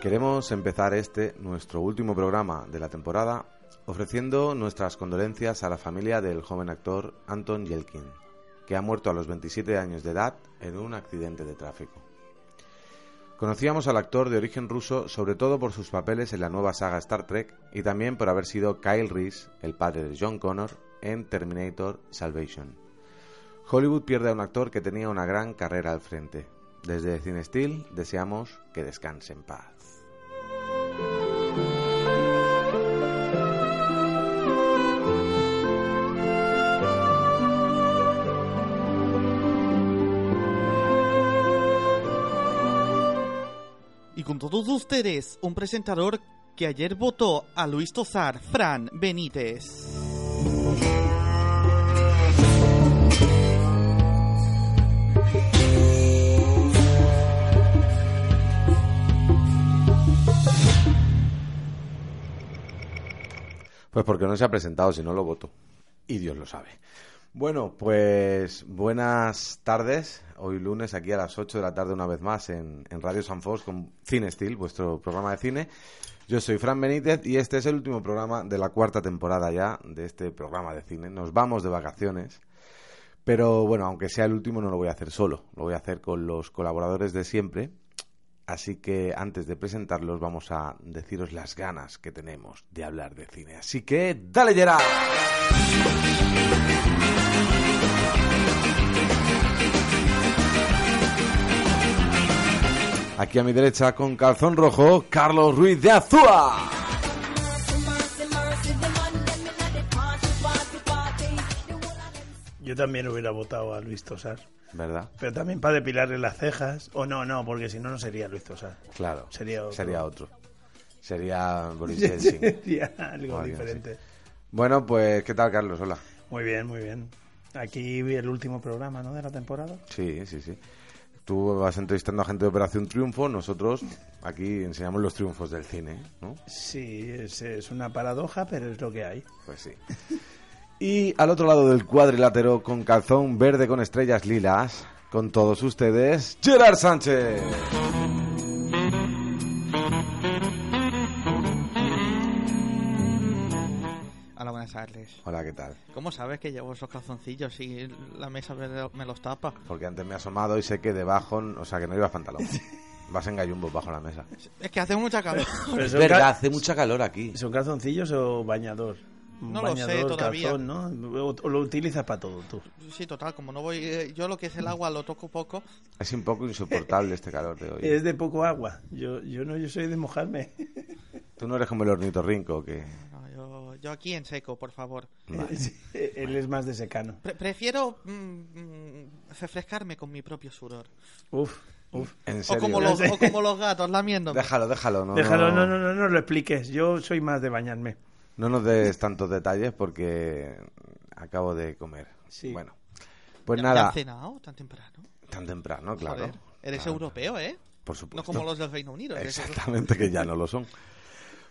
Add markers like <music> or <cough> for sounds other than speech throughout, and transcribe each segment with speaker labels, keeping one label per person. Speaker 1: Queremos empezar este, nuestro último programa de la temporada, ofreciendo nuestras condolencias a la familia del joven actor Anton Yelkin, que ha muerto a los 27 años de edad en un accidente de tráfico. Conocíamos al actor de origen ruso sobre todo por sus papeles en la nueva saga Star Trek y también por haber sido Kyle Reese, el padre de John Connor, en Terminator Salvation. Hollywood pierde a un actor que tenía una gran carrera al frente. Desde Cine Steel deseamos que descanse en paz.
Speaker 2: Y con todos ustedes, un presentador que ayer votó a Luis Tosar, Fran Benítez.
Speaker 1: Pues porque no se ha presentado, si no lo voto. Y Dios lo sabe. Bueno, pues buenas tardes. Hoy lunes aquí a las 8 de la tarde una vez más en, en Radio San Fos con Cine Steel, vuestro programa de cine. Yo soy Fran Benítez y este es el último programa de la cuarta temporada ya de este programa de cine. Nos vamos de vacaciones. Pero bueno, aunque sea el último no lo voy a hacer solo, lo voy a hacer con los colaboradores de siempre. Así que antes de presentarlos vamos a deciros las ganas que tenemos de hablar de cine. Así que dale Gerard. Aquí a mi derecha con calzón rojo, Carlos Ruiz de Azúa.
Speaker 3: Yo también hubiera votado a Luis Tosar.
Speaker 1: ¿Verdad?
Speaker 3: Pero también para depilarle las cejas. O no, no, porque si no, no sería Luis Tosar.
Speaker 1: Claro.
Speaker 3: Sería otro.
Speaker 1: Sería otro.
Speaker 3: <laughs>
Speaker 1: Sería Boris Yeltsin.
Speaker 3: Sería algo
Speaker 1: Alguien,
Speaker 3: diferente.
Speaker 1: Bueno, pues, ¿qué tal, Carlos? Hola.
Speaker 3: Muy bien, muy bien. Aquí vi el último programa, ¿no? De la temporada.
Speaker 1: Sí, sí, sí. Tú vas entrevistando a gente de Operación Triunfo, nosotros aquí enseñamos los triunfos del cine, ¿no?
Speaker 3: Sí, es, es una paradoja, pero es lo que hay.
Speaker 1: Pues sí. Y al otro lado del cuadrilátero, con calzón verde con estrellas lilas, con todos ustedes, Gerard Sánchez.
Speaker 2: Hola, buenas tardes.
Speaker 1: Hola, ¿qué tal?
Speaker 2: ¿Cómo sabes que llevo esos calzoncillos si la mesa me lo- me los tapa?
Speaker 1: Porque antes me he asomado y sé que debajo, o sea, que no llevas pantalón. Vas en gallumbos bajo la mesa.
Speaker 2: Es que hace mucha <laughs> calor.
Speaker 3: Pero
Speaker 1: Es
Speaker 3: son
Speaker 1: verdad,
Speaker 3: cal-
Speaker 1: hace mucha calor aquí.
Speaker 3: ¿Son calzoncillos o bañador? Un
Speaker 2: No lo
Speaker 3: bañador,
Speaker 2: sé todavía.
Speaker 3: calzón, ¿no? O, o lo utilizas para todo tú.
Speaker 2: Sí, total, como no voy... eh, yo lo que es el agua lo toco poco.
Speaker 1: Es un poco insoportable este calor de
Speaker 3: Es
Speaker 1: hoy.
Speaker 3: de poco agua. Yo, yo no, yo soy de mojarme.
Speaker 1: Tú no eres como el ornitorrinco que...
Speaker 2: No, yo, yo aquí en seco, por favor.
Speaker 1: Vale.
Speaker 3: <laughs> Sí, Él es más de secano.
Speaker 2: Pre- prefiero mm, mm, refrescarme con mi propio sudor.
Speaker 3: Uf, uf.
Speaker 1: En
Speaker 2: O
Speaker 1: serio. ¿eh?
Speaker 2: como, los, o como los gatos lamiéndome.
Speaker 1: Déjalo, déjalo. No,
Speaker 3: Déjalo,
Speaker 1: no,
Speaker 3: no, no, no, no lo expliques. Yo soy más de bañarme.
Speaker 1: no nos des tantos detalles porque acabo de comer.
Speaker 3: Sí.
Speaker 1: Bueno, <laughs> pues
Speaker 2: ¿Ya- ¿Ya
Speaker 1: nada,
Speaker 2: han cenado tan temprano?
Speaker 1: tan temprano, claro.
Speaker 2: Joder, eres
Speaker 1: Claro,
Speaker 2: europeo, ¿eh?
Speaker 1: Por
Speaker 2: No
Speaker 1: supuesto.
Speaker 2: como los del Reino Unido. que esos-
Speaker 1: Exactamente, que ya no lo son.
Speaker 2: <laughs>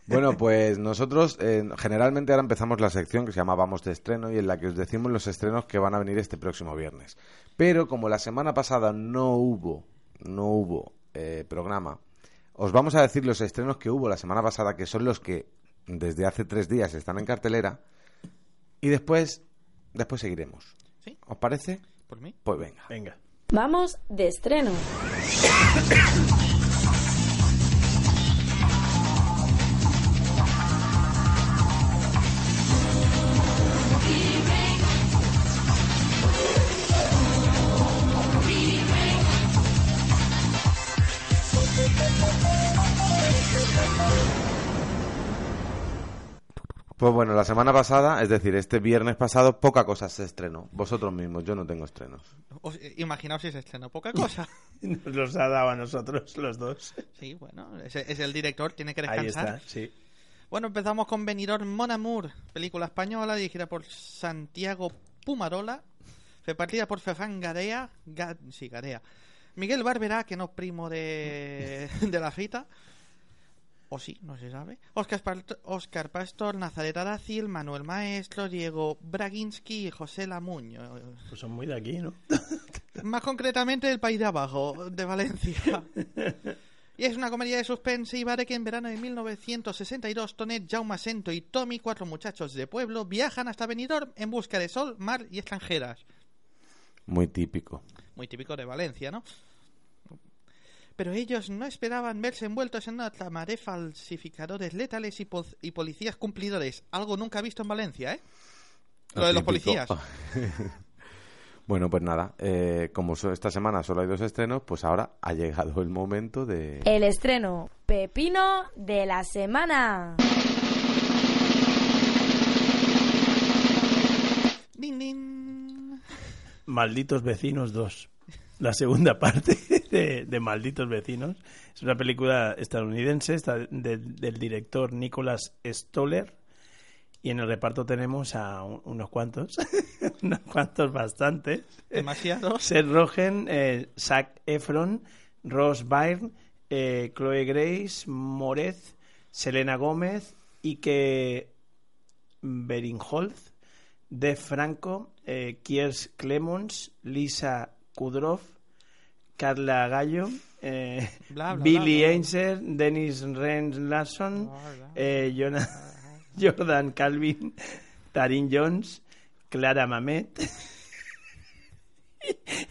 Speaker 1: Bueno, pues nosotros eh, generalmente ahora empezamos la sección que se llama Vamos de estreno y en la que os decimos los estrenos que van a venir este próximo viernes. Pero como la semana pasada no hubo, no hubo eh, programa, os vamos a decir los estrenos que hubo la semana pasada, que son los que desde hace tres días están en cartelera, y después, después seguiremos.
Speaker 2: ¿Sí?
Speaker 1: ¿Os parece?
Speaker 2: ¿Por mí?
Speaker 1: Pues venga.
Speaker 3: Venga. <laughs>
Speaker 4: Vamos de estreno.
Speaker 1: Pues bueno, la semana pasada, es decir, este viernes pasado, poca cosa se estrenó. Vosotros mismos, yo no tengo estrenos.
Speaker 2: Os- eh, imaginaos si se estrena poca cosa.
Speaker 3: Nos los ha dado a nosotros los dos.
Speaker 2: <laughs> sí, bueno, es, es el director, tiene que
Speaker 3: Ahí
Speaker 2: descansar.
Speaker 3: está, sí.
Speaker 2: Bueno, empezamos con Venidor Mon Amour, película española dirigida por Santiago Pumarola, repartida por Fefán Garea, Ga- sí, Garea, Miguel Barberá, que no es primo
Speaker 3: <laughs>
Speaker 2: de, de la Rita, o sí, no se sabe, Oscar, Palt- Oscar Pastor, Nazaret Aracil, Manuel Maestro, Diego Braginski y José Lamuño.
Speaker 3: Pues son muy de aquí, ¿no?
Speaker 2: Más concretamente del País de Abajo, de Valencia. Y es una comedia de suspense y vare que en verano de 1962 Tonet, Jaume Sento y Tommy, cuatro muchachos de pueblo, viajan hasta Benidorm en busca de sol, mar y extranjeras.
Speaker 1: Muy típico.
Speaker 2: Muy típico de Valencia, ¿no? Pero ellos no esperaban verse envueltos en una trama de falsificadores letales y, po- y policías cumplidores. Algo nunca visto en Valencia, ¿eh? Lo de los
Speaker 1: Típico.
Speaker 2: policías.
Speaker 1: <laughs> bueno, pues nada, eh, como so- esta semana solo hay dos estrenos, pues ahora ha llegado el momento de...
Speaker 4: El estreno Pepino de la semana.
Speaker 2: Din, din.
Speaker 3: Malditos Vecinos 2. La segunda <laughs> parte de, de Malditos Vecinos. Es una película estadounidense está de- del director Nicholas Stoller. Y en el reparto tenemos a un- unos cuantos, <laughs> unos cuantos bastantes. <laughs>
Speaker 2: Demasiados.
Speaker 3: Seth Rogen, eh, Zac Efron, Ross Byrne, eh, Chloe Grace, Morez, Selena Gómez, Ike Berinholz, Def Franco, eh, Kiers Clemons, Lisa Kudrow, Carla Gallo, eh,
Speaker 2: Bla, bla,
Speaker 3: Billy
Speaker 2: bla, Ah. bla.
Speaker 3: Einser, Dennis Renz Larson,
Speaker 2: Bla, bla.
Speaker 3: eh, Jonah- <laughs> Jordan Calvin, Tarin Jones, Clara Mamet <laughs>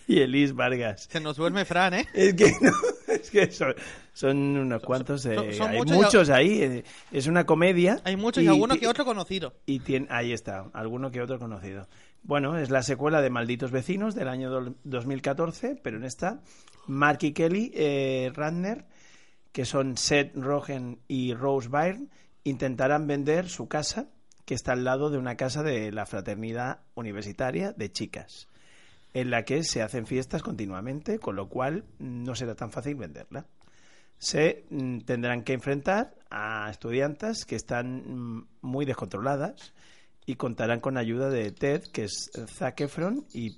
Speaker 3: y Elise Vargas.
Speaker 2: Se nos duerme Fran, ¿eh?
Speaker 3: Es que no, <laughs> es que son, son unos cuantos, eh,
Speaker 2: son- son
Speaker 3: hay
Speaker 2: muchos
Speaker 3: muchos,
Speaker 2: y a-
Speaker 3: ahí, eh, es una comedia.
Speaker 2: Hay muchos y, alguno que otro conocido.
Speaker 3: Y tiene, ahí está, alguno que otro conocido. Bueno, es la secuela de Malditos Vecinos del año dol- 2014, pero en esta, Mark y Kelly eh, Ratner, que son Seth Rogen y Rose Byrne, intentarán vender su casa, que está al lado de una casa de la fraternidad universitaria de chicas, en la que se hacen fiestas continuamente, con lo cual no será tan fácil venderla se mm, tendrán que enfrentar a estudiantes que están mm, muy descontroladas y contarán con ayuda de Ted, que es eh, Zac Efron, y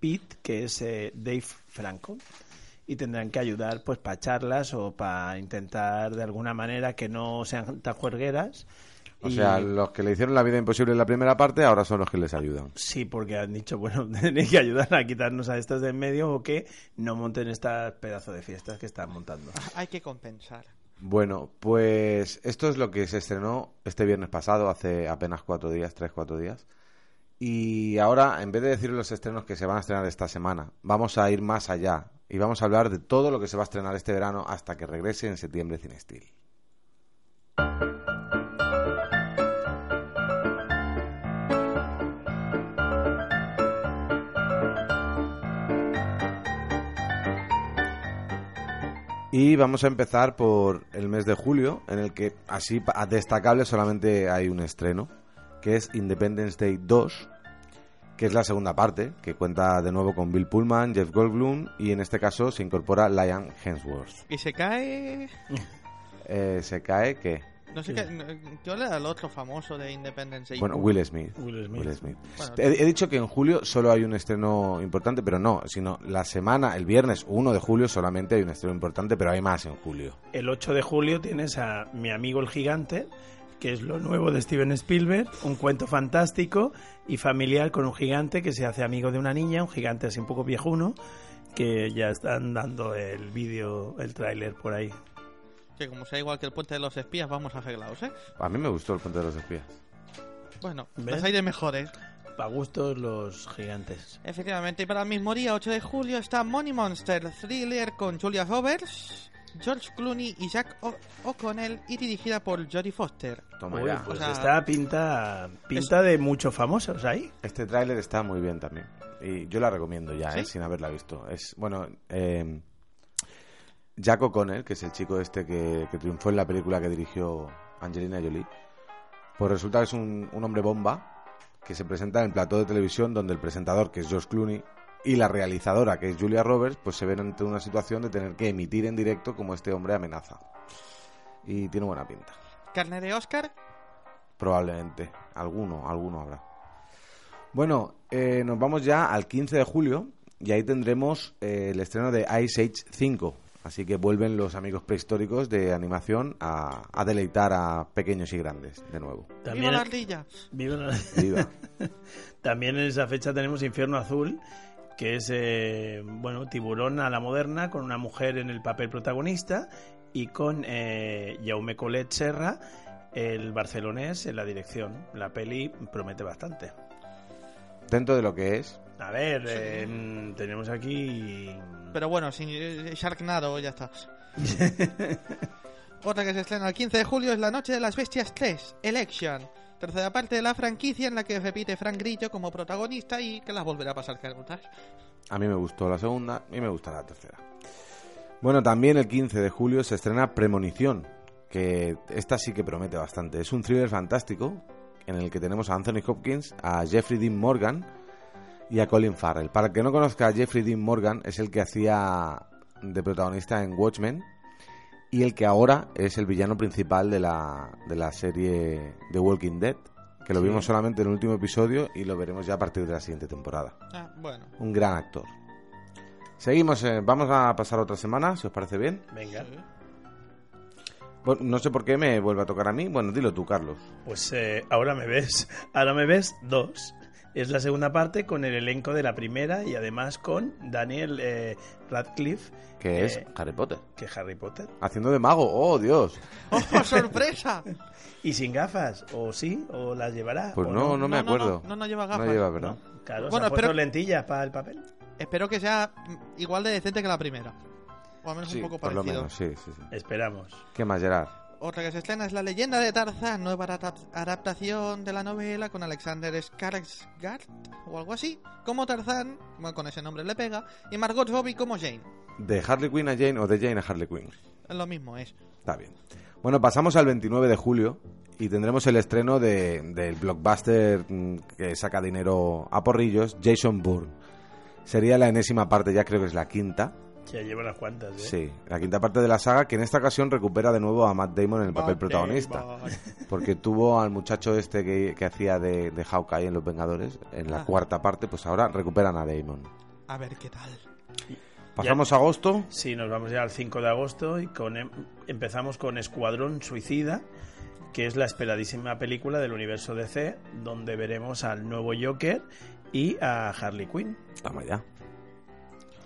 Speaker 3: Pete, que es eh, Dave Franco. Y tendrán que ayudar pues para charlas o para intentar de alguna manera que no sean tan juergueras.
Speaker 1: O
Speaker 3: Y-
Speaker 1: sea, los que le hicieron la vida imposible en la primera parte, ahora son los que les ayudan.
Speaker 3: Sí, porque han dicho, bueno, <laughs> tenéis que ayudar a quitarnos a estas de en medio o que no monten estas pedazos de fiestas que están montando.
Speaker 2: Hay que compensar.
Speaker 1: Bueno, pues esto es lo que se estrenó este viernes pasado, hace apenas cuatro días, tres, cuatro días. Y ahora, en vez de decir los estrenos que se van a estrenar esta semana, vamos a ir más allá y vamos a hablar de todo lo que se va a estrenar este verano hasta que regrese en septiembre Cinestil. Y vamos a empezar por el mes de julio, en el que así pa- destacable solamente hay un estreno, que es Independence Day 2, que es la segunda parte, que cuenta de nuevo con Bill Pullman, Jeff Goldblum y en este caso se incorpora Liam Hemsworth.
Speaker 2: Y se cae.
Speaker 1: Eh, se cae que...
Speaker 2: No sé qué. no- Yo le al otro famoso de Independence Day.
Speaker 1: Bueno, Will Smith.
Speaker 3: Will Smith.
Speaker 1: Will Smith.
Speaker 2: Bueno,
Speaker 1: He, he dicho que en julio solo hay un estreno importante, pero no, sino la semana, el viernes 1 de julio solamente hay un estreno importante, pero hay más en julio.
Speaker 3: El 8 de julio tienes a Mi amigo el gigante, que es lo nuevo de Steven Spielberg, un cuento fantástico y familiar con un gigante que se hace amigo de una niña, un gigante así un poco viejuno, que ya están dando el vídeo, el tráiler por ahí.
Speaker 2: Que como sea igual que el puente de los espías, vamos arreglados, ¿eh?
Speaker 1: A mí me gustó el Puente de los Espías.
Speaker 2: Bueno,
Speaker 3: ¿Ves?
Speaker 2: los hay de mejores.
Speaker 3: A gustos los gigantes.
Speaker 2: Efectivamente, y para el mismo día, 8 de julio, está Money Monster, thriller con Julia Roberts, George Clooney y Jack O- O'Connell, y dirigida por Jodie Foster.
Speaker 1: Toma
Speaker 3: Uy,
Speaker 1: ya.
Speaker 3: pues
Speaker 2: O sea,
Speaker 3: está pinta, pinta de muchos famosos ahí.
Speaker 1: Este tráiler está muy bien también. Y yo la recomiendo ya,
Speaker 2: ¿Sí?
Speaker 1: eh, sin haberla visto. Es, bueno, eh, Jack O'Connell, que es el chico este que, que triunfó en la película que dirigió Angelina Jolie, pues resulta que es un, un hombre bomba que se presenta en el plató de televisión donde el presentador, que es George Clooney, y la realizadora, que es Julia Roberts, pues se ven ante una situación de tener que emitir en directo como este hombre amenaza. Y tiene buena pinta.
Speaker 2: Carne de Oscar,
Speaker 1: Probablemente. Alguno, alguno habrá. Bueno, eh, nos vamos ya al 15 de julio y ahí tendremos eh, el estreno de Ice Age 5. Así que vuelven los amigos prehistóricos de animación a, a deleitar a pequeños y grandes de nuevo.
Speaker 2: viva la ardilla.
Speaker 3: viva la-
Speaker 1: Viva.
Speaker 3: También en esa fecha tenemos Infierno Azul, que es, eh, bueno, tiburón a la moderna con una mujer en el papel protagonista y con eh, Jaume Colet Serra, el barcelonés, en la dirección. La peli promete bastante.
Speaker 1: Dentro de lo que es,
Speaker 3: A ver, eh, mm, tenemos aquí...
Speaker 2: Pero bueno, sin eh, Sharknado ya está. Otra que se estrena el 15 de julio es La Noche de las Bestias 3, Election. Tercera parte de la franquicia en la que repite Frank Grillo como protagonista y que las volverá a pasar canutas.
Speaker 1: A mí me gustó la segunda y me gusta la tercera. Bueno, también el 15 de julio se estrena Premonición, que esta sí que promete bastante. Es un thriller fantástico en el que tenemos a Anthony Hopkins, a Jeffrey Dean Morgan y a Colin Farrell. Para el que no conozca a Jeffrey Dean Morgan, es el que hacía de protagonista en Watchmen y el que ahora es el villano principal de la, de la serie The Walking Dead, que lo vimos solamente en el último episodio y lo veremos ya a partir de la siguiente temporada
Speaker 2: Ah, bueno.
Speaker 1: un gran actor. Seguimos, eh, vamos a pasar otra semana, si os parece bien.
Speaker 3: Venga.
Speaker 1: Bu- No sé por qué me vuelve a tocar a mí. Bueno, dilo tú, Carlos.
Speaker 3: Pues eh, ahora me ves. Ahora me ves dos. Es la segunda parte con el elenco de la primera y además con Daniel eh, Radcliffe,
Speaker 1: Que es
Speaker 3: Eh.
Speaker 1: Harry Potter.
Speaker 3: que es Harry Potter.
Speaker 1: Haciendo de mago, oh Dios.
Speaker 2: ¡Oh, sorpresa!
Speaker 3: Y sin gafas, o sí, o las llevará.
Speaker 1: Pues
Speaker 3: o
Speaker 1: no, no,
Speaker 2: no,
Speaker 1: me
Speaker 2: no, no,
Speaker 1: acuerdo.
Speaker 2: no, no lleva gafas.
Speaker 1: No lleva, ¿verdad?
Speaker 3: Claro,
Speaker 2: Bueno,
Speaker 3: se ha puesto
Speaker 2: espero-
Speaker 3: lentillas para el papel.
Speaker 2: Espero que sea mm, igual de decente que la primera. O al menos
Speaker 1: Sí,
Speaker 2: un poco
Speaker 1: por lo
Speaker 2: parecido.
Speaker 1: menos, sí, sí, sí.
Speaker 3: Esperamos.
Speaker 1: ¿Qué más, Gerard?
Speaker 2: Otra que se estrena es La leyenda de Tarzán, nueva adap- adaptación de la novela con Alexander Skarsgård o algo así, como Tarzán, bueno, con ese nombre le pega, y Margot Robbie como Jane.
Speaker 1: ¿De Harley Quinn a Jane o de Jane a Harley Quinn?
Speaker 2: Lo mismo es.
Speaker 1: Está bien. Bueno, pasamos al 29 de julio y tendremos el estreno de- del blockbuster mm, que saca dinero a porrillos, Jason Bourne. Sería la enésima parte, ya creo que es la quinta.
Speaker 3: Ya lleva unas cuantas. ¿eh?
Speaker 1: Sí, la quinta parte de la saga que en esta ocasión recupera de nuevo a Matt Damon en el papel
Speaker 2: Matt
Speaker 1: protagonista.
Speaker 2: Damon.
Speaker 1: Porque tuvo al muchacho este que, que hacía de, de Hawkeye en Los Vengadores, en la
Speaker 2: Ah.
Speaker 1: cuarta parte, pues ahora recuperan a Damon.
Speaker 2: A ver qué tal.
Speaker 1: Pasamos a agosto.
Speaker 3: Sí, nos vamos ya al 5 de agosto y con, em- empezamos con Escuadrón Suicida, que es la esperadísima película del universo DC, donde veremos al nuevo Joker y a Harley Quinn,
Speaker 1: Vamos allá.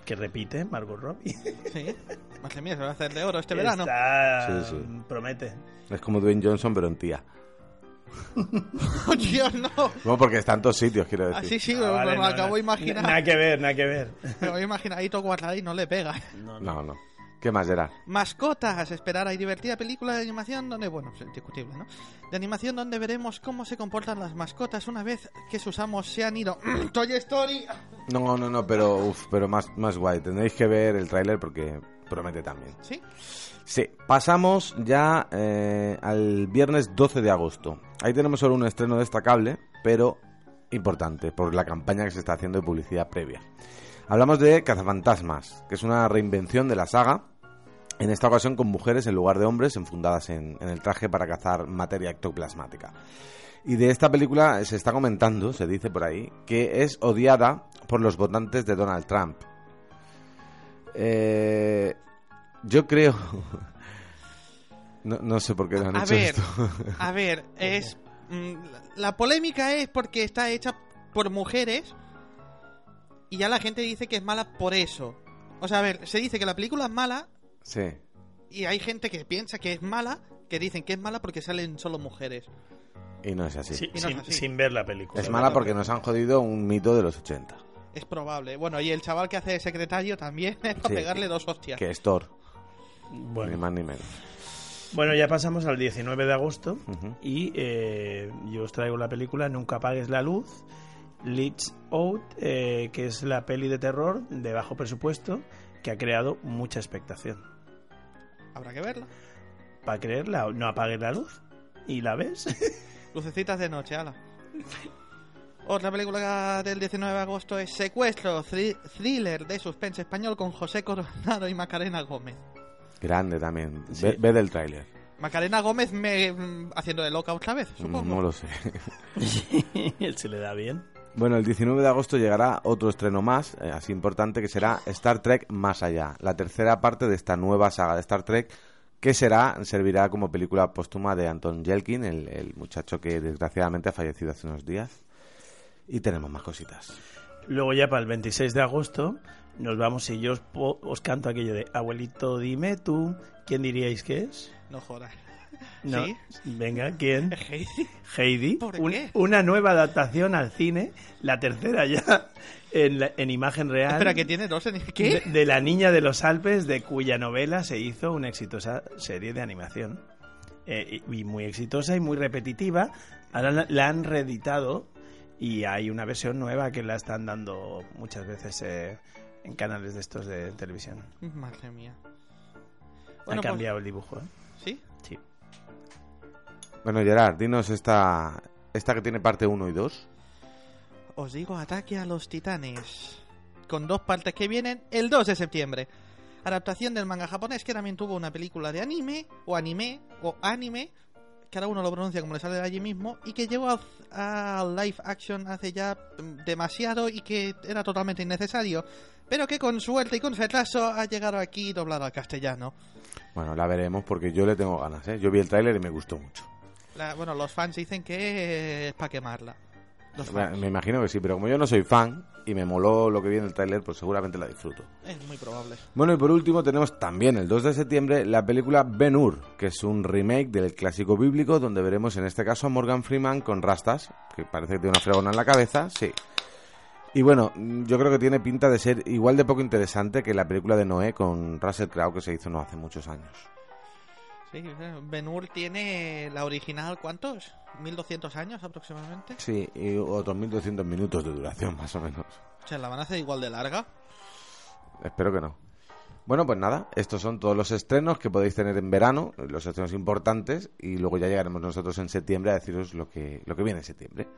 Speaker 3: que repite
Speaker 2: <laughs>
Speaker 3: Margot Robbie.
Speaker 2: Sí. Madre mía, se va a hacer de oro este verano. <laughs>
Speaker 3: Está- mm,
Speaker 1: Sí, sí.
Speaker 3: Promete.
Speaker 1: Es como Dwayne Johnson, pero en tía.
Speaker 2: ¡Oh, Dios, no!
Speaker 1: Bueno, porque está en todos sitios, quiero decir.
Speaker 2: Así sí,
Speaker 3: Ah,
Speaker 2: me-
Speaker 3: vale,
Speaker 2: me,
Speaker 3: no,
Speaker 2: lo acabo
Speaker 3: no.
Speaker 2: de imaginar.
Speaker 3: Nada que ver, nada que ver.
Speaker 2: Me lo imaginar ahí todo guardado y no le pega.
Speaker 3: No, no.
Speaker 1: No, no. ¿Qué más, Gerard?
Speaker 2: Mascotas, esperada y divertida película de animación donde, bueno, es discutible, ¿no? De animación donde veremos cómo se comportan las mascotas una vez que sus amos se han ido. <clears throat> Toy Story.
Speaker 1: No, no, no, pero, uf, pero más, más guay. Tendréis que ver el tráiler porque promete también.
Speaker 2: Sí.
Speaker 1: Sí, pasamos ya eh, al viernes 12 de agosto. Ahí tenemos solo un estreno destacable, pero importante, por la campaña que se está haciendo de publicidad previa. Hablamos de Cazafantasmas, que es una reinvención de la saga, en esta ocasión con mujeres en lugar de hombres enfundadas en, en el traje para cazar materia ectoplasmática. Y de esta película se está comentando, se dice por ahí, que es odiada por los votantes de Donald Trump. Eh, yo creo... <laughs> No, no sé por qué lo han
Speaker 2: A
Speaker 1: hecho
Speaker 2: ver,
Speaker 1: esto.
Speaker 2: <laughs> a ver, es mm, la- la polémica es porque está hecha por mujeres y ya la gente dice que es mala por eso. O sea, a ver, se dice que la película es mala
Speaker 1: Sí.
Speaker 2: y hay gente que piensa que es mala, que dicen que es mala porque salen solo mujeres.
Speaker 1: Y no es así.
Speaker 3: Sí,
Speaker 2: Y no es
Speaker 3: sin,
Speaker 2: así.
Speaker 3: sin ver Pues la película.
Speaker 1: Es mala porque nos han jodido un mito de los 80,
Speaker 2: Es probable. Bueno, y el chaval que hace de secretario también <laughs> es para
Speaker 1: Sí.
Speaker 2: pegarle dos hostias.
Speaker 1: que es Thor, ni
Speaker 3: Bueno.
Speaker 1: más ni menos.
Speaker 3: Bueno, ya pasamos al 19 de agosto
Speaker 1: Ujú.
Speaker 3: y eh, yo os traigo la película Nunca apagues la luz, Leeds Out, eh, que es la peli de terror de bajo presupuesto que ha creado mucha expectación.
Speaker 2: Habrá que verla.
Speaker 3: Para creerla, no apagues la luz y la ves. <laughs>
Speaker 2: Lucecitas de noche, ala. <laughs> Otra película del 19 de agosto es Secuestro, thri- thriller de suspense español con José Coronado y Macarena Gómez.
Speaker 1: Grande también. Ve-
Speaker 3: Sí.
Speaker 1: Ve, del tráiler.
Speaker 2: Macarena Gómez me mm, haciendo de loca otra vez, supongo.
Speaker 1: Mm, No lo sé. <laughs>
Speaker 3: Se le da bien.
Speaker 1: Bueno, el 19 de agosto llegará otro estreno más, eh, así importante, que será Star Trek Más Allá, la tercera parte de esta nueva saga de Star Trek, que será, servirá como película póstuma de Anton Yelkin, el, el muchacho que desgraciadamente ha fallecido hace unos días. Y tenemos más cositas.
Speaker 3: Luego ya para el 26 de agosto Nos vamos y yo os, po- os canto aquello de Abuelito, dime tú, ¿quién diríais que es?
Speaker 2: No jodas.
Speaker 3: No.
Speaker 2: ¿Sí?
Speaker 3: Venga, ¿quién?
Speaker 2: Heidi.
Speaker 3: Heidi,
Speaker 2: ¿Por
Speaker 3: un-
Speaker 2: qué?
Speaker 3: una nueva adaptación al cine, la tercera ya <laughs> en, la- en imagen
Speaker 2: <laughs>
Speaker 3: real.
Speaker 2: Espera, que tiene dos en... ¿Qué?
Speaker 3: De, de La Niña de los Alpes, de cuya novela se hizo una exitosa serie de animación. Eh, y y muy exitosa y muy repetitiva. Ahora la, la han reeditado y hay una versión nueva que la están dando muchas veces eh, en canales de estos de televisión.
Speaker 2: Madre mía.
Speaker 3: ha
Speaker 2: pues,
Speaker 3: cambiado el dibujo. ¿eh?
Speaker 2: ¿Sí?
Speaker 3: Sí.
Speaker 1: Bueno, Gerard, dinos esta, esta que tiene parte 1 y 2.
Speaker 2: Os digo ataque a los titanes. Con dos partes que vienen el 2 de septiembre. Adaptación del manga japonés que también tuvo una película de anime, o anime, o anime, que ahora uno lo pronuncia como le sale de allí mismo, y que llegó a, a live action hace ya mm, demasiado y que era totalmente innecesario, pero que con suerte y con retraso ha llegado aquí doblado al castellano.
Speaker 1: Bueno, la veremos porque yo le tengo ganas, ¿eh? Yo vi el tráiler y me gustó mucho.
Speaker 2: La- bueno, los fans dicen que es para quemarla. Los fans.
Speaker 1: Me imagino que sí, pero como yo no soy fan y me moló lo que vi en el tráiler, pues seguramente la disfruto.
Speaker 2: Es muy probable.
Speaker 1: Bueno, y por último tenemos también el 2 de septiembre la película Ben Hur, que es un remake del clásico bíblico donde veremos en este caso a Morgan Freeman con rastas, que parece que tiene una fregona en la cabeza, sí. Y bueno, mm, yo creo que tiene pinta de ser igual de poco interesante que la película de Noé con Russell Crowe que se hizo no hace muchos años.
Speaker 2: Sí, Benur tiene la original, ¿cuántos? 1200 años aproximadamente.
Speaker 1: Sí, y otros 1200 minutos de duración <laughs> más o menos.
Speaker 2: Se la van a hacer igual de larga.
Speaker 1: Espero que no. Bueno, pues nada, estos son todos los estrenos que podéis tener en verano, los estrenos importantes, y luego ya llegaremos nosotros en septiembre a deciros lo que, lo que viene en septiembre.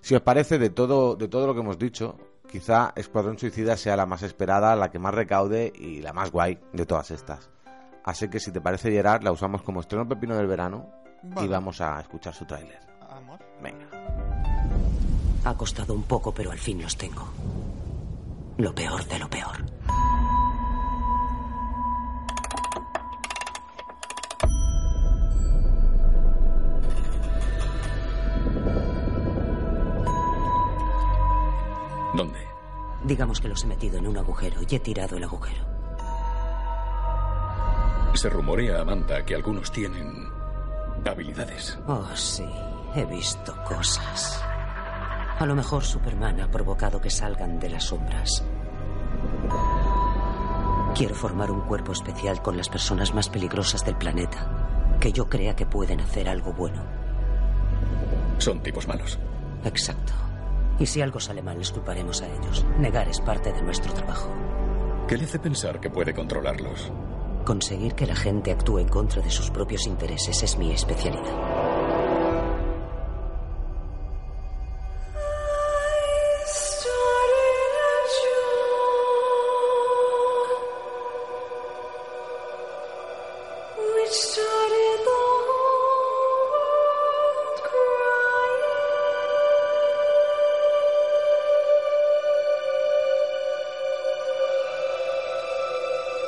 Speaker 1: Si os parece, de todo, de todo lo que hemos dicho, quizá Escuadrón Suicida sea la más esperada, la que más recaude y la más guay de todas estas. Así que si te parece, Gerard, la usamos como estreno pepino del verano y
Speaker 2: Vale.
Speaker 1: vamos a escuchar su tráiler.
Speaker 2: Vamos.
Speaker 1: Venga.
Speaker 5: Ha costado un poco, pero al fin los tengo. Lo peor de lo peor.
Speaker 6: ¿Dónde?
Speaker 5: Digamos que los he metido en un agujero y he tirado el agujero.
Speaker 6: Se rumorea, Amanda, que algunos tienen habilidades.
Speaker 5: Oh, sí, he visto cosas. A lo mejor Superman ha provocado que salgan de las sombras. Quiero formar un cuerpo especial con las personas más peligrosas del planeta, que yo crea que pueden hacer algo bueno.
Speaker 6: Son tipos malos.
Speaker 5: Exacto. Y si algo sale mal, les culparemos a ellos. Negar es parte de nuestro trabajo.
Speaker 6: ¿Qué le hace pensar que puede controlarlos?
Speaker 5: Conseguir que la gente actúe en contra de sus propios intereses es mi especialidad.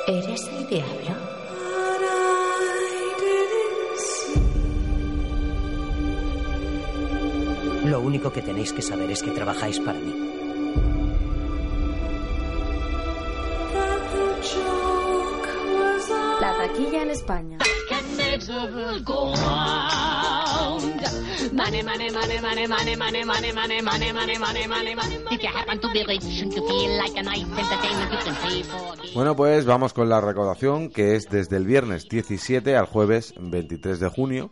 Speaker 7: ¿Eres el diablo?
Speaker 5: Lo único que tenéis que saber es que trabajáis para mí.
Speaker 4: La taquilla en España.
Speaker 7: If you happen to be rich and you feel like a nice entertainment, you can pay for it.
Speaker 1: Bueno, pues vamos con la recaudación, que es desde el viernes 17 al jueves 23 de junio.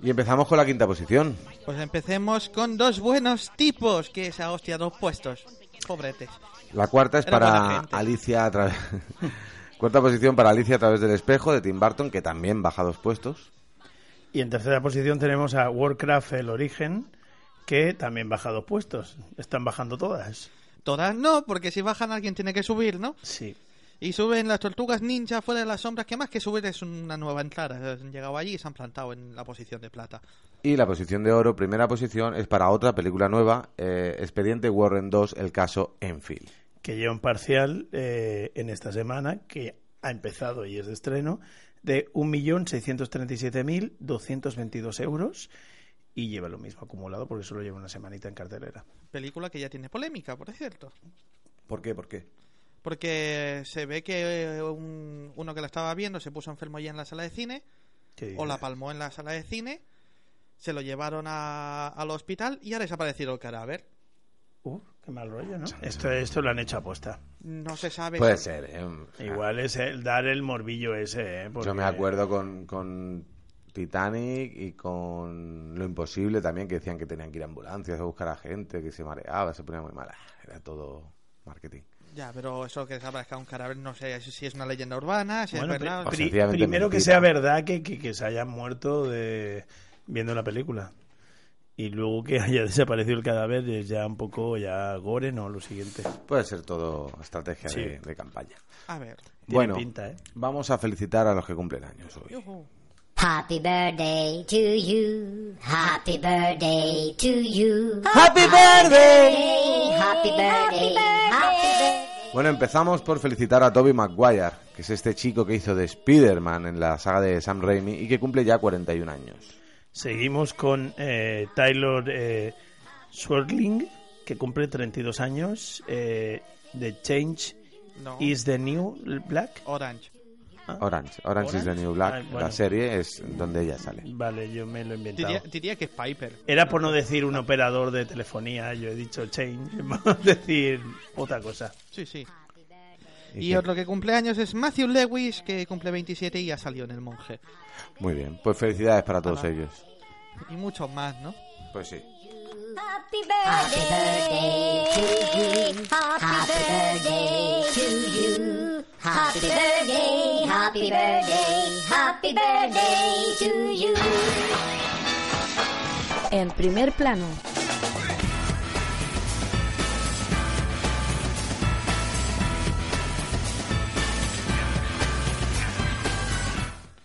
Speaker 1: Y empezamos con la quinta posición.
Speaker 2: Pues empecemos con dos buenos tipos, que esa hostia, dos puestos. Pobretes.
Speaker 1: La cuarta es
Speaker 2: Era buena
Speaker 1: para
Speaker 2: gente.
Speaker 1: Alicia a través... <laughs> Cuarta posición para Alicia a través del espejo de Tim Burton, que también baja dos puestos.
Speaker 3: Y en tercera posición tenemos a Warcraft El Origen, que también baja dos puestos. Están bajando todas.
Speaker 2: Todas no, porque si bajan alguien tiene que subir, ¿no?
Speaker 3: Sí.
Speaker 2: Y suben las tortugas ninja fuera de las sombras, que más que subir es una nueva entrada. Han llegado allí y se han plantado en la posición de plata.
Speaker 1: Y la posición de oro, primera posición, es para otra película nueva, eh, Expediente Warren 2, el caso Enfield.
Speaker 3: que lleva un parcial eh, en esta semana que ha empezado y es de estreno de 1.637.222 euros y lleva lo mismo acumulado porque solo lleva una semanita en cartelera.
Speaker 2: Película que ya tiene polémica, por cierto.
Speaker 1: ¿Por qué? ¿Por qué?
Speaker 2: Porque se ve que eh, un- uno que la estaba viendo se puso enfermo ya en la sala de cine,
Speaker 3: ¿Qué
Speaker 2: o la
Speaker 3: dices?
Speaker 2: palmó en la sala de cine, se lo llevaron a- al hospital y ha desaparecido el cadáver.
Speaker 3: Uh, qué mal rollo, ¿no? Esto, esto lo han hecho aposta.
Speaker 2: No se sabe.
Speaker 1: Puede ser, ¿eh? O sea,
Speaker 3: Igual es el dar el morbillo ese, ¿eh? Porque-
Speaker 1: Yo me acuerdo con, con Titanic y con Lo Imposible también, que decían que tenían que ir a ambulancias a buscar a gente, que se mareaba, se ponía muy mala. Era todo marketing.
Speaker 2: Ya, pero eso que desaparezca un cadáver, no sé si es una leyenda urbana, si
Speaker 3: Bueno,
Speaker 2: es verdad.
Speaker 1: o sea,
Speaker 3: pri- pri-
Speaker 1: sencillamente
Speaker 3: primero que
Speaker 1: mentira.
Speaker 3: sea verdad que, que- que se hayan muerto de viendo la película. Y luego que <laughs> haya desaparecido el cadáver es ya un poco ya gore, ¿no? Lo siguiente.
Speaker 1: Puede ser todo estrategia
Speaker 3: Sí.
Speaker 1: de, de campaña.
Speaker 2: A ver.
Speaker 1: bueno,
Speaker 3: pinta, ¿eh?
Speaker 1: vamos a felicitar a los que cumplen años hoy.
Speaker 2: Yujú.
Speaker 8: Happy birthday to you. Happy birthday to you.
Speaker 1: ¡Happy birthday!
Speaker 8: Happy birthday. Happy birthday.
Speaker 1: Bueno, empezamos por felicitar a Toby Maguire, que es este chico que hizo de Spider-Man en la saga de Sam Raimi y que cumple ya 41 años.
Speaker 3: Seguimos con eh, Taylor eh, Swerling, que cumple 32 años. Eh, the Change
Speaker 2: No.
Speaker 3: is the New Black.
Speaker 2: Orange.
Speaker 1: Orange, Orange, is the
Speaker 3: Orange?
Speaker 1: New Black,
Speaker 3: Ah, bueno.
Speaker 1: la serie es donde ella sale.
Speaker 3: Vale, yo me lo he inventado.
Speaker 2: Diría, diría que es Piper.
Speaker 3: Era por no decir un operador de telefonía, yo he dicho Change, <laughs> por decir otra cosa.
Speaker 2: Sí, sí.
Speaker 1: ¿Y
Speaker 2: Y,
Speaker 1: qué?
Speaker 2: otro que cumple años es Matthew Lewis, que cumple 27 y ya salió en El Monje.
Speaker 1: Muy bien, pues felicidades para todos
Speaker 2: Hola.
Speaker 1: ellos.
Speaker 2: Y muchos más, ¿no?
Speaker 1: Pues sí.
Speaker 4: Happy birthday.
Speaker 8: Happy birthday to you. Happy birthday. Happy birthday. Happy birthday to you.
Speaker 4: En primer plano.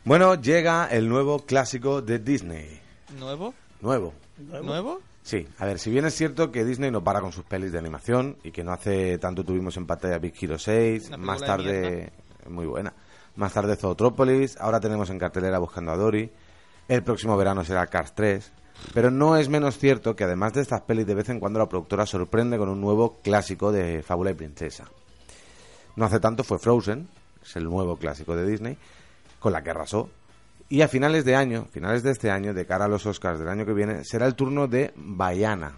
Speaker 1: Bueno, llega el nuevo clásico de Disney.
Speaker 2: ¿Nuevo?
Speaker 1: Nuevo.
Speaker 2: ¿Nuevo?
Speaker 1: Sí, a ver, si bien es cierto que Disney no para con sus pelis de animación y que no hace tanto tuvimos en pantalla Big Hero 6,
Speaker 2: Una
Speaker 1: más
Speaker 2: película de
Speaker 1: tarde, muy buena, más tarde Zootrópolis, ahora tenemos en cartelera Buscando a Dory, el próximo verano será Cars 3, pero no es menos cierto que además de estas pelis de vez en cuando la productora sorprende con un nuevo clásico de Fábula y Princesa. No hace tanto fue Frozen, es el nuevo clásico de Disney, con la que arrasó. Y a finales de año, finales de este año, de cara a los Oscars del año que viene, será el turno de Bayana.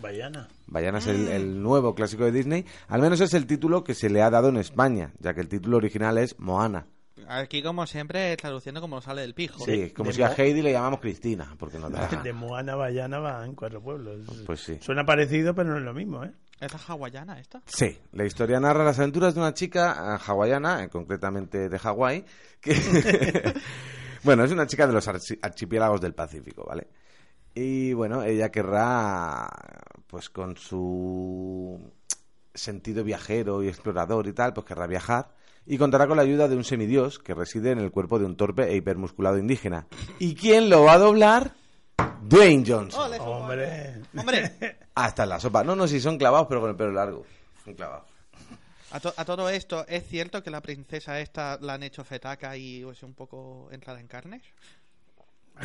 Speaker 3: Bayana.
Speaker 1: Bayana es el, el nuevo clásico de Disney. Al menos es el título que se le ha dado en España, ya que el título original es Moana.
Speaker 2: Aquí, como siempre, traduciendo como sale del pijo.
Speaker 1: Sí, es como
Speaker 3: de
Speaker 1: si a
Speaker 3: Mo-
Speaker 1: Heidi le llamamos Cristina, porque
Speaker 3: <laughs>
Speaker 1: no da la
Speaker 3: De
Speaker 1: gana.
Speaker 3: Moana Bayana va en cuatro pueblos.
Speaker 1: Pues sí.
Speaker 3: Suena parecido, pero no es lo mismo, ¿eh?
Speaker 2: ¿Es la hawaiana esta?
Speaker 1: Sí, la historia narra las aventuras de una chica eh, hawaiana, eh, concretamente de Hawái, que... <laughs> bueno, es una chica de los archi- archipiélagos del Pacífico, ¿vale? Y bueno, ella querrá, pues con su sentido viajero y explorador y tal, pues querrá viajar y contará con la ayuda de un semidios que reside en el cuerpo de un torpe e hipermusculado indígena. ¿Y quién lo va a doblar? Dwayne Johnson.
Speaker 3: Hombre.
Speaker 2: ¡Hombre!
Speaker 1: Hasta en la sopa. No, no, si son clavados, pero con el pelo largo. Son clavados.
Speaker 2: A, to- a todo esto, ¿es cierto que la princesa esta la han hecho fetaca y es un poco entrada en carnes?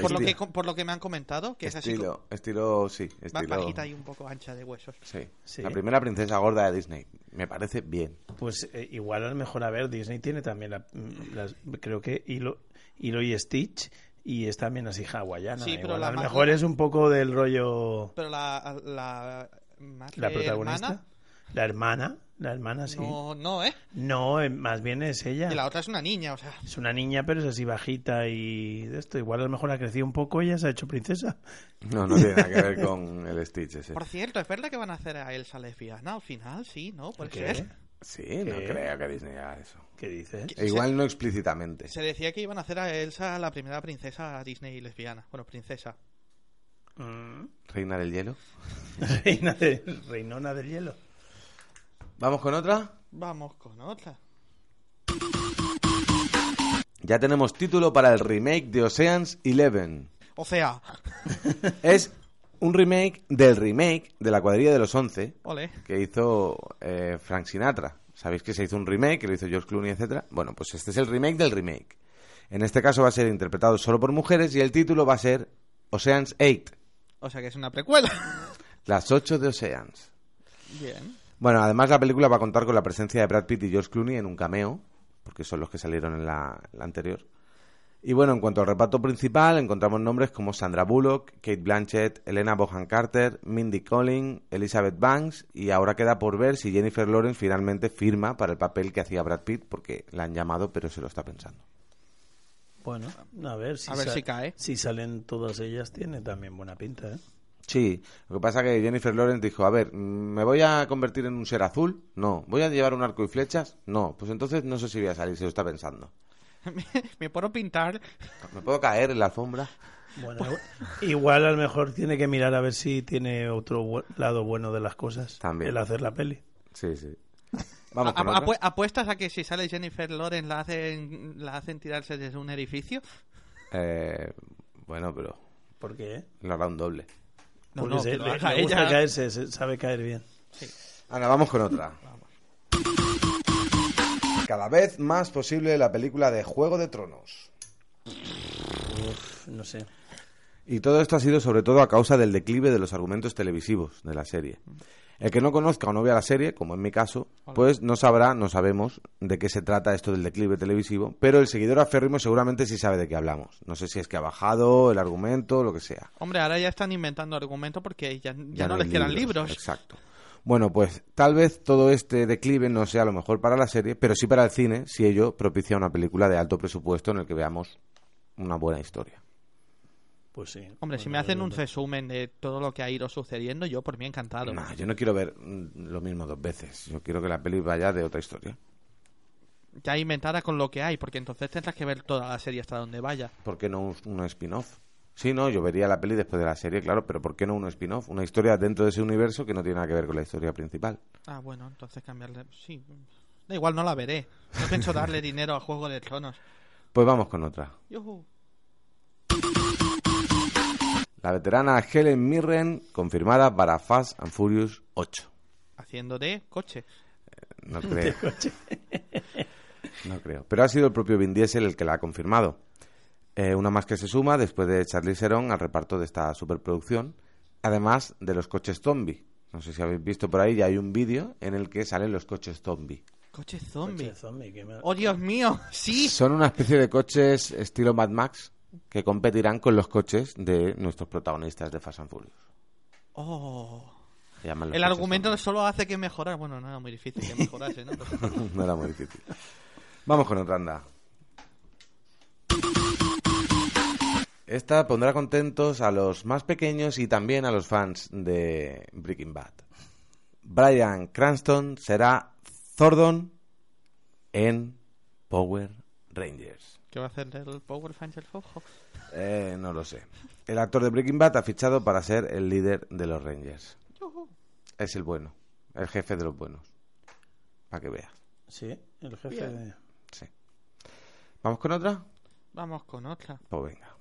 Speaker 2: Por lo,
Speaker 1: Esti-
Speaker 2: que, co- por lo que me han comentado, que es así
Speaker 1: estilo, estilo, sí,
Speaker 2: co- más
Speaker 1: estilo.
Speaker 2: bajita y un poco ancha de huesos.
Speaker 1: Sí.
Speaker 3: Sí.
Speaker 1: La primera princesa gorda de Disney. Me parece bien.
Speaker 3: Pues eh, igual a lo mejor, a ver, Disney tiene también la, mm, las- creo que Hilo, Hilo y Stitch y es también así hawaiana.
Speaker 2: Sí, pero
Speaker 3: Igual
Speaker 2: la
Speaker 3: a lo
Speaker 2: más-
Speaker 3: mejor es un poco del rollo
Speaker 2: Pero la, la, más
Speaker 3: la
Speaker 2: que
Speaker 3: protagonista.
Speaker 2: hermana,
Speaker 3: La hermana, la hermana sí. No,
Speaker 2: no, no, ¿eh?
Speaker 3: eh, más bien es ella.
Speaker 2: Y la otra es una niña, o sea,
Speaker 3: Es una niña, pero es así bajita y de esto. Igual a lo mejor ha crecido un poco y ya se ha hecho princesa.
Speaker 1: No, no tiene nada que ver con el Stitch ese.
Speaker 2: Por cierto, ¿es verdad que van a hacer a Elsa lesbiana al final? Sí, ¿no? Puede
Speaker 3: ¿Qué?
Speaker 2: ser.
Speaker 1: Sí, no
Speaker 3: ¿Qué?
Speaker 1: creo que Disney haga eso.
Speaker 3: ¿Qué dices?
Speaker 1: E igual no explícitamente.
Speaker 2: Se decía que iban a hacer a Elsa la primera princesa Disney lesbiana. Bueno, princesa.
Speaker 3: Mm.
Speaker 1: Reina del hielo.
Speaker 3: Reina de- reinona del hielo.
Speaker 1: ¿Vamos con otra?
Speaker 2: Vamos con otra.
Speaker 1: Ya tenemos título para el remake de Oceans 11.
Speaker 2: O sea,
Speaker 1: Es un remake del remake de la cuadrilla de los 11
Speaker 2: ole.
Speaker 1: que hizo eh, Frank Sinatra. Sabéis que se hizo un remake, que lo hizo George Clooney, etcétera. Bueno, pues este es el remake del remake. En este caso va a ser interpretado solo por mujeres y el título va a ser Oceans 8,
Speaker 2: O sea que es una precuela.
Speaker 1: las 8 de Oceans.
Speaker 2: Bien.
Speaker 1: Bueno, además la película va a contar con la presencia de Brad Pitt y George Clooney en un cameo, porque son los que salieron en la, la anterior. Y bueno, en cuanto al reparto principal, encontramos nombres como Sandra Bullock, Kate Blanchett, Elena Bohan Carter, Mindy Collins, Elizabeth Banks, y ahora queda por ver si Jennifer Lawrence finalmente firma para el papel que hacía Brad Pitt, porque la han llamado, pero se lo está pensando.
Speaker 3: Bueno, a ver, si,
Speaker 2: A ver
Speaker 3: sa-
Speaker 2: si cae.
Speaker 3: Si salen todas ellas, tiene también buena pinta, ¿eh?
Speaker 1: Sí, lo que pasa que Jennifer Lawrence dijo, a ver, mm, ¿me voy a convertir en un ser azul? No. ¿Voy a llevar un arco y flechas? No. Pues entonces no sé si voy a salir, se lo está pensando.
Speaker 2: <laughs> Me puedo pintar.
Speaker 1: ¿Me puedo caer en la alfombra?
Speaker 3: Bueno, <laughs> igual a lo mejor tiene que mirar a ver si tiene otro bu- lado bueno de las cosas.
Speaker 1: También.
Speaker 3: El hacer la peli.
Speaker 1: Sí, <laughs> sí. Vamos
Speaker 2: A-
Speaker 1: con
Speaker 2: a-
Speaker 1: otra.
Speaker 2: apue- ¿Apuestas a que si sale Jennifer Lawrence la hacen, la hacen tirarse desde un edificio?
Speaker 1: Eh, bueno, pero
Speaker 3: ¿Por qué? eh?
Speaker 1: lo hará un doble.
Speaker 2: No,
Speaker 3: Porque
Speaker 2: no,
Speaker 3: se-
Speaker 2: que
Speaker 3: le,
Speaker 2: lo haga
Speaker 3: le gusta
Speaker 2: ella.
Speaker 3: caerse, se- sabe caer bien.
Speaker 1: Ahora vamos con otra. Cada vez más posible la película de Juego de Tronos.
Speaker 3: Pff, No sé.
Speaker 1: Y todo esto ha sido sobre todo a causa del declive de los argumentos televisivos de la serie. El que no conozca o no vea la serie, como en mi caso, pues no sabrá, no sabemos de qué se trata esto del declive televisivo, pero el seguidor aférrimo seguramente sí sabe de qué hablamos. No sé si es que ha bajado el argumento, lo que sea.
Speaker 2: Hombre, ahora ya están inventando argumentos porque ya, ya no,
Speaker 1: hay
Speaker 2: les quedan libros.
Speaker 1: Exacto. Bueno, pues tal vez todo este declive no sea lo mejor para la serie, pero sí para el cine, si ello propicia una película de alto presupuesto en el que veamos una buena historia.
Speaker 3: Pues sí.
Speaker 2: Hombre, si
Speaker 3: Bueno,
Speaker 2: me hacen un
Speaker 3: bueno.
Speaker 2: resumen de todo lo que ha ido sucediendo, yo por mí encantado.
Speaker 1: No, yo no quiero ver mm, lo mismo dos veces. Yo quiero que la peli vaya de otra historia.
Speaker 2: Ya inventada con lo que hay, porque entonces tendrás que ver toda la serie hasta donde vaya.
Speaker 1: ¿Por qué no un, un spin-off? Sí, no, yo vería la peli después de la serie, claro, pero ¿por qué no un spin-off? Una historia dentro de ese universo que no tiene nada que ver con la historia principal.
Speaker 2: Ah, bueno, entonces cambiarle. Sí. Da igual, no la veré. No
Speaker 1: <laughs>
Speaker 2: pienso darle dinero a Juego de Tronos.
Speaker 1: Pues vamos con otra.
Speaker 2: Yujú.
Speaker 1: La veterana Helen Mirren, confirmada para Fast and Furious 8.
Speaker 2: Haciendo de coche. <laughs>
Speaker 1: No creo. no creo. Pero ha sido el propio Vin Diesel el que la ha confirmado. Eh, una más que se suma después de Charlie Serón al reparto de esta superproducción. Además de los coches zombie. No sé si habéis visto por ahí, ya hay un vídeo en el que salen los coches zombie.
Speaker 2: Coche
Speaker 3: Che,
Speaker 2: zombie.
Speaker 3: zombie, que me-
Speaker 2: Oh, Dios mío, <laughs> sí.
Speaker 1: Son una especie de coches estilo Mad Max que competirán con los coches de nuestros protagonistas de Fast and Furious.
Speaker 2: Oh.
Speaker 1: Se llaman los
Speaker 2: El
Speaker 1: coches
Speaker 2: argumento
Speaker 1: zombie.
Speaker 2: solo hace que mejorar. Bueno, no era muy difícil que mejorase, ¿no? Pero-
Speaker 1: <laughs> no era muy difícil. Vamos con otra anda. Esta pondrá contentos a los más pequeños y también a los fans de Breaking Bad. Brian Cranston será Zordon en Power Rangers.
Speaker 2: ¿Qué va a hacer el Power Ranger Fojo?
Speaker 1: Eh, no lo sé. El actor de Breaking Bad ha fichado para ser el líder de los Rangers. Es el bueno, el jefe de los buenos. Para que veas.
Speaker 3: Sí, el jefe. de-
Speaker 1: Sí. ¿Vamos con otra?
Speaker 2: Vamos con otra.
Speaker 1: Pues venga.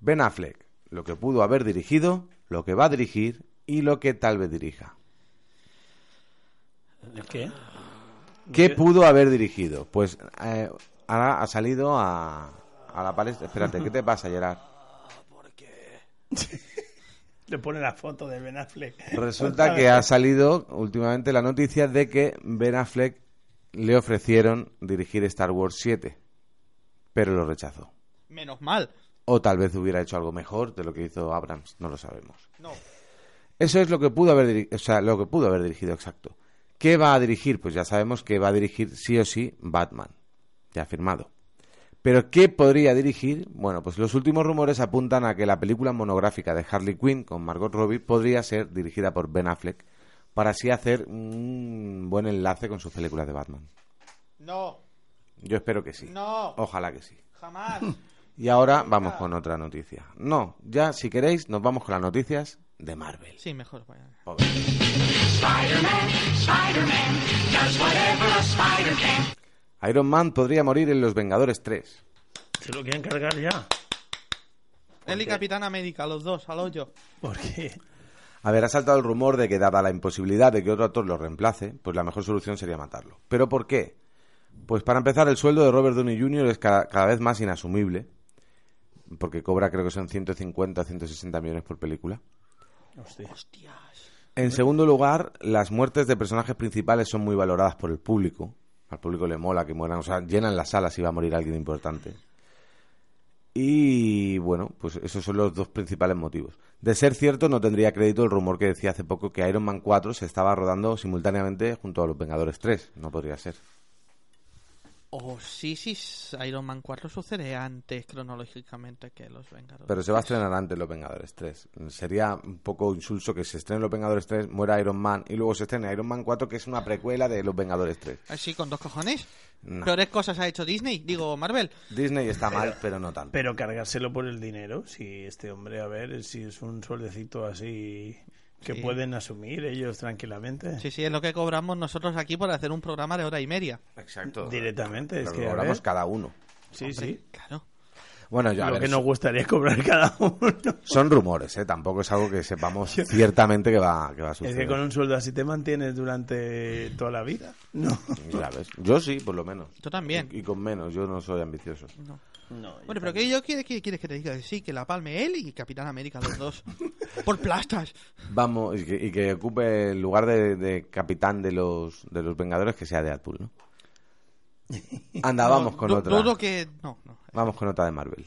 Speaker 1: Ben Affleck, lo que pudo haber dirigido, lo que va a dirigir y lo que tal vez dirija.
Speaker 3: ¿El qué?
Speaker 1: ¿Qué pudo haber dirigido? Pues eh, ahora ha salido a, a la palestra. Espérate, ¿qué te pasa, Gerard?
Speaker 3: Le pone la foto de Ben Affleck. Ah,
Speaker 1: Resulta que ha salido últimamente la noticia de que Ben Affleck le ofrecieron dirigir Star Wars 7, pero lo rechazó.
Speaker 2: Menos mal.
Speaker 1: O tal vez hubiera hecho algo mejor de lo que hizo Abrams, no lo sabemos.
Speaker 2: No.
Speaker 1: Eso es lo que pudo haber, diri- o sea, lo que pudo haber dirigido, exacto. ¿Qué va a dirigir? Pues ya sabemos que va a dirigir sí o sí Batman, ya firmado. Pero ¿qué podría dirigir? Bueno, pues los últimos rumores apuntan a que la película monográfica de Harley Quinn con Margot Robbie podría ser dirigida por Ben Affleck para así hacer un buen enlace con sus películas de Batman.
Speaker 2: No.
Speaker 1: Yo espero que sí. Oh.
Speaker 2: No.
Speaker 1: Ojalá que sí.
Speaker 2: Jamás.
Speaker 1: Y ahora vamos con otra noticia. No, ya si queréis nos vamos con las noticias de Marvel.
Speaker 2: Sí, mejor. vaya.
Speaker 1: Joder. Iron Man podría morir en Los Vengadores 3.
Speaker 3: Se lo quieren cargar ya.
Speaker 2: Él y Capitán América, los dos, al hoyo.
Speaker 3: Porque.
Speaker 1: A ver, ha saltado el rumor de que dada la imposibilidad de que otro actor lo reemplace, pues la mejor solución sería matarlo. ¿Pero por qué? Pues para empezar, el sueldo de Robert Downey Jr. es ca- cada, vez más inasumible, porque cobra creo que son 150 o 160 millones por película.
Speaker 3: Hostia.
Speaker 1: En segundo lugar, las muertes de personajes principales son muy valoradas por el público. Al público le mola que mueran, o sea, llenan las salas si va a morir alguien importante. Y bueno, pues esos son los dos principales motivos. De ser cierto, no tendría crédito el rumor que decía hace poco que Iron Man 4 se estaba rodando simultáneamente junto a Los Vengadores 3. No podría ser.
Speaker 2: O Oh, sí, sí, Iron Man 4 sucede antes cronológicamente que Los Vengadores.
Speaker 1: Pero se va a estrenar antes Los Vengadores 3. Sería un poco insulso que se estrene Los Vengadores 3, muera Iron Man y luego se estrene Iron Man 4, que es una precuela de Los Vengadores 3.
Speaker 2: Así, Eh, con dos cojones.
Speaker 1: No.
Speaker 2: Peores cosas ha hecho Disney, digo Marvel.
Speaker 1: Disney está mal, pero no tanto.
Speaker 3: Pero cargárselo por el dinero, si este hombre, a ver, si es un sueldecito así que
Speaker 2: Sí.
Speaker 3: pueden asumir ellos tranquilamente.
Speaker 2: Sí, sí, es lo que cobramos nosotros aquí por hacer un programa de hora y media.
Speaker 1: Exacto.
Speaker 3: Directamente, es
Speaker 1: Lo
Speaker 3: que a
Speaker 1: cobramos
Speaker 3: ver.
Speaker 1: cada uno.
Speaker 3: Sí,
Speaker 2: Hombre,
Speaker 3: sí.
Speaker 2: Claro.
Speaker 1: Bueno, yo, a
Speaker 3: Lo
Speaker 1: ver,
Speaker 3: que nos gustaría cobrar <laughs> cada uno.
Speaker 1: son rumores, ¿eh? Tampoco es algo que sepamos
Speaker 3: <laughs>
Speaker 1: ciertamente que va, que va a
Speaker 3: Es
Speaker 1: suceder.
Speaker 3: que con un sueldo así te mantienes durante toda la vida. No.
Speaker 1: Ya ves. Yo sí, por lo menos.
Speaker 2: Yo también.
Speaker 1: Y, y con menos, yo no soy ambicioso.
Speaker 2: Bueno, pero que yo quiere, que- quieres que te diga sí, que la palme él y Capitán América
Speaker 1: <laughs>
Speaker 2: los dos. por plastas.
Speaker 1: Vamos, y que, y que ocupe el lugar de, de capitán de los, de los Vengadores que sea Deadpool,
Speaker 2: <laughs>
Speaker 1: ¿no? Anda, vamos
Speaker 2: No,
Speaker 1: con
Speaker 2: du-
Speaker 1: otra.
Speaker 2: Dudo que no, no.
Speaker 1: Vamos con otra de Marvel.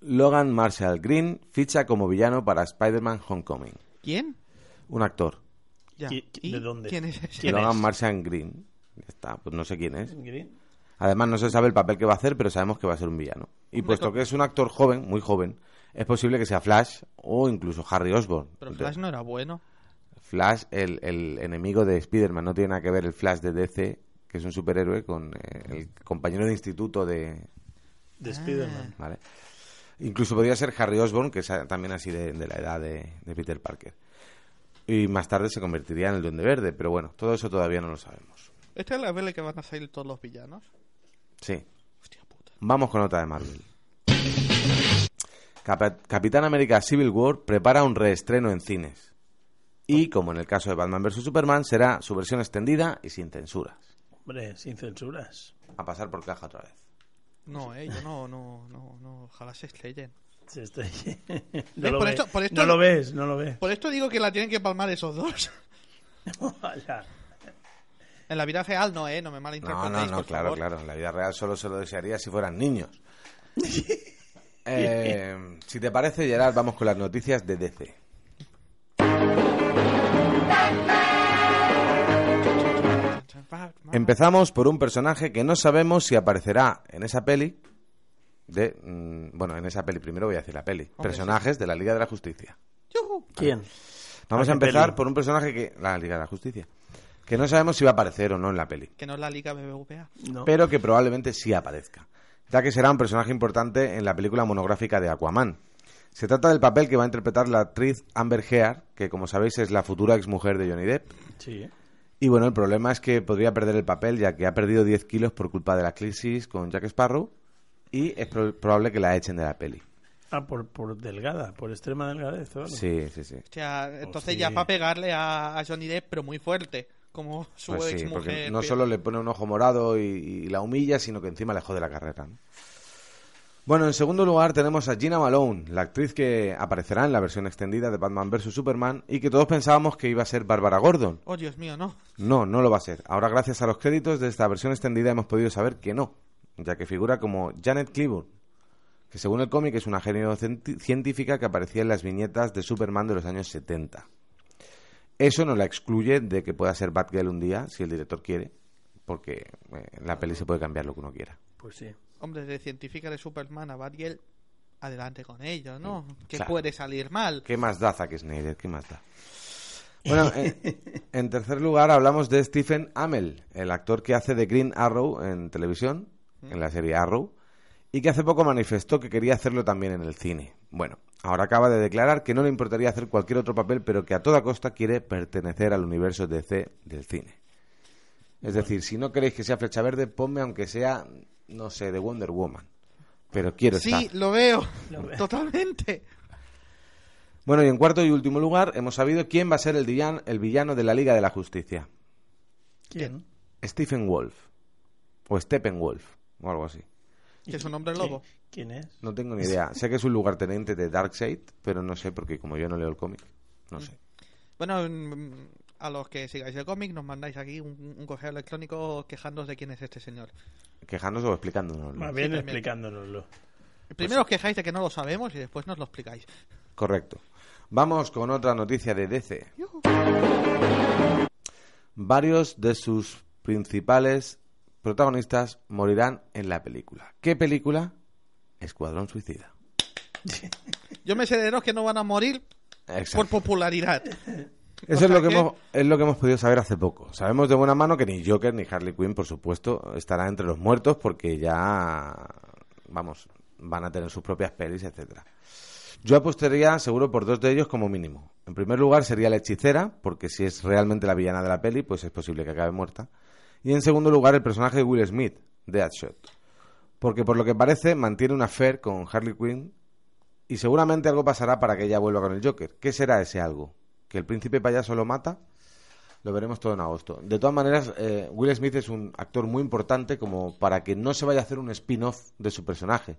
Speaker 1: Logan Marshall Green ficha como villano para Spider-Man Homecoming.
Speaker 2: ¿Quién?
Speaker 1: Un actor.
Speaker 2: Ya.
Speaker 3: ¿Qui-
Speaker 2: ¿Y
Speaker 3: de dónde?
Speaker 2: ¿Quién es ese?
Speaker 3: ¿Quién
Speaker 1: Logan
Speaker 3: es?
Speaker 1: Marshall Green. Ya está, pues no sé quién es.
Speaker 3: <laughs> Green.
Speaker 1: Además, no se sabe el papel que va a hacer, pero sabemos que va a ser un villano. Y puesto
Speaker 2: co-
Speaker 1: que es un actor joven, muy joven, es posible que sea Flash o incluso Harry Osborn.
Speaker 2: Pero Flash no era bueno.
Speaker 1: Flash, el, el enemigo de Spider-Man, no tiene nada que ver el Flash de DC, que es un superhéroe, con eh, el compañero de instituto de...
Speaker 3: De Spider-Man.
Speaker 1: ¿vale? Incluso podría ser Harry Osborn, que es a- también así de, de la edad de, de Peter Parker. Y más tarde se convertiría en el Duende Verde, pero bueno, todo eso todavía no lo sabemos.
Speaker 2: Esta es la vela que van a salir todos los villanos.
Speaker 1: Sí,
Speaker 2: Hostia puta.
Speaker 1: Vamos con otra de Marvel. Capa- Capitán América Civil War prepara un reestreno en cines. Y, como en el caso de Batman vs. Superman, será su versión extendida y sin censuras.
Speaker 2: Ah.
Speaker 3: Hombre, sin censuras.
Speaker 1: A pasar por caja otra vez.
Speaker 2: No, eh, yo no, no, no, no. Ojalá se estrellen.
Speaker 3: Si <laughs> estoy-
Speaker 2: ¿Ves?
Speaker 3: no, lo
Speaker 2: Por
Speaker 3: ve-
Speaker 2: esto- por esto-
Speaker 3: no lo ves, no lo ves.
Speaker 2: Por esto digo que la tienen que palmar esos dos.
Speaker 3: <laughs> Ojalá.
Speaker 2: <laughs> Ah. En la vida real no, eh, no me
Speaker 1: No,
Speaker 2: malinterpretéis.
Speaker 1: no, no,
Speaker 2: por
Speaker 1: claro,
Speaker 2: favor.
Speaker 1: claro. En la vida real solo se lo desearía si fueran niños. Eh, si te parece, Gerard, vamos con las noticias de DC. Empezamos por un personaje que no sabemos si aparecerá en esa peli. De, mm, bueno, en esa peli primero voy a decir la peli. Personajes de la Liga de la Justicia.
Speaker 2: Yujú.
Speaker 3: ¿Quién?
Speaker 1: Vamos
Speaker 3: ¿A
Speaker 1: a
Speaker 3: qué
Speaker 1: empezar
Speaker 3: peli?
Speaker 1: por un personaje que. La Liga de la Justicia. Que no sabemos si va a aparecer o no en la peli.
Speaker 2: Que no es la Liga BBVA.
Speaker 3: No.
Speaker 1: Pero que probablemente sí aparezca. Ya que será un personaje importante en la película monográfica de Aquaman. Se trata del papel que va a interpretar la actriz Amber Heard, que como sabéis es la futura exmujer de Johnny Depp.
Speaker 3: Sí, ¿eh?
Speaker 1: Y bueno, el problema es que podría perder el papel ya que ha perdido 10 kilos por culpa de la crisis con Jack Sparrow y es pro- probable que la echen de la peli.
Speaker 3: Ah, por, por delgada, por extrema delgadez. claro.
Speaker 1: Sí, sí, Oh, sí.
Speaker 2: O sea, entonces ya
Speaker 3: Hostia.
Speaker 2: para pegarle a, a Johnny Depp, pero muy fuerte. Como su
Speaker 1: Pues sí,
Speaker 2: ex
Speaker 1: porque
Speaker 2: mujer.
Speaker 1: no solo le pone un ojo morado y, y la humilla, sino que encima le jode la carrera. ¿no? Bueno, en segundo lugar tenemos a Gina Malone, la actriz que aparecerá en la versión extendida de Batman vs. Superman y que todos pensábamos que iba a ser Bárbara Gordon.
Speaker 2: Oh, Dios mío, no.
Speaker 1: No, no lo va a ser. Ahora, gracias a los créditos de esta versión extendida, hemos podido saber que no, ya que figura como Janet Cleburne, que según el cómic es una genio cienti- científica que aparecía en las viñetas de Superman de los años 70. Eso no la excluye de que pueda ser Batgirl un día, si el director quiere, porque eh, en la peli se puede cambiar lo que uno quiera.
Speaker 3: Pues sí.
Speaker 2: Hombre, de científica de Superman a Batgirl, adelante con ello, ¿no?
Speaker 1: Mm,
Speaker 2: Que
Speaker 1: claro.
Speaker 2: puede salir mal.
Speaker 1: ¿Qué más da Zack Snyder? ¿Qué más da? Bueno, en, en tercer lugar hablamos de Stephen Amell, el actor que hace de Green Arrow en televisión, en la serie Arrow, y que hace poco manifestó que quería hacerlo también en el cine. Bueno, ahora acaba de declarar que no le importaría hacer cualquier otro papel, pero que a toda costa quiere pertenecer al universo DC del cine. Es decir, si no queréis que sea Flecha Verde, ponme aunque sea, no sé, de Wonder Woman. Pero quiero
Speaker 2: Sí,
Speaker 1: estar.
Speaker 2: lo veo.
Speaker 3: Lo veo. <laughs>
Speaker 2: Totalmente.
Speaker 1: Bueno, y en cuarto y último lugar, hemos sabido quién va a ser el, villan- el villano de la Liga de la Justicia.
Speaker 3: ¿Quién?
Speaker 1: Stephen Wolf. O Steppenwolf, o algo así.
Speaker 2: Que es un hombre lobo.
Speaker 3: ¿Quién es?
Speaker 1: No tengo ni idea. Sé que es un lugarteniente de Darkseid, pero no sé porque como yo no leo el cómic. No sé.
Speaker 2: Bueno, mm, a los que sigáis el cómic, nos mandáis aquí un, un correo electrónico quejándoos de quién es este señor.
Speaker 1: Quejándonos o explicándonos.
Speaker 3: Más bien
Speaker 2: también.
Speaker 3: explicándonoslo.
Speaker 1: Pues
Speaker 2: Primero os quejáis de que no lo sabemos y después nos lo explicáis.
Speaker 1: Correcto. Vamos con otra noticia de DC. Varios de sus principales protagonistas morirán en la película. ¿Qué película? Escuadrón Suicida.
Speaker 2: Yo me sé de dos que no van a morir por
Speaker 1: Exacto.
Speaker 2: popularidad. o
Speaker 1: Eso
Speaker 2: sea
Speaker 1: es lo, que
Speaker 2: que-
Speaker 1: hemos, es lo que hemos podido saber hace poco. Sabemos de buena mano que ni Joker ni Harley Quinn, por supuesto, estarán entre los muertos porque ya, vamos, van a tener sus propias pelis, etcétera. Yo apostaría seguro por dos de ellos como mínimo. En primer lugar sería la hechicera, porque si es realmente la villana de la peli, pues es posible que acabe muerta. Y en segundo lugar el personaje de Will Smith, Deadshot. Porque por lo que parece mantiene una affair con Harley Quinn y seguramente algo pasará para que ella vuelva con el Joker. ¿Qué será ese algo? ¿Que el príncipe payaso lo mata? Lo veremos todo en agosto. De todas maneras, eh, Will Smith es un actor muy importante como para que no se vaya a hacer un spin-off de su personaje.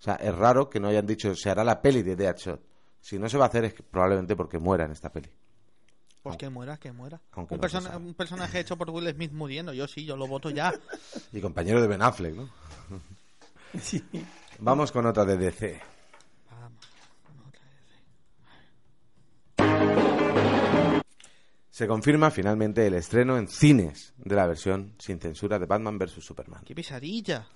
Speaker 1: O sea, es raro que no hayan dicho se hará la peli de Deadshot. Si no se va a hacer es que probablemente porque muera en esta peli.
Speaker 2: Pues que muera, que muera.
Speaker 1: Aunque
Speaker 2: un,
Speaker 1: no se
Speaker 2: persona-
Speaker 1: sabe.
Speaker 2: un personaje hecho por Will Smith muriendo. Yo sí, yo lo
Speaker 1: <laughs>
Speaker 2: voto ya.
Speaker 1: Y compañero de Ben Affleck, ¿no? Vamos con otra de DC. Se confirma finalmente el estreno en cines de la versión sin censura de Batman vs. Superman.
Speaker 2: ¡Qué pesadilla!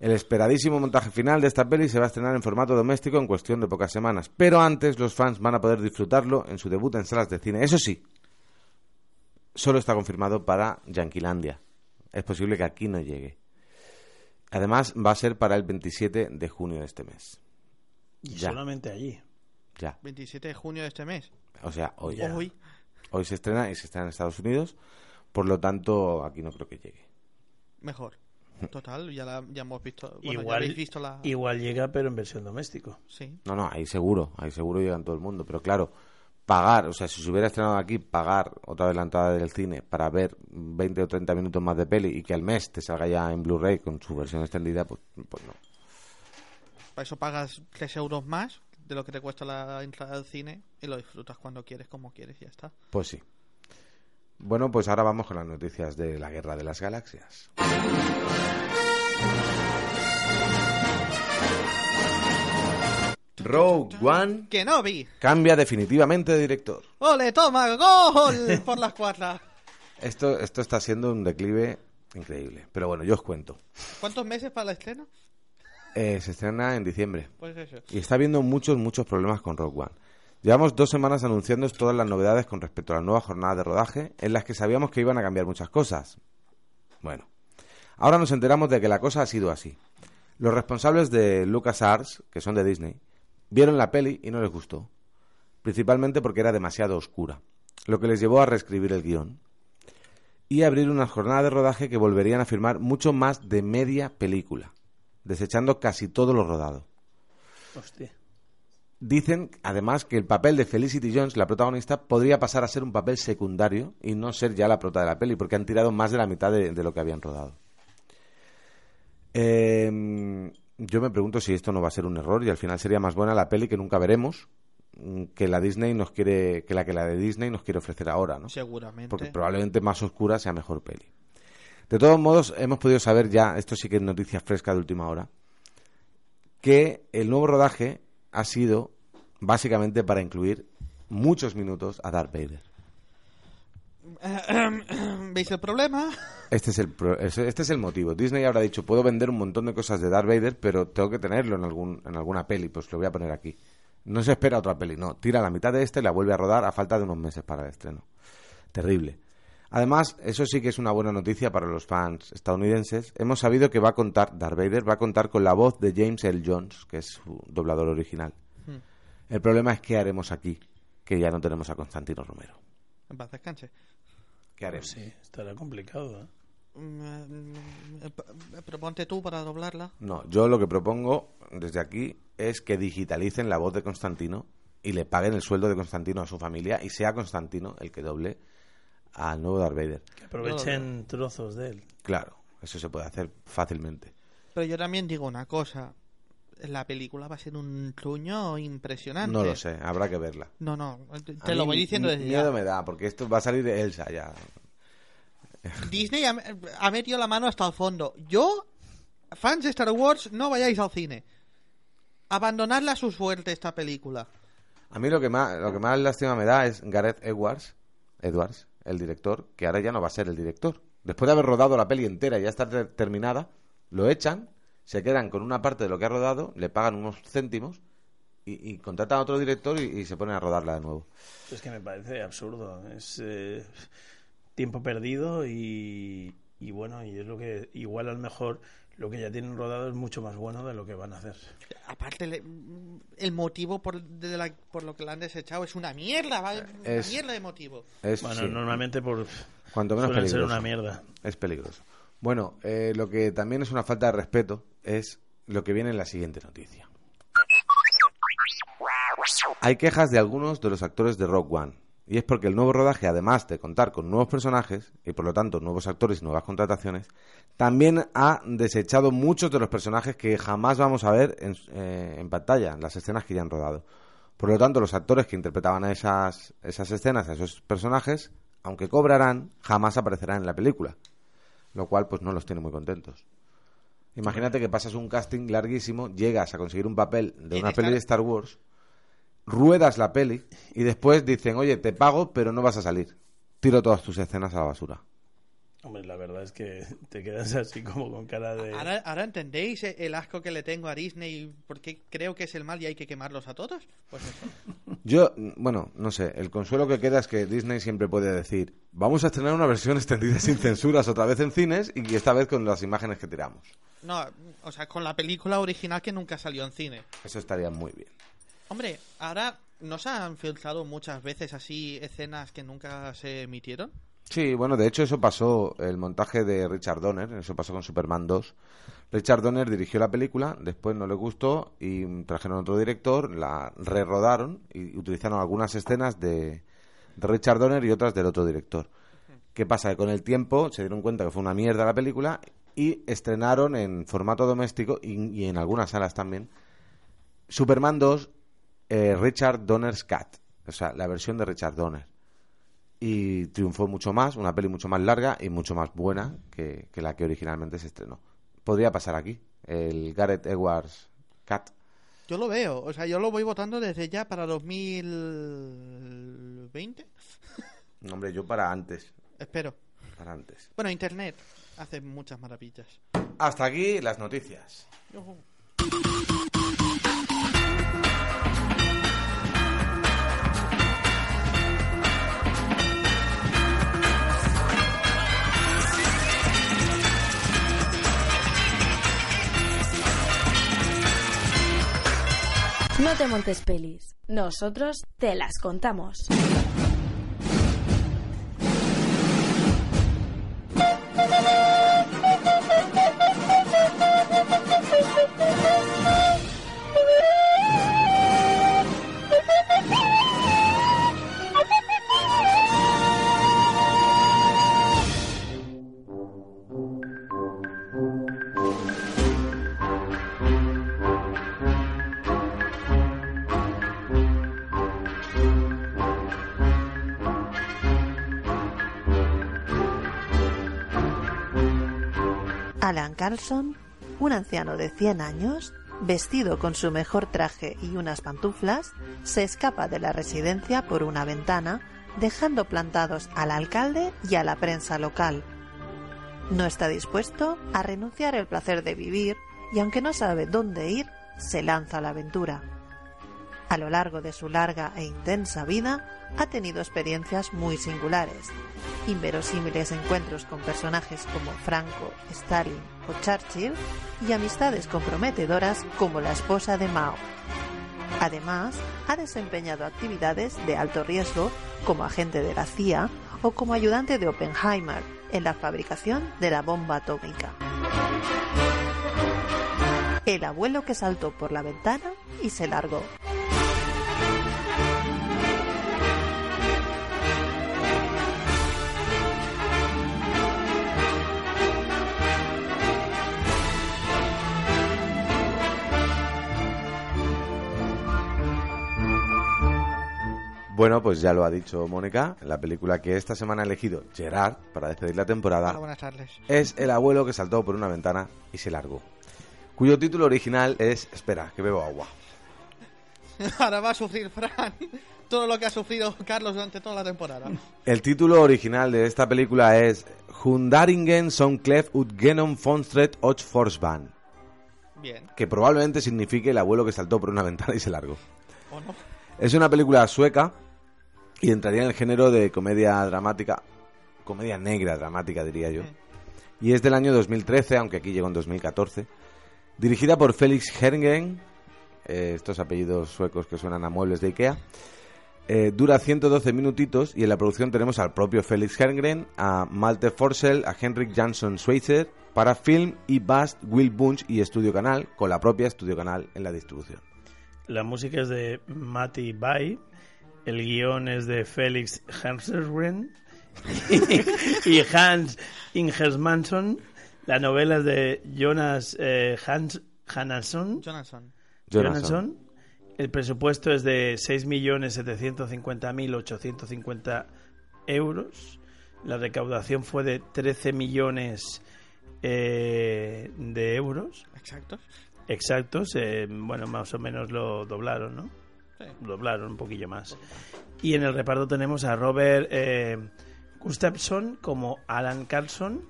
Speaker 1: El esperadísimo montaje final de esta peli se va a estrenar en formato doméstico en cuestión de pocas semanas, pero antes los fans van a poder disfrutarlo en su debut en salas de cine. Eso sí, solo está confirmado para Yanquilandia. Es posible que aquí no llegue. Además, va a ser para el 27 de junio de este mes.
Speaker 3: Y
Speaker 1: Ya.
Speaker 3: solamente allí.
Speaker 1: Ya,
Speaker 2: 27 de junio de este mes.
Speaker 1: o sea, hoy.
Speaker 2: Hoy.
Speaker 1: Hoy se estrena y se estrena en Estados Unidos, por lo tanto, aquí no creo que llegue.
Speaker 2: Mejor. Total, ya, la, ya hemos visto. bueno, ya
Speaker 3: igual,
Speaker 2: habéis visto la.
Speaker 3: igual llega, pero en versión doméstico.
Speaker 2: Sí.
Speaker 1: No, no, ahí seguro, ahí seguro llegan todo el mundo, pero claro, pagar, o sea, si se hubiera estrenado aquí, pagar otra vez la entrada del cine para ver 20 o 30 minutos más de peli y que al mes te salga ya en Blu-ray con su versión extendida, pues, pues no.
Speaker 2: Para eso pagas 3 euros más de lo que te cuesta la entrada al cine y lo disfrutas cuando quieres, como quieres y ya está.
Speaker 1: Pues sí. Bueno, pues ahora vamos con las noticias de la Guerra de las Galaxias. Rogue One
Speaker 2: ¡Que no vi!
Speaker 1: cambia definitivamente de director.
Speaker 2: ¡Ole,
Speaker 1: <laughs>
Speaker 2: toma! ¡Gol! Por las cuatro.
Speaker 1: Esto, esto está siendo un declive increíble. Pero bueno, yo os cuento.
Speaker 2: ¿Cuántos meses para la escena?
Speaker 1: Eh, se estrena en diciembre.
Speaker 2: Pues eso.
Speaker 1: Y está habiendo muchos, muchos problemas con Rogue One. Llevamos dos semanas anunciando todas las novedades con respecto a la nueva jornada de rodaje, en las que sabíamos que iban a cambiar muchas cosas. Bueno, ahora nos enteramos de que la cosa ha sido así. Los responsables de LucasArts, que son de Disney, vieron la peli y no les gustó, principalmente porque era demasiado oscura, lo que les llevó a reescribir el guión y abrir una jornada de rodaje que volverían a firmar mucho más de media película, desechando casi todo lo rodado.
Speaker 3: Hostia.
Speaker 1: Dicen, además, que el papel de Felicity Jones, la protagonista, podría pasar a ser un papel secundario y no ser ya la prota de la peli, porque han tirado más de la mitad de, de lo que habían rodado. Eh, yo me pregunto si esto no va a ser un error y al final sería más buena la peli que nunca veremos mm, que la Disney nos quiere que la que la de Disney nos quiere ofrecer ahora, ¿no?
Speaker 2: Seguramente.
Speaker 1: porque probablemente más oscura sea mejor peli. De todos modos, hemos podido saber ya, esto sí que es noticia fresca de última hora, que el nuevo rodaje ha sido básicamente para incluir muchos minutos a Darth Vader.
Speaker 2: <clears throat> ¿Veis el problema?
Speaker 1: Este es, el pro- ese- este es el motivo. Disney habrá dicho, puedo vender un montón de cosas de Darth Vader, pero tengo que tenerlo en, algún, en alguna peli, pues lo voy a poner aquí. No se espera otra peli, no. Tira la mitad de esta y la vuelve a rodar a falta de unos meses para el estreno. Terrible. Además, eso sí que es una buena noticia para los fans estadounidenses. Hemos sabido que va a contar, Darth Vader va a contar con la voz de James L. Jones, que es su doblador original. El problema es qué haremos aquí, que ya no tenemos a Constantino Romero.
Speaker 2: En paz descanse.
Speaker 1: ¿Qué haremos?
Speaker 3: Sí, estará complicado. ¿eh?
Speaker 2: Mm, eh, p- Proponte tú para doblarla.
Speaker 1: No, yo lo que propongo desde aquí es que digitalicen la voz de Constantino y le paguen el sueldo de Constantino a su familia y sea Constantino el que doble al nuevo Darth Vader.
Speaker 3: Que aprovechen trozos de él.
Speaker 1: Claro, eso se puede hacer fácilmente.
Speaker 2: Pero yo también digo una cosa. la película va a ser un truño impresionante.
Speaker 1: No lo sé, habrá que verla.
Speaker 2: No, no, te-
Speaker 1: A
Speaker 2: te lo
Speaker 1: mí
Speaker 2: voy diciendo
Speaker 1: mi-
Speaker 2: desde ya.
Speaker 1: Miedo me da, porque esto va a salir de Elsa ya.
Speaker 2: Disney ha, ha metido la mano hasta el fondo. Yo, fans de Star Wars, no vayáis al cine. Abandonadla a su suerte esta película.
Speaker 1: A mí lo que más, lo que más lástima me da es Gareth Edwards, Edwards, el director, que ahora ya no va a ser el director. Después de haber rodado la peli entera y ya está ter- terminada, lo echan, se quedan con una parte de lo que ha rodado, le pagan unos céntimos y, y contratan a otro director y, y se ponen a rodarla de nuevo.
Speaker 3: Es que me parece absurdo. Es eh, tiempo perdido y, y bueno, y es lo que igual a lo mejor lo que ya tienen rodado es mucho más bueno de lo que van a hacer.
Speaker 2: Aparte, le- el motivo por, de la- por lo que la han desechado es una mierda, ¿vale? Una
Speaker 1: Es-
Speaker 2: mierda de motivo.
Speaker 1: Es,
Speaker 3: Bueno,
Speaker 1: sí,
Speaker 3: normalmente por
Speaker 1: Cuanto menos
Speaker 3: suelen ser
Speaker 1: peligroso.
Speaker 3: una mierda.
Speaker 1: es peligroso. Bueno, eh, lo que también es una falta de respeto es lo que viene en la siguiente noticia. Hay quejas de algunos de los actores de Rock One. Y es porque el nuevo rodaje, además de contar con nuevos personajes, y por lo tanto nuevos actores y nuevas contrataciones, también ha desechado muchos de los personajes que jamás vamos a ver en, eh, en pantalla, en las escenas que ya han rodado. Por lo tanto, los actores que interpretaban a esas, esas escenas, a esos personajes, aunque cobrarán, jamás aparecerán en la película. Lo cual, pues no los tiene muy contentos. Imagínate que pasas un casting larguísimo, llegas a conseguir un papel de
Speaker 2: En
Speaker 1: una
Speaker 2: Star-
Speaker 1: peli de Star Wars, ruedas la peli y después dicen, oye, te pago, pero no vas a salir. Tiro todas tus escenas a la basura.
Speaker 3: Hombre, la verdad es que te quedas así como con cara de...
Speaker 2: Ahora, ahora entendéis el asco que le tengo a Disney porque creo que es el mal y hay que quemarlos a todos. Pues eso.
Speaker 1: Yo, mm, bueno, no sé, el consuelo que queda es que Disney siempre puede decir, vamos a estrenar una versión <laughs> extendida sin censuras otra vez en cines y esta vez con las imágenes que tiramos.
Speaker 2: No, o sea, con la película original que nunca salió en cine.
Speaker 1: Eso estaría muy bien.
Speaker 2: Hombre, ahora nos han filtrado muchas veces así escenas que nunca se emitieron.
Speaker 1: Sí, bueno, de hecho eso pasó, el montaje de Richard Donner, eso pasó con Superman 2. Richard Donner dirigió la película, después no le gustó y mm, trajeron otro director, la rerodaron y utilizaron algunas escenas de, de Richard Donner y otras del otro director. ¿Qué pasa? Que con el tiempo se dieron cuenta que fue una mierda la película y estrenaron en formato doméstico y, y en algunas salas también Superman 2, eh, Richard Donner's Cat, o sea, la versión de Richard Donner y triunfó mucho más, una peli mucho más larga y mucho más buena que, que la que originalmente se estrenó. Podría pasar aquí, el Gareth Edwards Cat.
Speaker 2: Yo lo veo, o sea, yo lo voy votando desde ya para 2020.
Speaker 1: No, hombre, yo para antes,
Speaker 2: Espero.
Speaker 1: para antes.
Speaker 2: Bueno, Internet hace muchas maravillas.
Speaker 1: Hasta aquí las noticias.
Speaker 4: No te montes pelis. Nosotros te las contamos.
Speaker 9: Alan Carlson, un anciano de 100 años, vestido con su mejor traje y unas pantuflas, se escapa de la residencia por una ventana, dejando plantados al alcalde y a la prensa local. No está dispuesto a renunciar al placer de vivir y aunque no sabe dónde ir, se lanza a la aventura. A lo largo de su larga e intensa vida ha tenido experiencias muy singulares, inverosímiles encuentros con personajes como Franco, Stalin o Churchill y amistades comprometedoras como la esposa de Mao. Además, ha desempeñado actividades de alto riesgo como agente de la CIA o como ayudante de Oppenheimer en la fabricación de la bomba atómica. El abuelo que saltó por la ventana y se largó.
Speaker 1: Bueno, pues ya lo ha dicho Mónica, la película que esta semana ha elegido Gerard para despedir la temporada
Speaker 2: Hola, buenas tardes. <laughs>
Speaker 1: es El abuelo que saltó por una ventana y se largó, cuyo título original es Espera, que bebo agua.
Speaker 2: Ahora va a sufrir Fran <laughs> todo lo que ha sufrido Carlos durante toda la temporada.
Speaker 1: El título original de esta película es Hundaringen Songklef ut Genom Fonstret och Forsban,
Speaker 2: Bien,
Speaker 1: que probablemente signifique El abuelo que saltó por una ventana y se largó.
Speaker 2: ¿o no?
Speaker 1: Es una película sueca y entraría en el género de comedia dramática, comedia negra dramática diría yo. Y es del año 2013, aunque aquí llegó en 2014. Dirigida por Félix Herngren, eh, estos apellidos suecos que suenan a muebles de Ikea. Eh, dura 112 minutitos y en la producción tenemos al propio Félix Herngren, a Malte Forsell, a Henrik Jansson Schweitzer, para Film y Bast, Will Bunch y Estudio Canal, con la propia Estudio Canal en la distribución.
Speaker 3: La música es de Matti Bai, el guión es de Félix Hansergren <laughs> y Hans Ingersmanson, la novela es de Jonas eh, Hans Hanasson,
Speaker 2: Jonathan.
Speaker 1: Jonathan.
Speaker 3: Jonasson. el presupuesto es de 6.750.850 euros, la recaudación fue de 13 millones eh, de euros.
Speaker 2: Exacto.
Speaker 3: Exactos, eh, bueno, más o menos lo doblaron, ¿no?
Speaker 2: Sí.
Speaker 3: Doblaron un poquillo más. Y en el reparto tenemos a Robert eh, Gustafsson como Alan Carlson,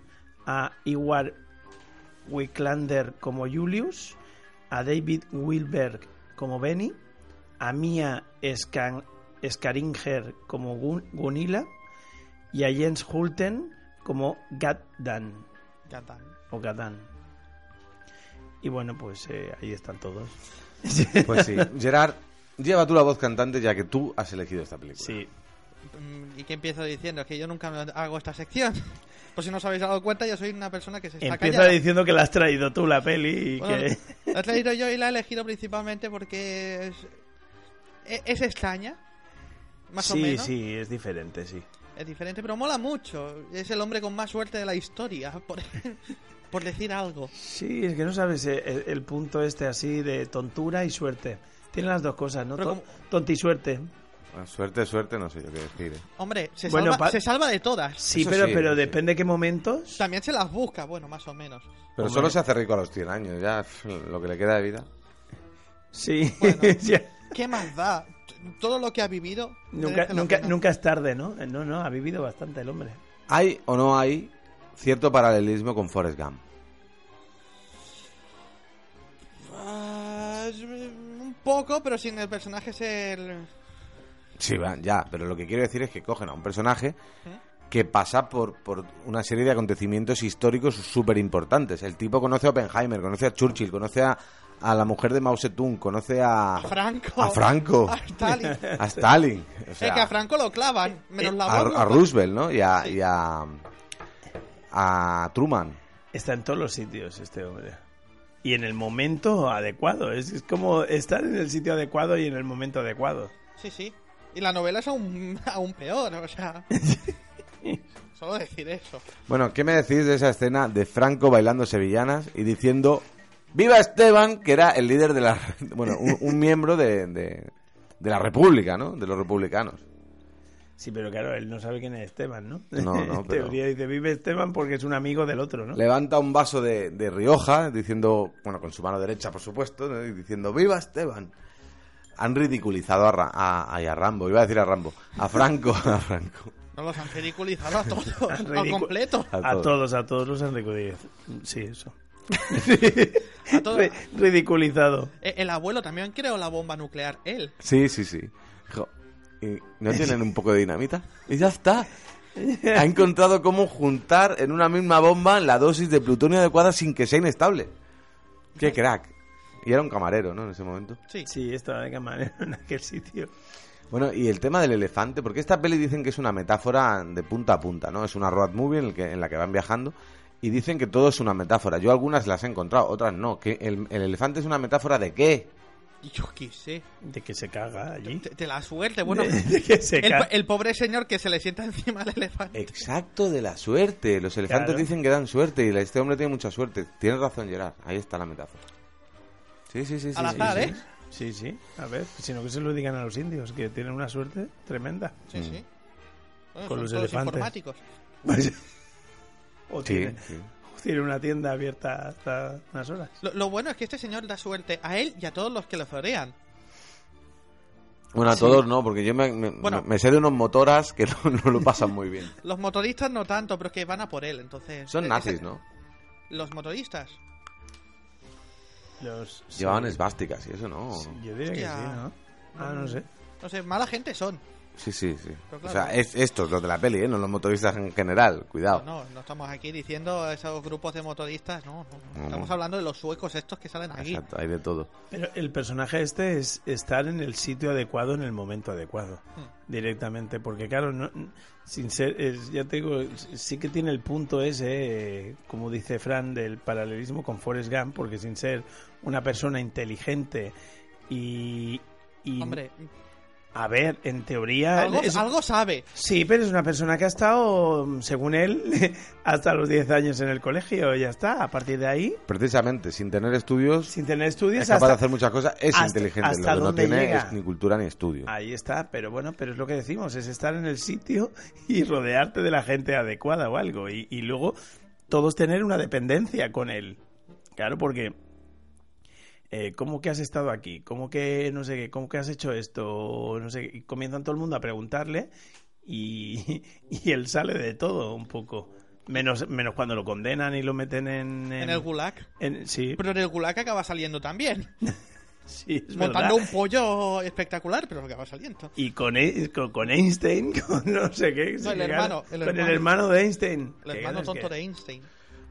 Speaker 3: a Iwar Wicklander como Julius, a David Wilberg como Benny, a Mia Scan- Scaringer como Gun- Gunilla y a Jens Hulten como Gatdan
Speaker 2: Ya tan.
Speaker 3: o Gadán. Y bueno, pues eh, ahí están todos.
Speaker 1: Pues sí, <laughs> Gerard, lleva tú la voz cantante ya que tú has elegido esta película.
Speaker 3: Sí,
Speaker 2: Mm, ¿Y qué empiezo diciendo? Es que yo nunca me hago esta sección. <laughs> Por si no os habéis dado cuenta, yo soy una persona que se está
Speaker 3: empieza
Speaker 2: callada.
Speaker 3: diciendo que la has traído tú la peli y
Speaker 2: Bueno,
Speaker 3: que...
Speaker 2: La he traído yo y la he elegido principalmente porque es, e- es extraña, más
Speaker 3: sí,
Speaker 2: o menos.
Speaker 3: sí, es diferente, sí.
Speaker 2: Es diferente, pero mola mucho. Es el hombre con más suerte de la historia, <laughs> por, por decir algo.
Speaker 3: Sí, es que no sabes eh, el, el punto este así de tontura y suerte. Tiene las dos cosas, ¿no?
Speaker 2: Pero
Speaker 3: Ton- Tonti y suerte.
Speaker 1: Bueno, suerte, suerte, no sé yo qué decir. ¿eh?
Speaker 2: Hombre, se,
Speaker 3: Bueno,
Speaker 2: salva,
Speaker 3: pa-
Speaker 2: se salva de todas.
Speaker 3: Sí,
Speaker 1: Eso
Speaker 3: pero,
Speaker 1: sí,
Speaker 3: pero
Speaker 1: sí.
Speaker 3: depende qué momentos.
Speaker 2: También se las busca, bueno, más o menos.
Speaker 1: Pero
Speaker 3: Hombre.
Speaker 1: solo se hace rico a los 100 años, ya pf, lo que le queda de vida.
Speaker 3: Sí.
Speaker 2: Bueno.
Speaker 3: <laughs> Ya.
Speaker 2: ¿Qué más da? T- Todo lo que ha vivido.
Speaker 3: Nunca,
Speaker 2: merece la
Speaker 3: nunca,
Speaker 2: pena.
Speaker 3: nunca es tarde, ¿no? Eh, No, no, ha vivido bastante el hombre.
Speaker 1: ¿Hay o no hay cierto paralelismo con Forrest Gump?
Speaker 2: Ah, es- un poco, pero sin el personaje ser.
Speaker 1: Sí, va, ya, pero lo que quiero decir es que cogen a un personaje
Speaker 2: ¿Eh?
Speaker 1: que pasa por, por una serie de acontecimientos históricos súper importantes. El tipo conoce a Oppenheimer, conoce a Churchill, conoce a, a la mujer de Mao Zedong, conoce a,
Speaker 3: Ah,
Speaker 2: A Franco.
Speaker 1: a
Speaker 2: <laughs>
Speaker 1: Franco,
Speaker 2: A
Speaker 3: <laughs>
Speaker 2: Stalin.
Speaker 1: a Stalin. <laughs> O sea,
Speaker 2: es que a Franco lo clavan,
Speaker 3: eh,
Speaker 2: menos la
Speaker 1: a,
Speaker 2: bomba.
Speaker 1: a Roosevelt, ¿no? Y a, y a, a Truman.
Speaker 3: Está en todos los sitios este hombre. Y en el momento adecuado. Es, es como estar en el sitio adecuado y en el momento adecuado.
Speaker 2: Sí, sí. Y la novela es aún, <laughs> aún peor, o sea. Solo decir eso.
Speaker 1: Bueno, ¿qué me decís de esa escena de Franco bailando sevillanas y diciendo ¡Viva Esteban! que era el líder de la... <laughs> Bueno, un, un miembro de, de, de la República, ¿no? De los republicanos.
Speaker 3: Sí, pero claro, él no sabe quién es Esteban, ¿no?
Speaker 1: No, no,
Speaker 3: <laughs> En
Speaker 1: pero-
Speaker 3: teoría dice, vive Esteban porque es un amigo del otro, ¿no?
Speaker 1: Levanta un vaso de, de Rioja diciendo, bueno, con su mano derecha, por supuesto, ¿no? y diciendo ¡Viva Esteban! Han ridiculizado a, Ra- a, ay, a Rambo, iba a decir a Rambo, a Franco, <laughs> a Franco.
Speaker 2: No los han ridiculizado a todos, <laughs>
Speaker 3: Ridicu-
Speaker 2: al completo.
Speaker 1: A
Speaker 3: A
Speaker 1: todos.
Speaker 3: todos, a todos los han ridiculizado. Sí, eso.
Speaker 2: A todos.
Speaker 3: Ri- ridiculizado.
Speaker 2: Eh, El abuelo también creó la bomba nuclear, él.
Speaker 1: Sí, sí, sí. Jo, ¿y ¿No tienen un poco de dinamita? <laughs> Y ya está. Ha encontrado cómo juntar en una misma bomba la dosis de plutonio adecuada sin que sea inestable. ¡Qué crack! Y era un camarero, ¿no? En ese momento.
Speaker 2: Sí.
Speaker 3: Sí, estaba de camarero en <laughs> aquel sitio.
Speaker 1: Bueno, y el tema del elefante, porque esta peli dicen que es una metáfora de punta a punta, ¿no? Es una road movie en, el que- en la que van viajando y dicen que todo es una metáfora. Yo algunas las he encontrado, otras no. Que el, el elefante es una metáfora de qué?
Speaker 2: Y yo qué sé.
Speaker 3: De que se caga allí.
Speaker 2: De, de la suerte, bueno.
Speaker 3: De- de que se
Speaker 2: el,
Speaker 3: caga.
Speaker 2: el pobre señor que se le sienta <laughs> encima al
Speaker 1: Eh,
Speaker 2: elefante.
Speaker 1: Exacto, de la suerte. Los elefantes
Speaker 3: Claro.
Speaker 1: dicen que dan suerte y este hombre tiene mucha suerte. Tienes razón, Gerard. Ahí está la metáfora. Sí, sí, sí. sí,
Speaker 2: al
Speaker 1: sí,
Speaker 2: azar,
Speaker 1: sí.
Speaker 2: ¿eh?
Speaker 3: Sí, sí. A ver, sino que se lo digan a los indios, que tienen una suerte tremenda.
Speaker 2: Sí, sí. Bueno,
Speaker 3: Con
Speaker 2: son
Speaker 3: los
Speaker 2: todos
Speaker 3: elefantes.
Speaker 2: informáticos.
Speaker 3: <laughs> O
Speaker 1: Pues Sí,
Speaker 3: tienen,
Speaker 1: sí.
Speaker 3: tienen una tienda abierta hasta unas horas.
Speaker 2: Lo, lo bueno es que este señor da suerte a él y a todos los que lo florean.
Speaker 1: Bueno, a todos no, porque yo me, me-
Speaker 2: Bueno.
Speaker 1: me sé de unos motoras que <laughs> no, no lo pasan muy bien.
Speaker 2: Los motoristas no tanto, pero es que van a por él, entonces...
Speaker 1: Son
Speaker 2: eh,
Speaker 1: nazis,
Speaker 2: ese-
Speaker 1: ¿no?
Speaker 2: Los motoristas.
Speaker 3: Los,
Speaker 1: Llevaban esvásticas y eso no.
Speaker 3: Sí, Yo diría que
Speaker 2: Hostia.
Speaker 3: sí, ¿no? Ah, no sé.
Speaker 2: No sé, mala gente son.
Speaker 1: Sí, sí, sí.
Speaker 2: Pero
Speaker 1: O
Speaker 2: claro.
Speaker 1: sea, es, estos, los de la peli, ¿eh? No los motoristas en general, cuidado.
Speaker 2: No, no estamos aquí diciendo a esos grupos de motoristas, no, no, no.
Speaker 1: No,
Speaker 2: Estamos
Speaker 1: no.
Speaker 2: hablando de los suecos estos que salen aquí.
Speaker 1: Exacto, hay de todo.
Speaker 3: Pero el personaje este es estar en el sitio adecuado en el momento adecuado
Speaker 2: Hmm.
Speaker 3: directamente, porque claro, no, sin ser, es- ya te digo, sí que tiene el punto ese, eh, como dice Fran, del paralelismo con Forrest Gump, porque sin ser una persona inteligente y, y
Speaker 2: Hombre,
Speaker 3: a ver, en teoría,
Speaker 2: algo,
Speaker 3: es-
Speaker 2: algo sabe.
Speaker 3: sí, pero es una persona que ha estado, según él, <laughs> hasta los 10 años en el colegio, ya está, a partir de ahí,
Speaker 1: Precisamente, sin tener estudios,
Speaker 3: sin tener estudios,
Speaker 1: es capaz de
Speaker 3: hasta-
Speaker 1: hacer muchas cosas, es
Speaker 3: hasta-
Speaker 1: inteligente. lo
Speaker 3: hasta
Speaker 1: que no
Speaker 3: dónde
Speaker 1: tiene
Speaker 3: llega.
Speaker 1: es ni cultura ni estudio.
Speaker 3: Ahí está, pero bueno, pero es lo que decimos, es estar en el sitio <laughs> y rodearte de la gente adecuada o algo. Y, y luego todos tener una dependencia con él. Claro, porque... eh, ¿Cómo que has estado aquí? ¿Cómo que no sé qué? ¿Cómo que has hecho esto? O No sé, qué. y comienzan todo el mundo a preguntarle y, <laughs> y él sale de todo un poco. Menos, menos cuando lo condenan y lo meten en...
Speaker 2: En el gulag.
Speaker 3: en- sí,
Speaker 2: Pero en el gulag acaba saliendo también.
Speaker 3: sí, <laughs> es verdad.
Speaker 2: montando un pollo espectacular, pero acaba saliendo.
Speaker 3: Y con, E- con, con Einstein, <laughs> con no sé qué.
Speaker 2: No, el
Speaker 3: llegaron-
Speaker 2: hermano, el
Speaker 3: con el
Speaker 2: hermano.
Speaker 3: hermano de Einstein.
Speaker 2: El
Speaker 3: Que
Speaker 2: hermano
Speaker 3: es
Speaker 2: tonto
Speaker 3: que-
Speaker 2: de Einstein.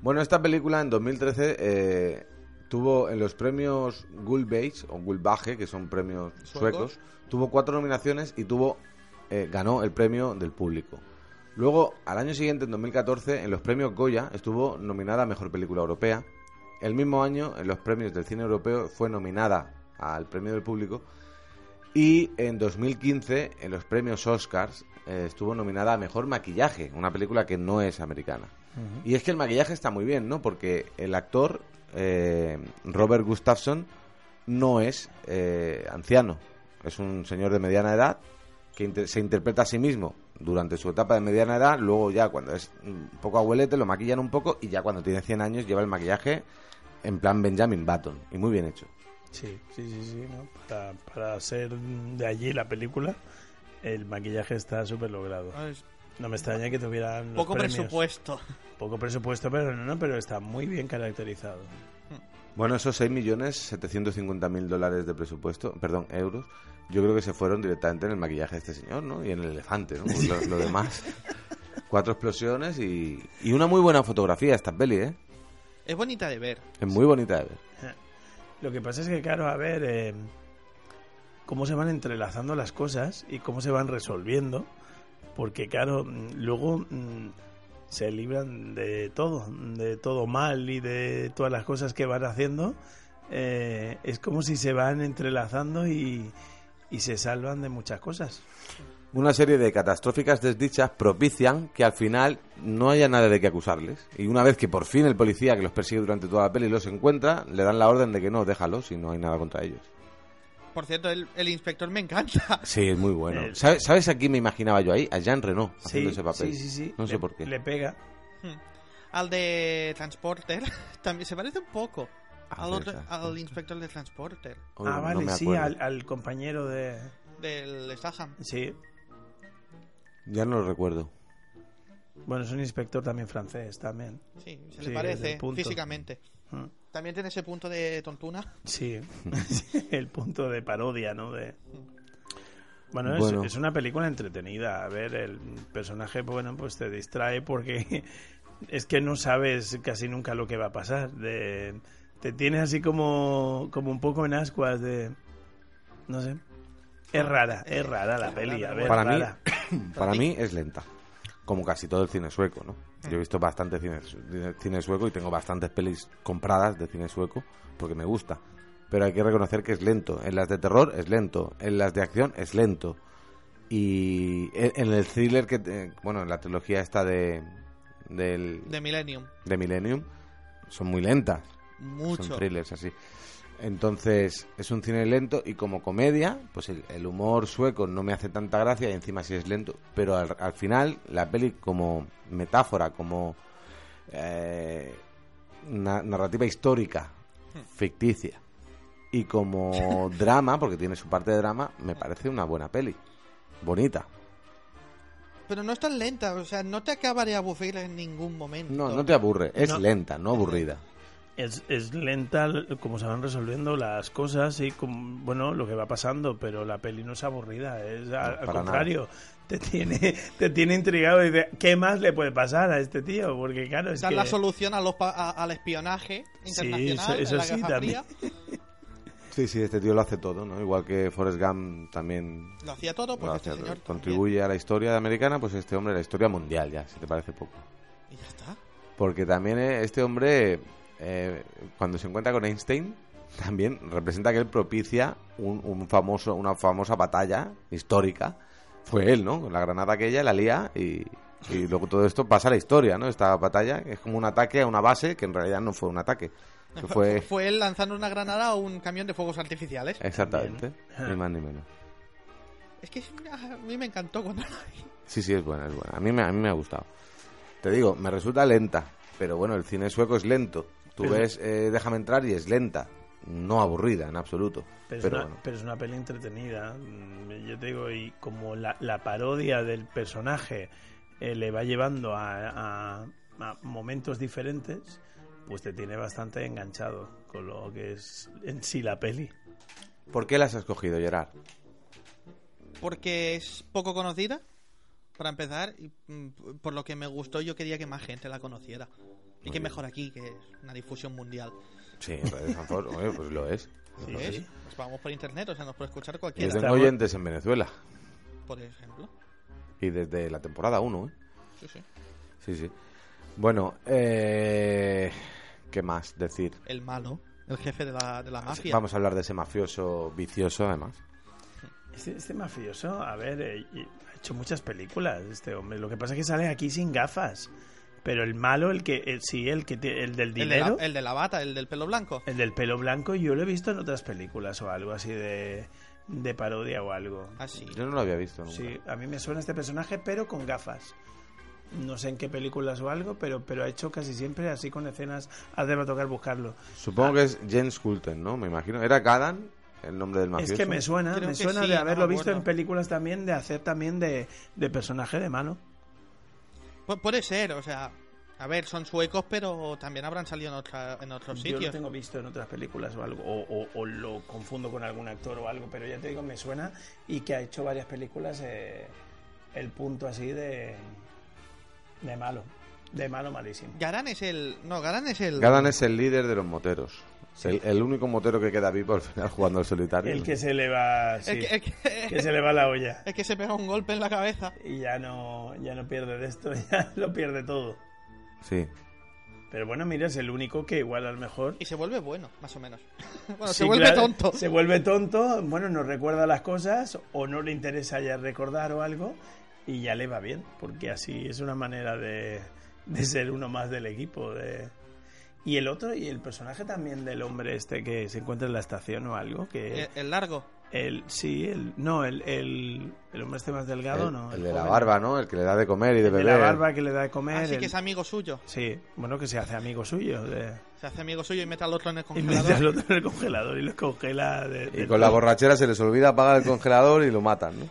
Speaker 1: Bueno, esta película en 2013 eh, tuvo en los premios Gulbeis o Gulbage, que son premios
Speaker 2: Suecos.
Speaker 1: suecos, tuvo cuatro nominaciones y tuvo eh, ganó el premio del público. Luego, al año siguiente, en 2014, en los premios Goya estuvo nominada a Mejor Película Europea. El mismo año, en los premios del cine europeo, fue nominada al premio del público. Y en 2015, en los premios Oscars, eh, estuvo nominada a Mejor Maquillaje, una película que no es americana. Y es que el maquillaje está muy bien, ¿no? Porque el actor, eh, Robert Gustafsson, no es eh, anciano. Es un señor de mediana edad que inter- se interpreta a sí mismo durante su etapa de mediana edad. Luego ya cuando es un poco abuelete lo maquillan un poco y ya cuando tiene 100 años lleva el maquillaje en plan Benjamin Button. Y muy bien hecho.
Speaker 3: Sí, sí, sí, sí, ¿no? para, para ser de allí la película, el maquillaje está súper logrado.
Speaker 2: Ah, es
Speaker 3: No me extraña que tuvieran los
Speaker 2: Poco
Speaker 3: premios.
Speaker 2: presupuesto. <laughs>
Speaker 3: Poco presupuesto, pero no, no, pero está muy bien caracterizado.
Speaker 1: Bueno, esos 6.750.000 dólares de presupuesto, perdón, euros, yo creo que se fueron directamente en el maquillaje de este señor, ¿no? Y en el elefante, ¿no? Pues Lo, lo demás. Cuatro explosiones y, y una muy buena fotografía esta peli, ¿eh?
Speaker 2: Es bonita de ver.
Speaker 1: Es muy bonita de ver.
Speaker 3: Lo que pasa es que, claro, a ver eh, cómo se van entrelazando las cosas y cómo se van resolviendo, porque, claro, mm, luego mm, se libran de todo, de todo mal y de todas las cosas que van haciendo. Eh, es como si se van entrelazando y, y se salvan de muchas cosas.
Speaker 1: Una serie de catastróficas desdichas propician que al final no haya nada de que acusarles. Y una vez que por fin el policía que los persigue durante toda la peli los encuentra, le dan la orden de que no, déjalos y no hay nada contra ellos.
Speaker 2: Por cierto, el, el inspector me encanta. <laughs>
Speaker 1: Sí, es muy bueno.
Speaker 3: El-
Speaker 1: ¿Sabes, ¿Sabes a quién me imaginaba yo ahí? A Jean Reno haciendo ese papel.
Speaker 3: Eh, sí, sí, sí.
Speaker 1: No sé
Speaker 3: Le-
Speaker 1: por qué.
Speaker 3: Le pega.
Speaker 2: Al de Transporter. <laughs> También se parece un poco.
Speaker 1: Ah,
Speaker 2: Al,
Speaker 1: de
Speaker 2: otro-
Speaker 1: esas.
Speaker 2: al inspector de Transporter.
Speaker 1: Uy,
Speaker 3: ah,
Speaker 1: no
Speaker 3: vale,
Speaker 1: me
Speaker 3: sí,
Speaker 1: acuerdo.
Speaker 3: al, al compañero de...
Speaker 2: Del Statham.
Speaker 3: Sí,
Speaker 1: Ya no lo recuerdo.
Speaker 3: bueno, es un inspector también francés, también.
Speaker 2: Sí, se
Speaker 3: Sí,
Speaker 2: le
Speaker 3: del
Speaker 2: parece
Speaker 3: punto.
Speaker 2: físicamente.
Speaker 3: Mm.
Speaker 2: También tiene ese punto de tontuna.
Speaker 3: <laughs> Sí, el punto de parodia, ¿no? De... Bueno, es,
Speaker 1: Bueno.
Speaker 3: es una película entretenida. A ver, el personaje, bueno, pues te distrae porque <laughs> es que no sabes casi nunca lo que va a pasar. De... Te tiene así como, como un poco en ascuas de... No sé. Es rara, es rara la peli. A ver,
Speaker 1: Para mí,
Speaker 3: rara.
Speaker 1: para mí es lenta. Como casi todo el cine sueco, ¿no? Yo he visto bastante cine, su- cine- cine sueco y tengo bastantes pelis compradas de cine sueco porque me gusta. Pero hay que reconocer que es lento. En las de terror es lento. En las de acción es lento. Y en en el thriller que... te- bueno, en la trilogía esta de... Del,
Speaker 2: De Millennium.
Speaker 1: de Millennium son muy lentas.
Speaker 2: Mucho.
Speaker 1: Son thrillers así. Entonces, es un cine lento y como comedia, pues el, el humor sueco no me hace tanta gracia y encima sí es lento, pero al, al final la peli como metáfora, como eh, na- narrativa histórica, ficticia y como drama, porque tiene su parte de drama, me parece una buena peli. Bonita.
Speaker 2: Pero no es tan lenta, o sea, no te acaba de aburrir en ningún momento.
Speaker 1: No, no te aburre, es
Speaker 3: No.
Speaker 1: lenta, no aburrida.
Speaker 3: Es, es lenta l- como se van resolviendo las cosas y com- bueno lo que va pasando pero la peli no es aburrida es a- al
Speaker 1: para
Speaker 3: contrario te tiene te tiene intrigado y dice qué más le puede pasar a este tío porque claro es
Speaker 2: Dar
Speaker 3: que
Speaker 2: la solución a los pa- a- al espionaje internacional.
Speaker 3: eso- eso
Speaker 2: a la
Speaker 3: sí,
Speaker 2: Guerra
Speaker 3: también.
Speaker 2: Fría.
Speaker 1: Sí, sí, este tío lo hace todo, ¿no? Igual que Forrest Gump también
Speaker 2: Lo hacía todo porque
Speaker 1: lo
Speaker 2: este
Speaker 1: hace todo.
Speaker 2: señor también.
Speaker 1: contribuye a la historia americana, pues este hombre a la historia mundial ya, si te parece poco.
Speaker 2: Y ya está.
Speaker 1: Porque también eh, este hombre, eh, cuando se encuentra con Einstein, también representa que él propicia un, un famoso, una famosa batalla histórica. Fue él, ¿no? Con La granada aquella la lía y, y luego todo esto pasa a la historia, ¿no? Esta batalla es como un ataque a una base que en realidad no fue un ataque. Que
Speaker 2: <laughs>
Speaker 1: fue...
Speaker 2: Fue él lanzando una granada o un camión de fuegos artificiales.
Speaker 1: Exactamente, ni más ni menos.
Speaker 2: Es que ah, a mí me encantó cuando la vi.
Speaker 1: Sí, sí, es buena, es buena. A mí me, a mí me ha gustado. Te digo, me resulta lenta, pero bueno, el cine sueco es lento. Tú
Speaker 3: Pero-
Speaker 1: ves eh, Déjame entrar y es lenta. No aburrida, en absoluto. Pero,
Speaker 3: pero, es una,
Speaker 1: bueno.
Speaker 3: pero es una peli entretenida mm, yo te digo y como la, la parodia del personaje eh, le va llevando a, a- a momentos diferentes pues te tiene bastante enganchado con lo que es en sí la peli
Speaker 1: ¿Por qué las has escogido, Gerard?
Speaker 2: Porque es poco conocida, para empezar, y mm, por lo que me gustó yo quería que más gente la conociera. Y que
Speaker 1: bien.
Speaker 2: mejor aquí, que es una difusión mundial.
Speaker 1: Sí, Radio Sanford, oye, pues lo
Speaker 3: <laughs>
Speaker 1: es.
Speaker 3: Sí,
Speaker 2: ¿Lo
Speaker 3: sí.
Speaker 2: ves? Nos vamos por internet, o sea, nos puede escuchar
Speaker 1: Yo
Speaker 2: cualquiera,
Speaker 3: Está
Speaker 1: tengo
Speaker 3: bu-
Speaker 1: oyentes en Venezuela.
Speaker 2: por ejemplo.
Speaker 1: Y desde la temporada 1, ¿eh?
Speaker 2: Sí, sí.
Speaker 1: Sí, sí. Bueno, eh, ¿qué más decir?
Speaker 2: El malo, el jefe de la,
Speaker 3: Ah,
Speaker 2: de la mafia.
Speaker 1: Vamos a hablar de ese mafioso vicioso, además.
Speaker 3: Este, este mafioso, a ver, eh, y- ha hecho muchas películas este hombre. Lo que pasa es que sale aquí sin gafas. Pero el malo, el que eh, sí, el que tie- el del
Speaker 2: El de, la,
Speaker 3: dinero, el,
Speaker 2: el de la bata, el del pelo blanco.
Speaker 3: del pelo blanco, yo lo he visto en otras películas o algo así de, de parodia o algo.
Speaker 2: Así.
Speaker 1: Yo no lo había visto nunca.
Speaker 3: Sí, a mí me suena este personaje, pero con gafas. No sé en qué películas o algo, pero, pero ha hecho casi siempre así con escenas. Ahora me va a tocar buscarlo.
Speaker 1: Supongo que es James Coulton, ¿no? Me imagino. ¿Era Gadan el nombre del mafioso?
Speaker 3: Es que me suena,
Speaker 2: Creo
Speaker 3: me
Speaker 2: que
Speaker 3: suena
Speaker 2: sí,
Speaker 3: de
Speaker 2: no me
Speaker 3: haberlo visto en
Speaker 2: acuerdo.
Speaker 3: películas también, de hacer también de, de personaje de malo.
Speaker 2: Pu- puede ser, o sea. A ver, son suecos, pero también habrán salido en, otra- en otros
Speaker 3: Yo lo
Speaker 2: sitios.
Speaker 3: tengo visto en otras películas o algo, o, o- o lo confundo con algún actor o algo, pero ya te digo, me suena y que ha hecho varias películas eh, el punto así de, de malo, de malo malísimo.
Speaker 2: Garán es el. No, Garán es el.
Speaker 1: Gadan es el líder de los moteros. El, el único motero que queda vivo al final jugando al solitario.
Speaker 3: El que se le va, sí,
Speaker 2: el que, el que-
Speaker 3: que se le va la olla
Speaker 2: <laughs> es que se pega un golpe en la cabeza.
Speaker 3: y ya no, ya no pierde de esto, <laughs> ya lo pierde todo.
Speaker 1: Sí.
Speaker 3: Pero bueno, mira, es el único que igual a lo mejor
Speaker 2: Y se vuelve bueno, más o menos. <laughs> Bueno,
Speaker 3: Sí,
Speaker 2: se vuelve
Speaker 3: claro,
Speaker 2: tonto.
Speaker 3: Se vuelve tonto, bueno, no recuerda las cosas o no le interesa ya recordar o algo y ya le va bien, porque así es una manera de, de ser uno más del equipo. de- Y el otro, y el personaje también del hombre este que se encuentra en la estación o algo, que...
Speaker 2: El, el Eh, largo.
Speaker 3: El, sí, el, no, el, el, el hombre este más delgado,
Speaker 1: El,
Speaker 3: no.
Speaker 1: el de la
Speaker 3: joven.
Speaker 1: barba, ¿no? El que le da de comer y de
Speaker 3: El de
Speaker 1: beber.
Speaker 3: la barba que le da de comer.
Speaker 2: Así Ah, que
Speaker 3: el-
Speaker 2: es amigo suyo.
Speaker 3: Sí, bueno, que se hace amigo suyo. de-
Speaker 2: Se hace amigo suyo y mete al otro en el
Speaker 3: Y mete al
Speaker 2: congelador.
Speaker 3: otro en el congelador y lo congela. de-
Speaker 1: Y
Speaker 3: del
Speaker 1: con la
Speaker 3: todo.
Speaker 1: borrachera se les olvida apagar el congelador y lo matan, ¿no?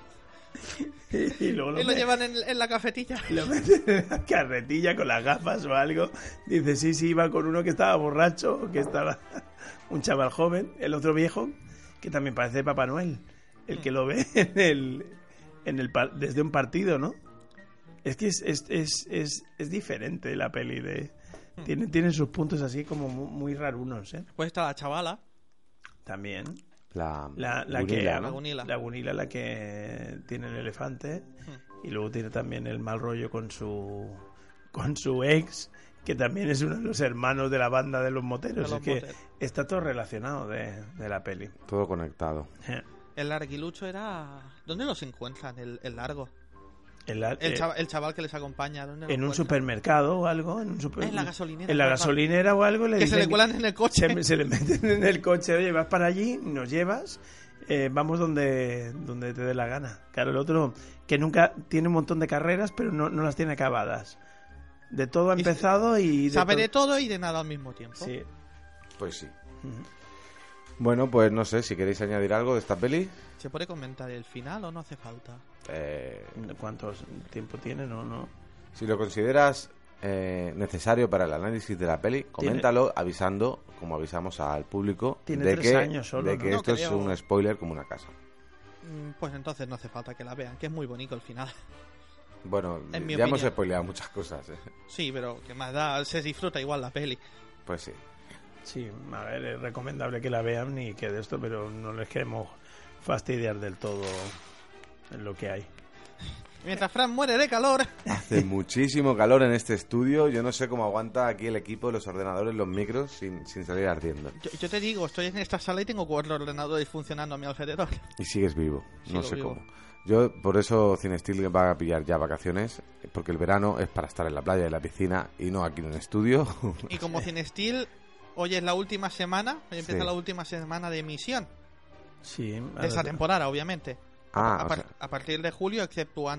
Speaker 3: <laughs> Y luego lo,
Speaker 2: Y lo
Speaker 3: me-
Speaker 2: llevan en, en la cafetilla.
Speaker 3: <laughs> lo meten en la carretilla con las gafas o algo. Dice, sí, sí, iba con uno que estaba borracho, que estaba <laughs> un chaval joven, el otro viejo, que también parece Papá Noel, el que lo ve <laughs> en el, en el par- desde un partido, ¿no? Es que es, es, es, es, es diferente la peli de... Tiene, tiene sus puntos así como mu- muy rarunos, ¿eh?
Speaker 2: Pues está la chavala,
Speaker 3: También.
Speaker 1: La,
Speaker 3: La, la
Speaker 1: Gurila,
Speaker 3: que...
Speaker 2: ¿no?
Speaker 3: Gunila. La Gunila, la que tiene el elefante. Y luego tiene también el mal rollo con su con su ex, que también es uno de los hermanos de la banda de los moteros.
Speaker 2: De los
Speaker 3: es que
Speaker 2: moteros.
Speaker 3: está todo relacionado de, de la peli. <laughs>
Speaker 1: Todo conectado.
Speaker 2: el larguilucho era. ¿Dónde los encuentran? El, el largo.
Speaker 3: En la-
Speaker 2: El,
Speaker 3: eh,
Speaker 2: chava- el chaval que les acompaña. ¿dónde lo
Speaker 3: en un
Speaker 2: encuentran?
Speaker 3: supermercado o algo. En, un super-
Speaker 2: En la gasolinera,
Speaker 3: En la
Speaker 2: papá.
Speaker 3: gasolinera o algo. Le
Speaker 2: Que se le
Speaker 3: dicen
Speaker 2: cuelan en el coche.
Speaker 3: Se, se le meten en el coche. Oye, vas para allí, nos llevas. eh, vamos donde, donde te dé la gana. Claro, el otro que nunca tiene un montón de carreras, pero no, no las tiene acabadas. De todo ha
Speaker 2: Y se-
Speaker 3: empezado y. de
Speaker 2: Sabe de
Speaker 3: todo-
Speaker 2: todo y de nada al mismo tiempo.
Speaker 3: Sí.
Speaker 1: Pues sí.
Speaker 3: Ujú.
Speaker 1: Bueno, pues no sé si queréis añadir algo de esta peli.
Speaker 2: ¿Se puede comentar el final o no hace falta?
Speaker 1: Eh,
Speaker 3: ¿Cuánto tiempo tiene? No, no.
Speaker 1: si lo consideras eh, necesario para el análisis de la peli, coméntalo avisando, como avisamos al público,
Speaker 3: Tiene
Speaker 1: de
Speaker 3: tres
Speaker 1: que,
Speaker 3: años solo,
Speaker 1: de
Speaker 3: ¿no?
Speaker 1: que
Speaker 2: No
Speaker 1: esto es
Speaker 2: creo.
Speaker 1: un spoiler como una casa.
Speaker 2: Mm, Pues entonces no hace falta que la vean, que es muy bonito el final.
Speaker 1: Bueno,
Speaker 2: En mi
Speaker 1: ya hemos
Speaker 2: opinión.
Speaker 1: spoileado muchas cosas. ¿eh?
Speaker 2: Sí, pero que más da, se disfruta igual la peli.
Speaker 1: Pues
Speaker 2: <laughs>
Speaker 1: sí.
Speaker 3: Sí, a ver, es recomendable que la vean y que de esto, pero no les queremos fastidiar del todo lo que hay.
Speaker 2: Mientras Fran muere de calor.
Speaker 1: Hace muchísimo calor en este estudio. Yo no sé cómo aguanta aquí el equipo, los ordenadores, los micros, sin, sin salir ardiendo.
Speaker 2: Yo, yo te digo, estoy en esta sala y tengo cuatro ordenadores funcionando a mi alrededor.
Speaker 1: Y sigues vivo, no
Speaker 2: Sigo
Speaker 1: sé
Speaker 2: vivo.
Speaker 1: cómo. Yo, por eso Cinestil va a pillar ya vacaciones, porque el verano es para estar en la playa y en la piscina y no aquí en un estudio. <laughs>
Speaker 2: Y como Cinestil, hoy es la última semana, hoy empieza
Speaker 1: Sí.
Speaker 2: la última semana de emisión.
Speaker 3: Sí, a
Speaker 2: De esa
Speaker 3: ver,
Speaker 2: temporada, obviamente.
Speaker 1: ah,
Speaker 2: a,
Speaker 1: o
Speaker 2: par-
Speaker 1: sea,
Speaker 2: a partir de julio,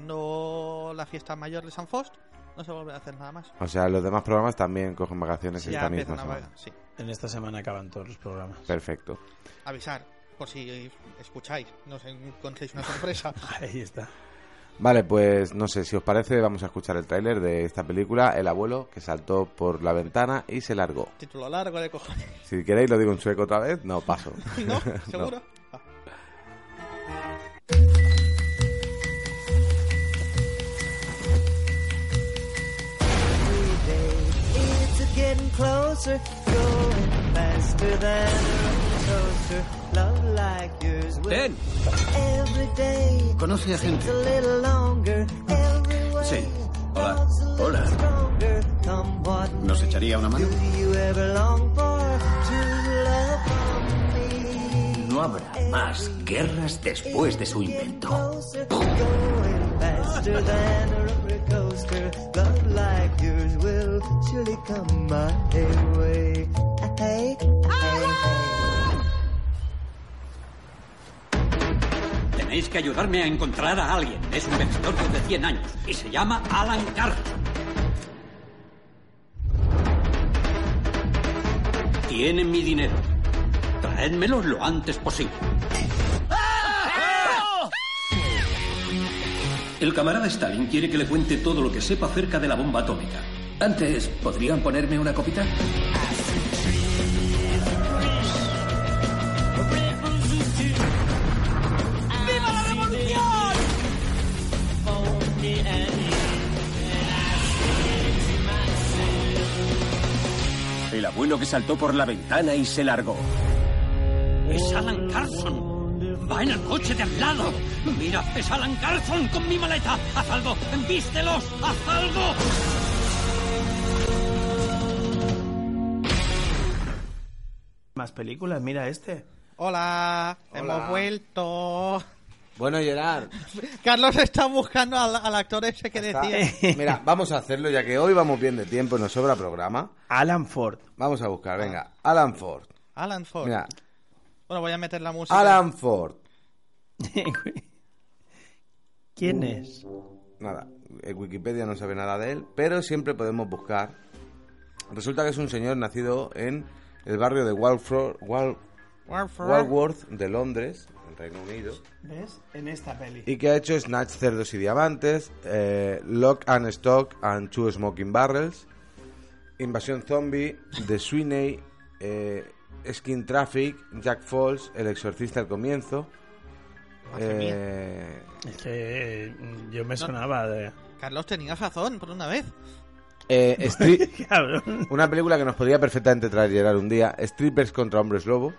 Speaker 2: exceptuando la fiesta mayor de San Fost, no se vuelve a hacer nada más.
Speaker 1: o sea, los demás programas también cogen vacaciones
Speaker 2: Sí,
Speaker 1: esta
Speaker 2: empiezan
Speaker 1: misma
Speaker 2: a-
Speaker 1: semana.
Speaker 2: sí.
Speaker 3: En esta semana acaban todos los programas. <laughs>
Speaker 1: Perfecto.
Speaker 2: Avisar, por si escucháis, no os encontréis una sorpresa. <laughs>
Speaker 3: Ahí está.
Speaker 1: Vale, pues no sé, si os parece, vamos a escuchar el tráiler de esta película, El abuelo que saltó por la ventana y se largó.
Speaker 2: Título largo de cojones.
Speaker 1: Si queréis lo digo en sueco otra vez, no paso.
Speaker 2: ¿No? ¿Seguro? Ah.
Speaker 10: It's getting closer, going faster than a toaster. Love like yours will
Speaker 11: Ten,
Speaker 10: every day.
Speaker 11: conoce a
Speaker 10: It's
Speaker 11: gente.
Speaker 10: a little longer every way.
Speaker 11: Sí. Hola. Hola.
Speaker 10: Stronger, come what may.
Speaker 11: ¿Nos echaría una mano?
Speaker 10: Do you ever long for true love from me?
Speaker 11: No habrá más guerras después de su invento.
Speaker 10: Closer, going faster than a roller coaster. Love like yours will surely come my way. Hey, hey, hey.
Speaker 11: Tenéis que ayudarme a encontrar a alguien. Es un vestuario de 100 años y se llama Alan Carr. Tienen mi dinero. Traédmelo lo antes posible. El camarada Stalin quiere que le cuente todo lo que sepa acerca de la bomba atómica. Antes, ¿podrían ponerme una copita? El abuelo que saltó por la ventana y se largó. Es Alan Carson. Va en el coche de al lado. Mira, es Alan Carson con mi maleta. A salvo. Vístelos. A salvo.
Speaker 3: Más películas, mira este.
Speaker 2: Hola, hemos vuelto.
Speaker 1: <laughs> Bueno, Gerard,
Speaker 2: Carlos <laughs> está buscando al, al actor ese que
Speaker 1: está. <laughs>
Speaker 2: decía.
Speaker 1: mira, vamos a hacerlo ya que hoy vamos bien de tiempo, nos sobra programa.
Speaker 3: Alan Ford.
Speaker 1: Vamos a buscar, venga, Alan Ford.
Speaker 2: Alan Ford.
Speaker 1: Mira,
Speaker 2: Bueno, voy a meter la música.
Speaker 1: Alan Ford.
Speaker 3: ¿Quién es?
Speaker 1: Nada, en Wikipedia no sabe nada de él, pero siempre podemos buscar. Resulta que es un señor nacido en el barrio de Walfro- Wal-
Speaker 2: Warford.
Speaker 1: Walworth de Londres, en Reino Unido,
Speaker 3: ¿Ves? En esta peli.
Speaker 1: y que ha hecho Snatch, Cerdos y Diamantes, eh, Lock and Stock and Two Smoking Barrels, Invasión Zombie, The Sweeney, eh, Skin Traffic, Jack Falls, El Exorcista al comienzo.
Speaker 2: Madre mía.
Speaker 1: eh,
Speaker 3: Es que eh, yo me sonaba de. <laughs>
Speaker 2: Carlos tenía razón por una vez.
Speaker 1: eh, Street-
Speaker 3: Cabrón.
Speaker 1: Una película que nos podría perfectamente traer Gerard un día, Strippers contra Hombres Lobo.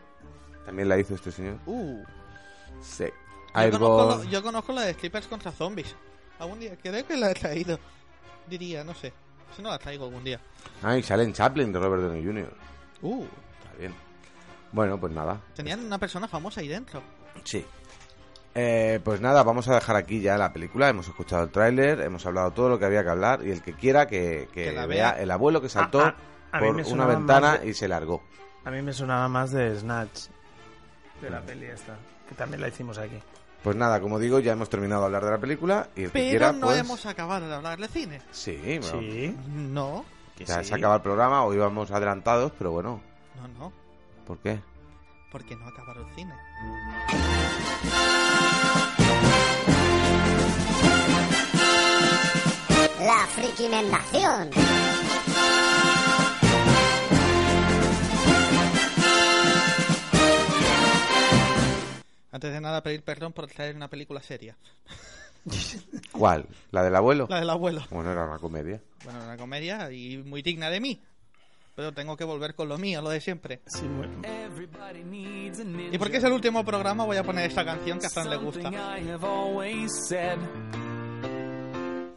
Speaker 1: También la hizo este señor.
Speaker 2: Uh.
Speaker 1: Sí.
Speaker 2: Yo conozco, lo-
Speaker 1: Airborne.
Speaker 2: yo conozco la de strippers contra zombies. Algún día, creo que la he traído. Diría, no sé. Si no la traigo algún día.
Speaker 1: Ah, y salen Chaplin de Robert Downey Jr.
Speaker 2: Uh.
Speaker 1: Está bien. Bueno, pues nada.
Speaker 2: Tenían una persona famosa ahí dentro.
Speaker 1: Sí. Eh, pues nada, vamos a dejar aquí ya la película. Hemos escuchado el tráiler, hemos hablado todo lo que había que hablar y el que quiera que, que
Speaker 3: Que la
Speaker 1: vea.
Speaker 3: vea.
Speaker 1: el abuelo que saltó
Speaker 3: Ah, ah, a mí
Speaker 1: por
Speaker 3: me
Speaker 1: una
Speaker 3: sonaba
Speaker 1: ventana
Speaker 3: más de-
Speaker 1: y se largó.
Speaker 3: A mí me sonaba más de Snatch, de la peli esta, que también la hicimos aquí.
Speaker 1: Pues nada, como digo, ya hemos terminado de hablar de la película y el que
Speaker 2: Pero
Speaker 1: quiera,
Speaker 2: no
Speaker 1: pues...
Speaker 2: hemos acabado de hablar de cine.
Speaker 1: Sí, bueno,
Speaker 2: No,
Speaker 1: o sea,
Speaker 2: sí.
Speaker 1: se acaba el programa, hoy vamos adelantados, pero bueno,
Speaker 2: no, no.
Speaker 1: ¿por qué?
Speaker 2: Porque no acabaron el cine.
Speaker 8: La frikimendación.
Speaker 2: Antes de nada, pedir perdón por traer una película seria.
Speaker 1: ¿Cuál? ¿La del abuelo?
Speaker 2: La del abuelo.
Speaker 1: Bueno, era una comedia.
Speaker 2: Bueno, una comedia y muy digna de mí. Pero tengo que volver con lo mío, lo de siempre. Y porque es el último programa, voy a poner esta canción que a Fran le gusta.
Speaker 12: I have always said.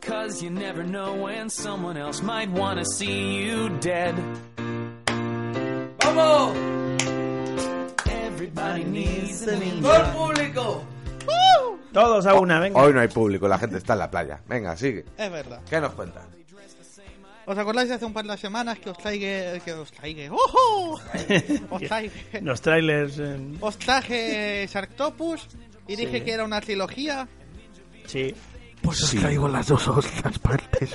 Speaker 12: Cause you never know when someone else might want to see you dead. ¡Vamos! Everybody needs an
Speaker 10: ¡Gol
Speaker 12: angel.
Speaker 10: público!
Speaker 3: Todos a una, venga.
Speaker 1: Hoy no hay público, la gente está en la playa. Venga, sigue.
Speaker 2: Es verdad.
Speaker 1: ¿Qué nos cuentas?
Speaker 2: ¿Os acordáis de hace un par de semanas que os traigue... que os traigue...
Speaker 1: <laughs>
Speaker 2: ¡Ojo! Os traigue...
Speaker 3: Los trailers. eh, en-
Speaker 2: Os traje Sarctopus y dije
Speaker 3: Sí.
Speaker 2: que era una trilogía.
Speaker 3: Sí.
Speaker 2: Pues
Speaker 1: os
Speaker 2: traigo
Speaker 1: las dos otras partes.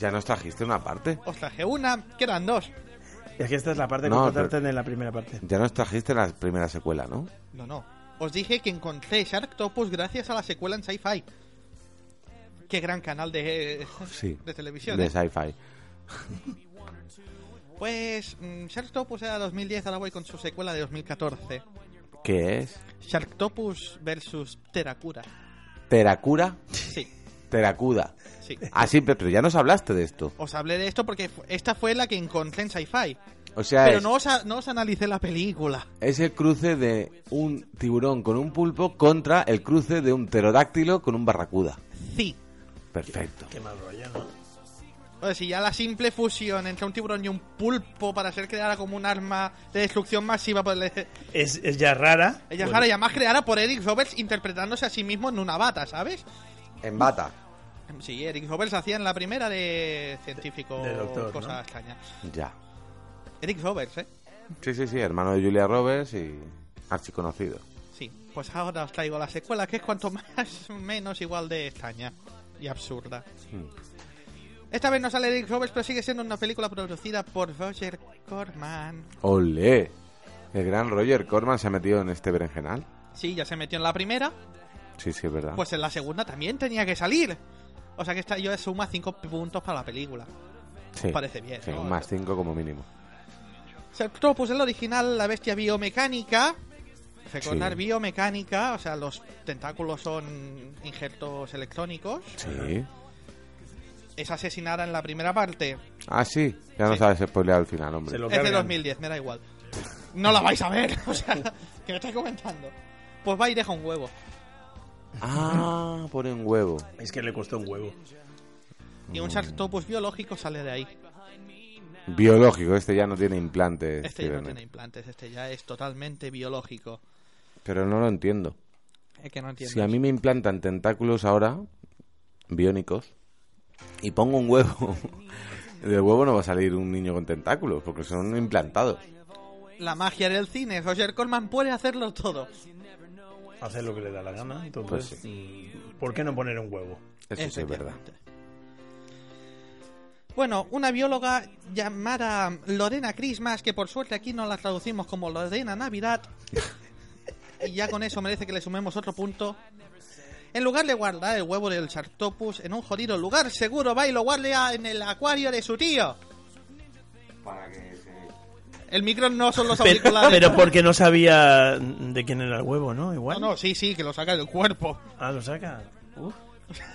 Speaker 1: ¿Ya nos trajiste una parte?
Speaker 2: Os traje una, que eran dos.
Speaker 3: Es que esta es la parte
Speaker 1: No,
Speaker 3: que
Speaker 1: pero-
Speaker 3: tratan en la primera parte.
Speaker 1: Ya nos trajiste la primera secuela, ¿no?
Speaker 2: No, no. Os dije que encontré Sharktopus gracias a la secuela en Sci-Fi. Qué gran canal de,
Speaker 1: Sí.
Speaker 2: de televisión.
Speaker 1: De
Speaker 2: ¿eh?
Speaker 1: sci-fi.
Speaker 2: Pues mm, Sharktopus era 2010, ahora voy con su secuela de 2014.
Speaker 1: ¿Qué es?
Speaker 2: Sharktopus versus Teracura.
Speaker 1: ¿Teracura?
Speaker 2: Sí.
Speaker 1: Teracuda.
Speaker 2: Sí.
Speaker 1: Ah, sí, pero ya nos hablaste de esto.
Speaker 2: Os hablé de esto porque fu- esta fue la que encontré en Sci-Fi.
Speaker 1: O sea,
Speaker 2: Pero
Speaker 1: es,
Speaker 2: no os, a- no os analicé la película.
Speaker 1: es el cruce de un tiburón con un pulpo contra el cruce de un pterodáctilo con un barracuda.
Speaker 2: Sí.
Speaker 1: Perfecto.
Speaker 3: Qué mal rollo, ¿no?
Speaker 2: O sea, si ya la simple fusión entre un tiburón y un pulpo para ser creada como un arma de destrucción masiva por el,
Speaker 3: Es, es ya rara.
Speaker 2: Ella es
Speaker 3: Bueno,
Speaker 2: rara y además creada por Eric Roberts interpretándose a sí mismo en una bata, ¿sabes?
Speaker 1: En bata.
Speaker 2: Sí, Eric Roberts hacía en la primera de científico
Speaker 3: De doctor,
Speaker 2: cosa
Speaker 3: ¿no?
Speaker 2: extraña.
Speaker 1: Ya.
Speaker 2: Eric Roberts, ¿eh?
Speaker 1: Sí, sí, sí, hermano de Julia Roberts y archiconocido.
Speaker 2: Sí, pues ahora os traigo la secuela, que es cuanto <laughs> más menos igual de extraña y absurda.
Speaker 1: Hmm.
Speaker 2: Esta vez no sale Eric Roberts, pero sigue siendo una película producida por Roger Corman.
Speaker 1: ¡Olé! El gran Roger Corman se ha metido en este berenjenal.
Speaker 2: Sí, ya se metió en la primera,
Speaker 1: Sí, sí, es verdad.
Speaker 2: pues en la segunda también tenía que salir. O sea que esta yo suma 5 puntos para la película.
Speaker 1: sí.
Speaker 2: parece bien,
Speaker 1: Sí,
Speaker 2: ¿no?
Speaker 1: un más 5 como mínimo.
Speaker 2: Sarctopus es la original, la bestia biomecánica. Recordar
Speaker 1: Sí.
Speaker 2: biomecánica, o sea, los tentáculos son injertos electrónicos.
Speaker 1: Sí.
Speaker 2: Es asesinada en la primera parte.
Speaker 1: Ah, sí. Ya no sabes spoilear al final, hombre.
Speaker 3: Pues, Se lo
Speaker 2: es de
Speaker 3: cargan.
Speaker 2: 2010, me da igual. No la vais a ver, <laughs> o sea, que me estáis comentando. Pues va y deja un huevo.
Speaker 1: Ah, pone un huevo.
Speaker 3: Es que le costó un huevo.
Speaker 2: Y un Sarctopus biológico sale de ahí.
Speaker 1: Biológico, este ya no tiene ¿eh? implantes.
Speaker 2: Este ya no
Speaker 1: cibernéticos.
Speaker 2: tiene implantes, este ya es totalmente biológico.
Speaker 1: Pero no lo entiendo.
Speaker 2: Es que no entiendo.
Speaker 1: Si a mí me implantan tentáculos ahora, biónicos, y pongo un huevo, <laughs> del huevo no va a salir un niño con tentáculos, porque son implantados.
Speaker 2: La magia del cine, Roger Corman puede hacerlo todo.
Speaker 3: Hacer lo que le da la gana. Entonces,
Speaker 1: Pues
Speaker 3: mm, ¿por qué no poner un huevo?
Speaker 1: Eso sí es verdad.
Speaker 2: Bueno, una bióloga llamada Lorena Christmas, que por suerte aquí no la traducimos como Lorena
Speaker 1: <laughs>
Speaker 2: Navidad, y ya con eso merece que le sumemos otro punto. En lugar de guardar el huevo del Sartopus en un jodido lugar seguro, va y lo guarda en el acuario de su tío. El micro no
Speaker 1: <laughs>
Speaker 2: son los
Speaker 3: Pero,
Speaker 2: auriculares.
Speaker 3: pero porque no sabía de quién era el huevo, ¿no? Igual.
Speaker 2: No, no, sí, sí, que lo saca del cuerpo.
Speaker 3: Ah, lo saca. Uf. <laughs>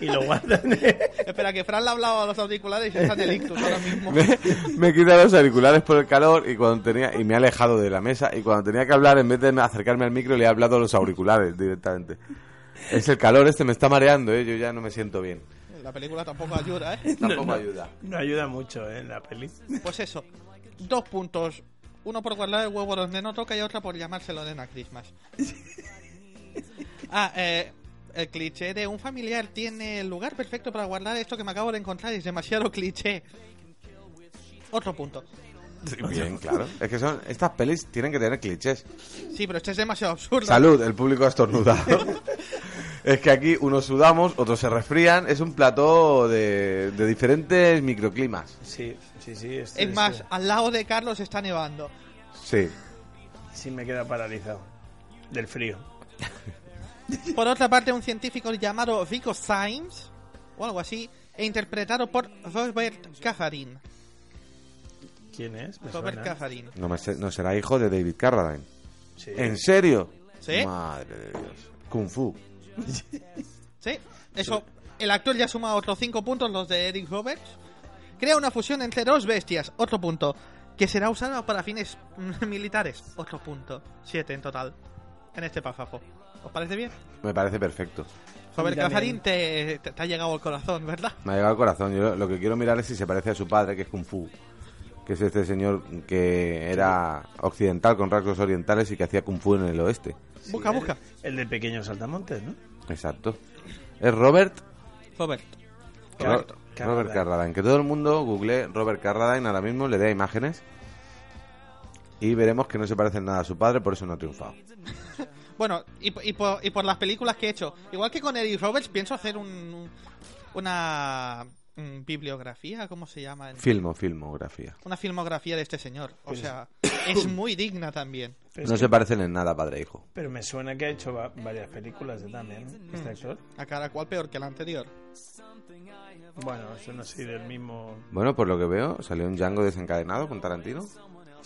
Speaker 3: Y lo guardan. ¿eh?
Speaker 2: Espera, que Fran le ha hablado a los auriculares
Speaker 1: <laughs>
Speaker 2: y está en el ictus ahora mismo.
Speaker 1: Me, me he quitado los auriculares por el calor y cuando tenía y me he alejado de la mesa y cuando tenía que hablar en vez de acercarme al micro le he hablado a los auriculares directamente. Es el calor este me está mareando, ¿eh? yo ya no me siento bien.
Speaker 2: La película tampoco ayuda,
Speaker 1: <laughs>
Speaker 2: ¿eh?
Speaker 1: Tampoco ayuda.
Speaker 3: No ayuda mucho, ¿eh? En la peli.
Speaker 2: Pues eso, dos puntos. Uno por guardar el huevo donde no toca y otra por llamárselo de Christmas. Ah, eh, el cliché de un familiar tiene el lugar perfecto para guardar esto que me acabo de encontrar es demasiado cliché. Otro punto.
Speaker 3: pues
Speaker 1: Bien, claro. Es que son estas pelis tienen que tener clichés.
Speaker 2: Sí, pero este es demasiado absurdo.
Speaker 1: Salud, el público ha
Speaker 3: <laughs>
Speaker 1: estornudado. es que aquí unos sudamos, otros se resfrían. Es un plató de, de diferentes microclimas.
Speaker 3: Sí, sí, sí. este-
Speaker 2: Es más,
Speaker 3: este-
Speaker 2: al lado de Carlos está nevando.
Speaker 1: Sí.
Speaker 3: Sí, me queda paralizado. Del frío.
Speaker 2: Por otra parte, un científico llamado Vico Symes, o algo así, e interpretado por Robert Kafarin.
Speaker 3: ¿Quién es? Me
Speaker 2: Robert
Speaker 3: suena.
Speaker 2: Kafarin.
Speaker 1: No, me sé- no será hijo de David Carradine.
Speaker 3: Sí.
Speaker 1: ¿En serio?
Speaker 2: Sí.
Speaker 1: Madre de Dios. Kung Fu.
Speaker 2: ¿Sí? Eso, el actor ya suma otros 5 puntos, los de Eric Roberts. Crea una fusión entre dos bestias, otro punto. Que será usada para fines <laughs> mm, militares, otro punto. 7 en total, en este párrafo. ¿Os parece bien?
Speaker 1: Me parece perfecto.
Speaker 2: Robert
Speaker 3: Mírame.
Speaker 2: Kafarin te, te- te ha llegado al corazón, ¿verdad?
Speaker 1: Me ha llegado al corazón. Yo lo que quiero mirar es si se parece a su padre, que es Kung Fu. Que es este señor que era occidental con rasgos orientales y que hacía Kung Fu en el oeste.
Speaker 3: Sí,
Speaker 2: busca,
Speaker 3: el-
Speaker 2: busca.
Speaker 3: El de Pequeños Saltamontes, ¿no?
Speaker 1: Exacto. Es Robert
Speaker 2: Robert.
Speaker 1: Ro-
Speaker 3: Correcto.
Speaker 1: Robert
Speaker 3: Carradine.
Speaker 1: Carradine. Que todo el mundo google Robert Carradine ahora mismo, le dé imágenes. Y veremos que no se parece en nada a su padre, por eso no ha triunfado.
Speaker 2: Bueno, y, po- y por, y por las películas que he hecho. Igual que con Eric Roberts, pienso hacer un, una mm, bibliografía, ¿cómo se llama?
Speaker 1: Filmo, filmografía.
Speaker 2: Una filmografía de este señor. O sea, es muy digna también.
Speaker 3: Pero, es
Speaker 1: no
Speaker 3: que-
Speaker 1: se parecen en nada, padre e hijo.
Speaker 3: pero me suena que ha hecho va- varias películas de también, ¿no? Este actor.
Speaker 2: A cada cual peor que la anterior.
Speaker 3: Bueno, eso no soy del mismo.
Speaker 1: Bueno, por lo que veo, salió un Django desencadenado con Tarantino.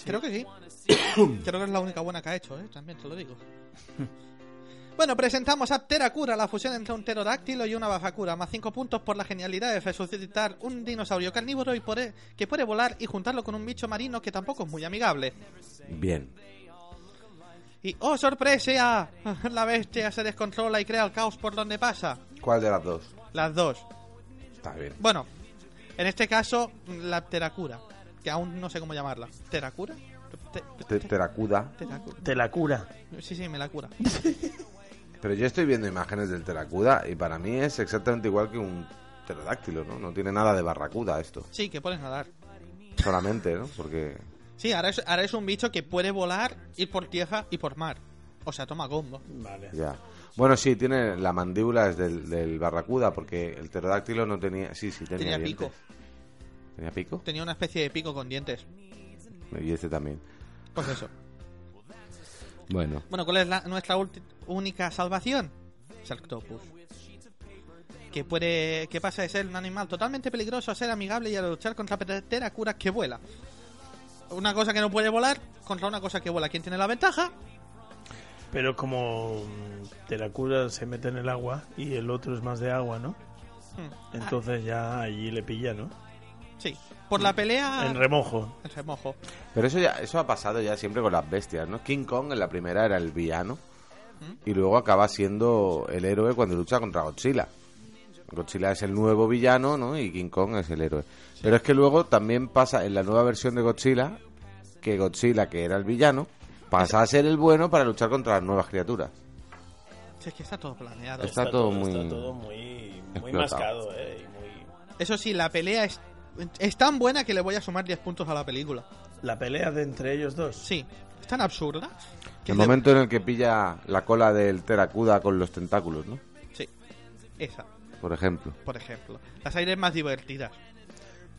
Speaker 2: Creo que sí. Creo que es la única buena que ha hecho, ¿eh? También te lo digo. <laughs> Bueno, presentamos a Teracura, la fusión entre un pterodáctilo y una bafacura, más 5 puntos por la genialidad de resucitar un dinosaurio carnívoro y poder- que puede volar y juntarlo con un bicho marino que tampoco es muy amigable.
Speaker 1: Bien.
Speaker 2: Y ¡oh, sorpresa! <laughs> La bestia se descontrola y crea el caos por donde pasa.
Speaker 1: ¿Cuál de las dos?
Speaker 2: Las dos.
Speaker 1: Está bien.
Speaker 2: Bueno, en este caso, la Teracura, que aún no sé cómo llamarla. ¿Teracura? Te-
Speaker 1: Te- Teracuda.
Speaker 2: Teracura.
Speaker 3: De la cura.
Speaker 2: Sí, sí, me la cura.
Speaker 1: Pero yo estoy viendo imágenes del Teracuda y para mí es exactamente igual que un pterodáctilo, ¿no? No tiene nada de barracuda esto.
Speaker 2: Sí, que puedes nadar.
Speaker 1: Solamente, ¿no? Porque...
Speaker 2: Sí, ahora es, ahora es un bicho que puede volar, ir por tierra y por mar. O sea, toma combo.
Speaker 3: Vale.
Speaker 1: Ya. Bueno, sí, tiene la mandíbula es del, del barracuda, porque el pterodáctilo no tenía... Sí, sí, tenía,
Speaker 2: Tenía pico.
Speaker 1: dientes. ¿Tenía pico?
Speaker 2: Tenía una especie de pico con dientes.
Speaker 1: Y este también.
Speaker 2: Pues eso.
Speaker 1: Bueno.
Speaker 2: Bueno, ¿cuál es la- nuestra ulti- única salvación? Sharktopus. Que puede que pasa de ser un animal totalmente peligroso a ser amigable y a luchar contra petera curas que vuela. Una cosa que no puede volar contra una cosa que vuela. ¿Quién tiene la ventaja?
Speaker 3: Pero como mm, de la cura se mete en el agua y el otro es más de agua, ¿no?
Speaker 2: Hmm.
Speaker 3: Entonces ya allí le pilla, ¿no?
Speaker 2: Ah, sí. Por la pelea.
Speaker 3: En remojo.
Speaker 2: en remojo.
Speaker 1: Pero eso ya eso ha pasado ya siempre con las bestias, ¿no? King Kong en la primera era el villano y luego acaba siendo el héroe cuando lucha contra Godzilla. Godzilla es el nuevo villano, ¿no? Y King Kong es el héroe. Pero es que luego también pasa en la nueva versión de Godzilla que Godzilla, que era el villano, pasa a ser el bueno para luchar contra las nuevas criaturas.
Speaker 2: Si es que está todo planeado.
Speaker 1: Está, todo, muy...
Speaker 13: muy,
Speaker 1: muy Explotado. mascado,
Speaker 13: ¿eh? Y muy...
Speaker 2: Eso sí, la pelea es, es tan buena que le voy a sumar 10 puntos a la película.
Speaker 3: La pelea de entre ellos dos.
Speaker 2: Sí, es tan absurda. que
Speaker 1: El
Speaker 2: le-
Speaker 1: momento en el que pilla la cola del Teracuda con los tentáculos, ¿no?
Speaker 2: Sí, esa,
Speaker 1: Por ejemplo.
Speaker 2: por ejemplo. Las aires más divertidas.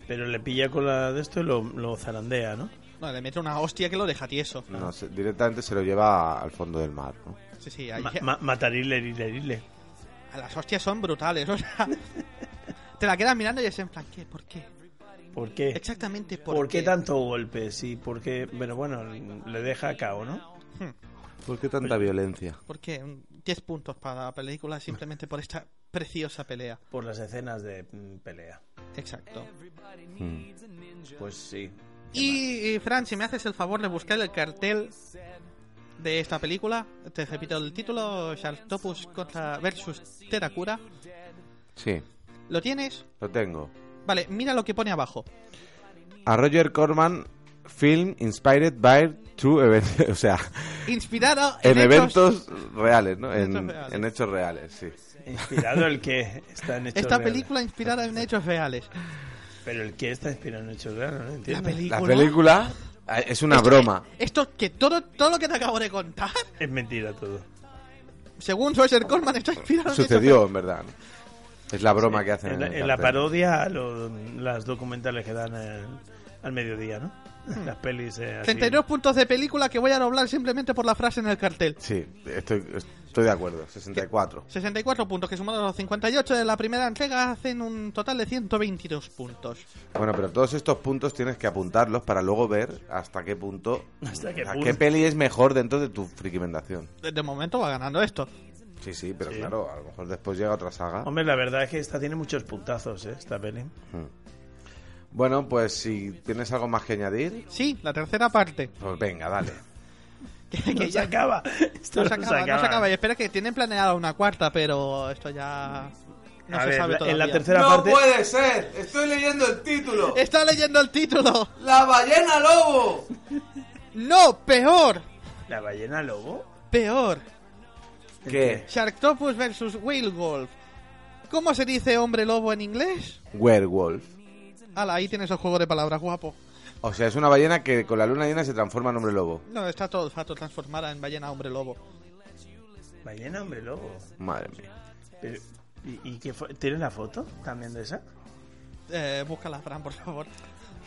Speaker 3: Pero le pilla con la de esto y lo, lo zarandea, ¿no?
Speaker 2: No, le mete una hostia que lo deja tieso.
Speaker 1: No sé, directamente se lo lleva al fondo del mar, ¿no?
Speaker 2: Sí, sí, ahí-
Speaker 3: Ma- ma- matarile, herile, herile.
Speaker 2: a las hostias son brutales.
Speaker 1: <laughs>
Speaker 2: O sea, te la quedas mirando y es en plan, ¿qué? ¿Por qué?
Speaker 3: ¿Por qué?
Speaker 2: Exactamente, ¿por,
Speaker 3: ¿Por, qué tanto golpe? Sí, porque... Pero bueno, le deja cao, ¿no?
Speaker 1: ¿Por Pues qué tanta violencia?
Speaker 2: ¿Por qué? Un 10 puntos para la película simplemente por esta preciosa pelea.
Speaker 3: Por las escenas de mm, pelea.
Speaker 2: Exacto.
Speaker 1: Mm.
Speaker 3: Pues sí.
Speaker 2: Y, y, Fran, si me haces el favor de buscar el cartel de esta película, te repito el título, Sharktopus contra versus Teracura.
Speaker 1: Sí,
Speaker 2: ¿Lo tienes?
Speaker 1: lo tengo.
Speaker 2: Vale, mira lo que pone abajo.
Speaker 1: A Roger Corman, film inspired by True event, <laughs> o sea,
Speaker 2: Inspirado
Speaker 1: en,
Speaker 2: en,
Speaker 1: eventos
Speaker 2: hechos-
Speaker 1: reales, ¿no?
Speaker 2: en
Speaker 1: En,
Speaker 2: hechos reales.
Speaker 1: en hechos reales, sí.
Speaker 3: Inspirado el que está en hechos
Speaker 2: Esta
Speaker 3: reales.
Speaker 2: película inspirada en hechos reales.
Speaker 3: Pero el que está inspirado en hechos reales, no entiendo.
Speaker 2: La película.
Speaker 1: La película eh, es una broma.
Speaker 2: Esto que todo, todo lo que te acabo de contar,
Speaker 3: Es mentira todo.
Speaker 2: según Schweizer Coleman, está inspirado en hechos
Speaker 1: Sucedió, en verdad. Es la broma que hacen
Speaker 3: En
Speaker 1: en,
Speaker 3: la,
Speaker 1: el
Speaker 3: en la
Speaker 1: cartel.
Speaker 3: parodia, a lo- las documentales que dan al, al mediodía, ¿no?
Speaker 2: Hmm.
Speaker 3: Las pelis. eh, así.
Speaker 2: 32 puntos de película que voy a doblar simplemente por la frase en el cartel.
Speaker 1: Sí, estoy, estoy de acuerdo. 64.
Speaker 2: 64 puntos que sumados a los 58 de la primera entrega hacen un total de 122 puntos.
Speaker 1: Bueno, pero todos estos puntos tienes que apuntarlos para luego ver hasta qué punto.
Speaker 2: <laughs> Hasta qué
Speaker 1: o sea,
Speaker 2: punto.
Speaker 1: peli es mejor dentro de tu frikimendación.
Speaker 2: De de momento va ganando esto.
Speaker 1: Sí, sí, pero
Speaker 3: Sí.
Speaker 1: claro, a lo mejor después llega otra saga.
Speaker 3: Hombre, la verdad es que esta tiene muchos puntazos, ¿eh?
Speaker 2: <laughs>
Speaker 3: Esta peli.
Speaker 1: Mm. Bueno, pues si tienes algo más que añadir,
Speaker 2: Sí, la tercera parte. <laughs>
Speaker 1: pues venga, dale.
Speaker 2: Que
Speaker 3: No
Speaker 2: ya-
Speaker 3: se acaba. Esto
Speaker 2: no se acaba, no se acaba. Y espera que tienen planeada una cuarta, pero esto ya no
Speaker 3: A
Speaker 2: se
Speaker 3: ver,
Speaker 2: sabe
Speaker 3: la- en la
Speaker 2: todavía.
Speaker 3: tercera No parte- puede
Speaker 1: ser! ¡Estoy leyendo el título!
Speaker 2: ¡Está leyendo el título!
Speaker 1: ¡La ballena lobo!
Speaker 2: ¡No! ¡Peor!
Speaker 3: ¿La ballena lobo?
Speaker 2: ¡Peor!
Speaker 1: ¿Qué?
Speaker 2: Sharktopus versus Whale Wolf. ¿Cómo se dice hombre lobo en inglés?
Speaker 1: Werewolf.
Speaker 2: Ala, ahí tienes el juego de palabras, guapo.
Speaker 1: O sea, es una ballena que con la luna llena se transforma en hombre lobo.
Speaker 2: No, está todo el rato transformada en ballena hombre lobo.
Speaker 3: Ballena, hombre, lobo.
Speaker 1: Madre mía.
Speaker 3: Pero, ¿Y, y qué fue? ¿Tienes la foto también de esa?
Speaker 2: Eh, búscala, Fran, por favor.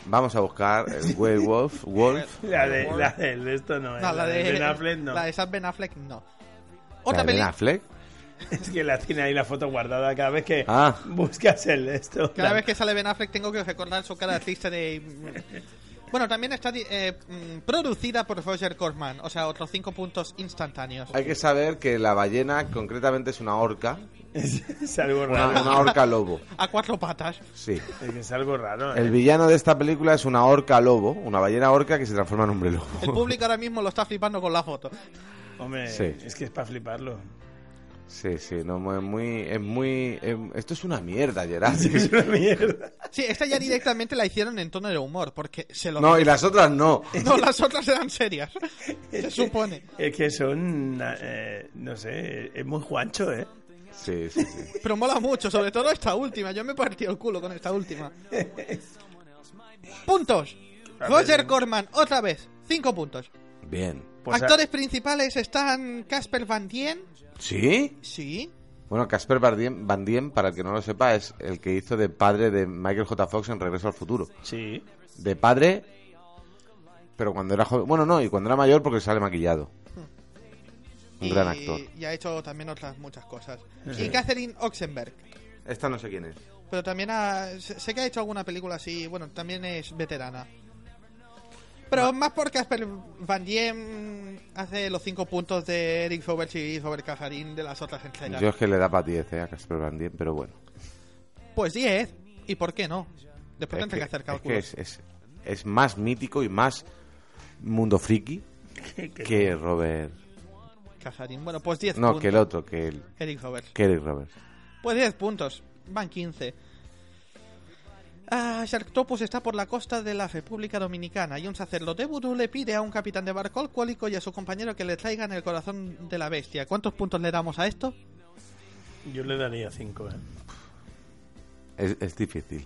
Speaker 1: Vamos a buscar el werewolf. Wolf.
Speaker 3: La de, la de- de esto no es.
Speaker 2: No, la de, <laughs>
Speaker 3: Ben Affleck no.
Speaker 2: La de Sam Ben Affleck, no.
Speaker 1: ¿La
Speaker 2: Otra
Speaker 1: de Ben
Speaker 2: película.
Speaker 1: Affleck?
Speaker 3: Es <laughs> que la tiene ahí la foto guardada cada vez que
Speaker 1: Ah.
Speaker 3: buscas el esto.
Speaker 2: Cada
Speaker 3: La-
Speaker 2: vez que sale Ben Affleck tengo que recordar su cara triste de... mm. Bueno, también está di- eh, mm, producida por Roger Corman, o sea, otros cinco puntos instantáneos.
Speaker 1: Hay que saber que la ballena concretamente es una orca.
Speaker 3: <laughs> Es algo
Speaker 1: Una,
Speaker 3: raro.
Speaker 1: una orca lobo.
Speaker 2: A cuatro patas.
Speaker 1: Sí.
Speaker 3: Es que es algo raro. ¿eh?
Speaker 1: El villano de esta película es una orca lobo, una ballena orca que se transforma en hombre
Speaker 2: El
Speaker 1: lobo.
Speaker 2: público ahora mismo lo está flipando con la foto.
Speaker 3: Hombre,
Speaker 1: Sí.
Speaker 3: es que es para fliparlo.
Speaker 1: Sí, sí, no, es muy, es muy, em, esto es una mierda,
Speaker 3: <laughs>
Speaker 1: Gerard.
Speaker 3: Es una mierda.
Speaker 2: Sí, esta ya directamente la hicieron en tono de humor, porque se
Speaker 1: <laughs>
Speaker 2: lo...
Speaker 1: No, y las otras no.
Speaker 2: No, las otras eran serias, se supone.
Speaker 3: Es que son. eh, no sé, es muy juancho, ¿eh?
Speaker 1: Sí, sí, sí.
Speaker 2: Pero mola mucho, sobre todo esta última. Yo me partí el culo con esta última. Puntos.
Speaker 3: A ver,
Speaker 2: Roger
Speaker 3: venga.
Speaker 2: Corman, otra vez. Cinco puntos.
Speaker 1: Bien.
Speaker 3: Pues a-
Speaker 2: Actores principales están Casper Van Dien.
Speaker 1: ¿Sí?
Speaker 2: Sí.
Speaker 1: Bueno, Casper Van Dien- Van Dien, para el que no lo sepa, es el que hizo de padre de Michael J. Fox en Regreso al Futuro.
Speaker 3: Sí.
Speaker 1: De padre, pero cuando era joven. Bueno, no, y cuando era mayor porque sale maquillado. Un gran actor.
Speaker 2: Y ha hecho también otras muchas cosas.
Speaker 1: Sí.
Speaker 2: Y Catherine Oxenberg.
Speaker 1: Esta no sé quién es.
Speaker 2: Pero también ha- sé sé que ha hecho alguna película así. Bueno, también es veterana. Pero más por Casper Van Dien hace los cinco puntos de Eric Fowler y Fowler Cajarín de las otras entregas.
Speaker 1: Yo es que le da para 10 eh, a Casper Van Dien, pero bueno.
Speaker 2: Pues 10. ¿Y por qué no? Después
Speaker 1: Es
Speaker 2: tendré que, hacer
Speaker 1: es,
Speaker 2: cálculos.
Speaker 1: que es- es- es más mítico y más mundo
Speaker 2: <laughs>
Speaker 1: friki que Robert.
Speaker 2: Cajarín. Bueno, pues 10
Speaker 1: No,
Speaker 2: puntos.
Speaker 1: que el otro, que el.
Speaker 2: Eric Roberts.
Speaker 1: Que Eric Robert.
Speaker 2: Pues 10 puntos. Van 15. Ah, Sharktopus está por la costa de la República Dominicana y un sacerdote vudú le pide a un capitán de barco alcohólico y a su compañero que le traigan el corazón de la bestia. ¿Cuántos puntos le damos a esto?
Speaker 3: Yo le daría 5, ¿eh?
Speaker 1: Es, es difícil.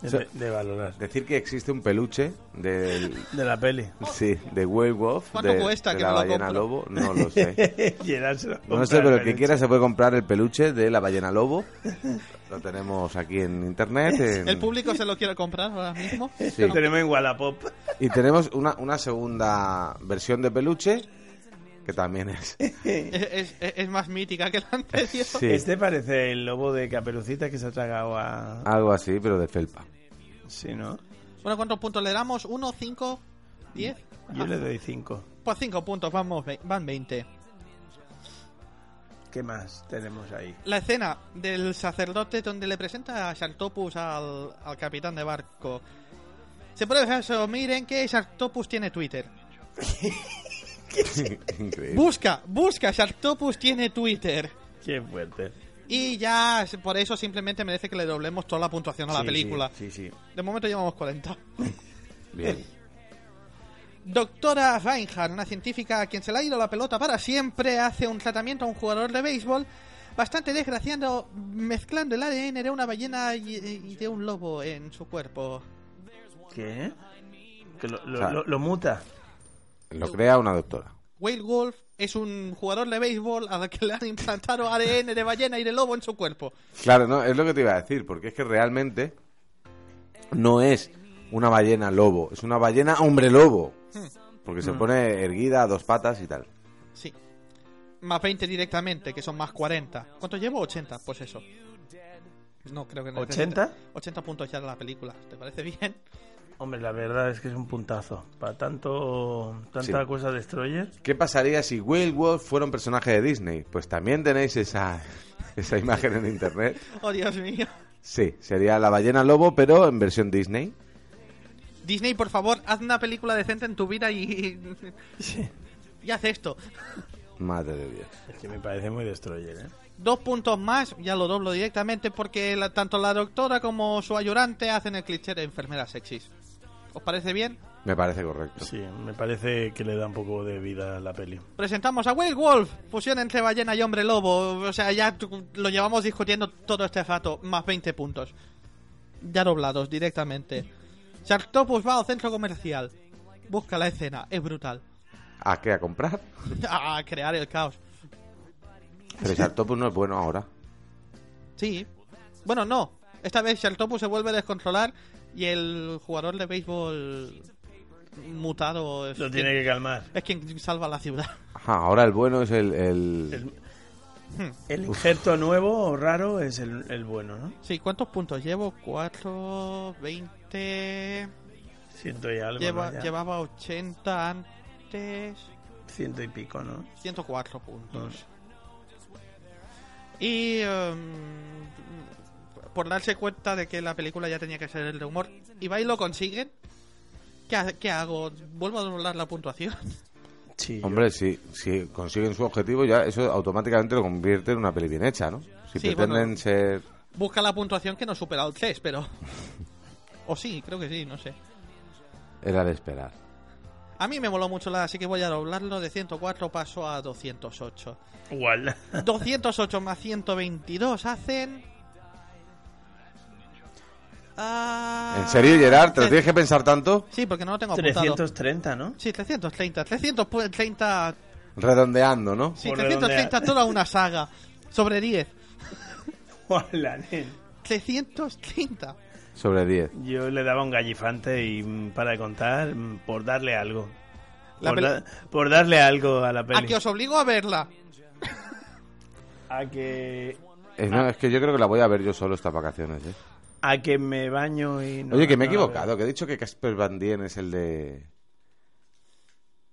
Speaker 3: De,
Speaker 1: O sea,
Speaker 3: de valorar.
Speaker 1: decir que existe un peluche del.
Speaker 3: De la peli. <laughs>
Speaker 1: Sí, de Werewolf.
Speaker 2: Oh. ¿Cuánto
Speaker 1: de,
Speaker 2: cuesta
Speaker 1: de
Speaker 2: que
Speaker 1: la
Speaker 2: me lo
Speaker 1: ballena
Speaker 2: compro?
Speaker 1: lobo, no lo
Speaker 2: <laughs>
Speaker 1: sé.
Speaker 3: Gerard se lo
Speaker 1: No
Speaker 3: compra
Speaker 1: sé, pero el que
Speaker 3: peluche.
Speaker 1: quiera se puede comprar el peluche de la ballena lobo. <laughs> Lo tenemos aquí en internet. en-
Speaker 2: <laughs> ¿El público se lo quiere comprar ahora
Speaker 1: <laughs>
Speaker 2: mismo?
Speaker 1: Sí.
Speaker 3: Lo tenemos en Wallapop.
Speaker 1: Y tenemos una, una segunda versión de peluche que también
Speaker 2: <laughs>
Speaker 1: es.
Speaker 2: <laughs> Es, es- es más mítica que la
Speaker 1: <laughs>
Speaker 2: anterior.
Speaker 1: Sí.
Speaker 3: Este parece el lobo de Caperucita que se ha tragado a...
Speaker 1: Algo así, pero de felpa.
Speaker 3: Sí, ¿no?
Speaker 2: Bueno, ¿cuántos puntos le damos? ¿Uno, cinco, diez?
Speaker 3: Yo le doy 5.
Speaker 2: Pues 5 puntos, vamos, ve- van 20.
Speaker 3: ¿Qué más tenemos ahí?
Speaker 2: La escena del sacerdote donde le presenta a Sharktopus al, al capitán de barco. Se puede ver eso, miren que Sharktopus tiene Twitter.
Speaker 1: <laughs>
Speaker 3: Eh.
Speaker 1: Increíble.
Speaker 2: Busca, busca, Sharktopus tiene Twitter.
Speaker 3: Qué fuerte.
Speaker 2: Y ya, se- por eso simplemente merece que le doblemos toda la puntuación a la
Speaker 3: Sí,
Speaker 2: película.
Speaker 3: Sí, sí. sí.
Speaker 2: De momento llevamos 40.
Speaker 1: Bien.
Speaker 2: Doctora Reinhardt, una científica a quien se le ha ido la pelota para siempre, hace un tratamiento a un jugador de béisbol bastante desgraciado, mezclando el ADN de una ballena y, y de un lobo en su cuerpo.
Speaker 3: ¿Qué? Que lo, lo-
Speaker 1: O sea,
Speaker 3: lo- lo muta.
Speaker 1: Lo crea una doctora.
Speaker 2: Whale Wolf es un jugador de béisbol al que le han implantado ADN de ballena y de lobo en su cuerpo.
Speaker 1: Claro, no, es lo que te iba a decir, porque es que realmente no es una ballena lobo, es una ballena hombre lobo, porque se
Speaker 2: Mm.
Speaker 1: pone erguida a dos patas y tal.
Speaker 2: Sí. Más 20 directamente, que son más 40. ¿Cuánto llevo? 80, pues eso. No, creo que no.
Speaker 3: 80?
Speaker 2: 80 puntos ya de la película. ¿Te parece bien? <laughs>
Speaker 3: Hombre, la verdad es que es un puntazo. Para tanto, tanta
Speaker 1: Sí.
Speaker 3: cosa destroyer.
Speaker 1: ¿Qué pasaría si Will Wolf fuera un personaje de Disney? Pues también tenéis esa, <laughs> esa imagen en internet.
Speaker 2: Oh, Dios mío.
Speaker 1: Sí, sería la ballena lobo, pero en versión Disney.
Speaker 2: Disney, por favor, haz una película decente en tu vida y. Y haz esto.
Speaker 1: Madre de Dios.
Speaker 3: Es que me parece muy destroyer, ¿eh?
Speaker 2: Dos puntos más, ya lo doblo directamente porque la- tanto la doctora como su ayudante hacen el cliché de enfermeras sexys. ¿Os parece bien?
Speaker 1: Me parece correcto.
Speaker 3: Sí, me parece que le da un poco de vida a la peli.
Speaker 2: Presentamos a Will Wolf, fusión entre ballena y hombre lobo. O sea, ya tu- lo llevamos discutiendo todo este rato, más 20 puntos. Ya doblados directamente. Sharktopus va al centro comercial. Busca la escena, es brutal. <laughs>
Speaker 1: ¿A qué? ¿A comprar?
Speaker 2: A crear el caos.
Speaker 1: Pero Sartopus no es bueno ahora.
Speaker 2: Sí. Bueno, no. Esta vez Sharktopus se vuelve a descontrolar y el jugador de béisbol mutado es
Speaker 3: Lo tiene
Speaker 2: quien-
Speaker 3: que calmar.
Speaker 2: Es quien salva la ciudad. <laughs>
Speaker 1: Ajá, ahora el bueno es el... el-
Speaker 3: El injerto nuevo o raro es el, el bueno, ¿no?
Speaker 2: Sí, ¿cuántos puntos llevo? 4, 20.
Speaker 3: Ciento y algo.
Speaker 2: Lleva-
Speaker 3: ¿no? Ya.
Speaker 2: Llevaba 80 antes.
Speaker 3: Ciento y pico, ¿no?
Speaker 2: 104 puntos. Y. em, por darse cuenta de que la película ya tenía que ser el de humor. Y va y lo consiguen. ¿Qué, ha- qué hago? ¿Vuelvo a doblar la puntuación? <laughs>
Speaker 3: Sí.
Speaker 1: Hombre, si, si consiguen su objetivo, ya eso automáticamente lo convierte en una peli bien hecha, ¿no? Si
Speaker 2: Sí,
Speaker 1: pretenden
Speaker 2: bueno.
Speaker 1: ser...
Speaker 2: Busca la puntuación que no supera el 3, pero. <laughs> o sí, creo que sí, no sé.
Speaker 1: Era de esperar.
Speaker 2: A mí me moló mucho la, así que voy a doblarlo. De 104 paso a 208.
Speaker 3: Igual.
Speaker 2: 208 más 122 hacen. Ah,
Speaker 1: ¿En serio, Gerard? ¿Te lo
Speaker 2: tre-
Speaker 1: tienes que pensar tanto?
Speaker 2: Sí, porque no lo tengo apuntado.
Speaker 3: 330, ¿no? <laughs>
Speaker 2: Sí, 330. 330.
Speaker 1: Redondeando, ¿no?
Speaker 2: Sí, 330 toda una saga. Sobre 10.
Speaker 3: Hola, nen.
Speaker 2: 330.
Speaker 1: Sobre 10.
Speaker 3: Yo le daba un gallifante y mm, para de contar, mm, por darle algo.
Speaker 2: La
Speaker 3: Por,
Speaker 2: peli-
Speaker 3: da- por darle algo a la
Speaker 2: A
Speaker 3: peli.
Speaker 2: que os obligo a verla.
Speaker 3: A que,
Speaker 1: Eh, no, es que yo creo que la voy a ver yo solo estas vacaciones, ¿eh?
Speaker 3: a que me baño y... no-
Speaker 1: Oye, que me he
Speaker 3: no la veo.
Speaker 1: equivocado, que he dicho que Casper Van Dien es el de...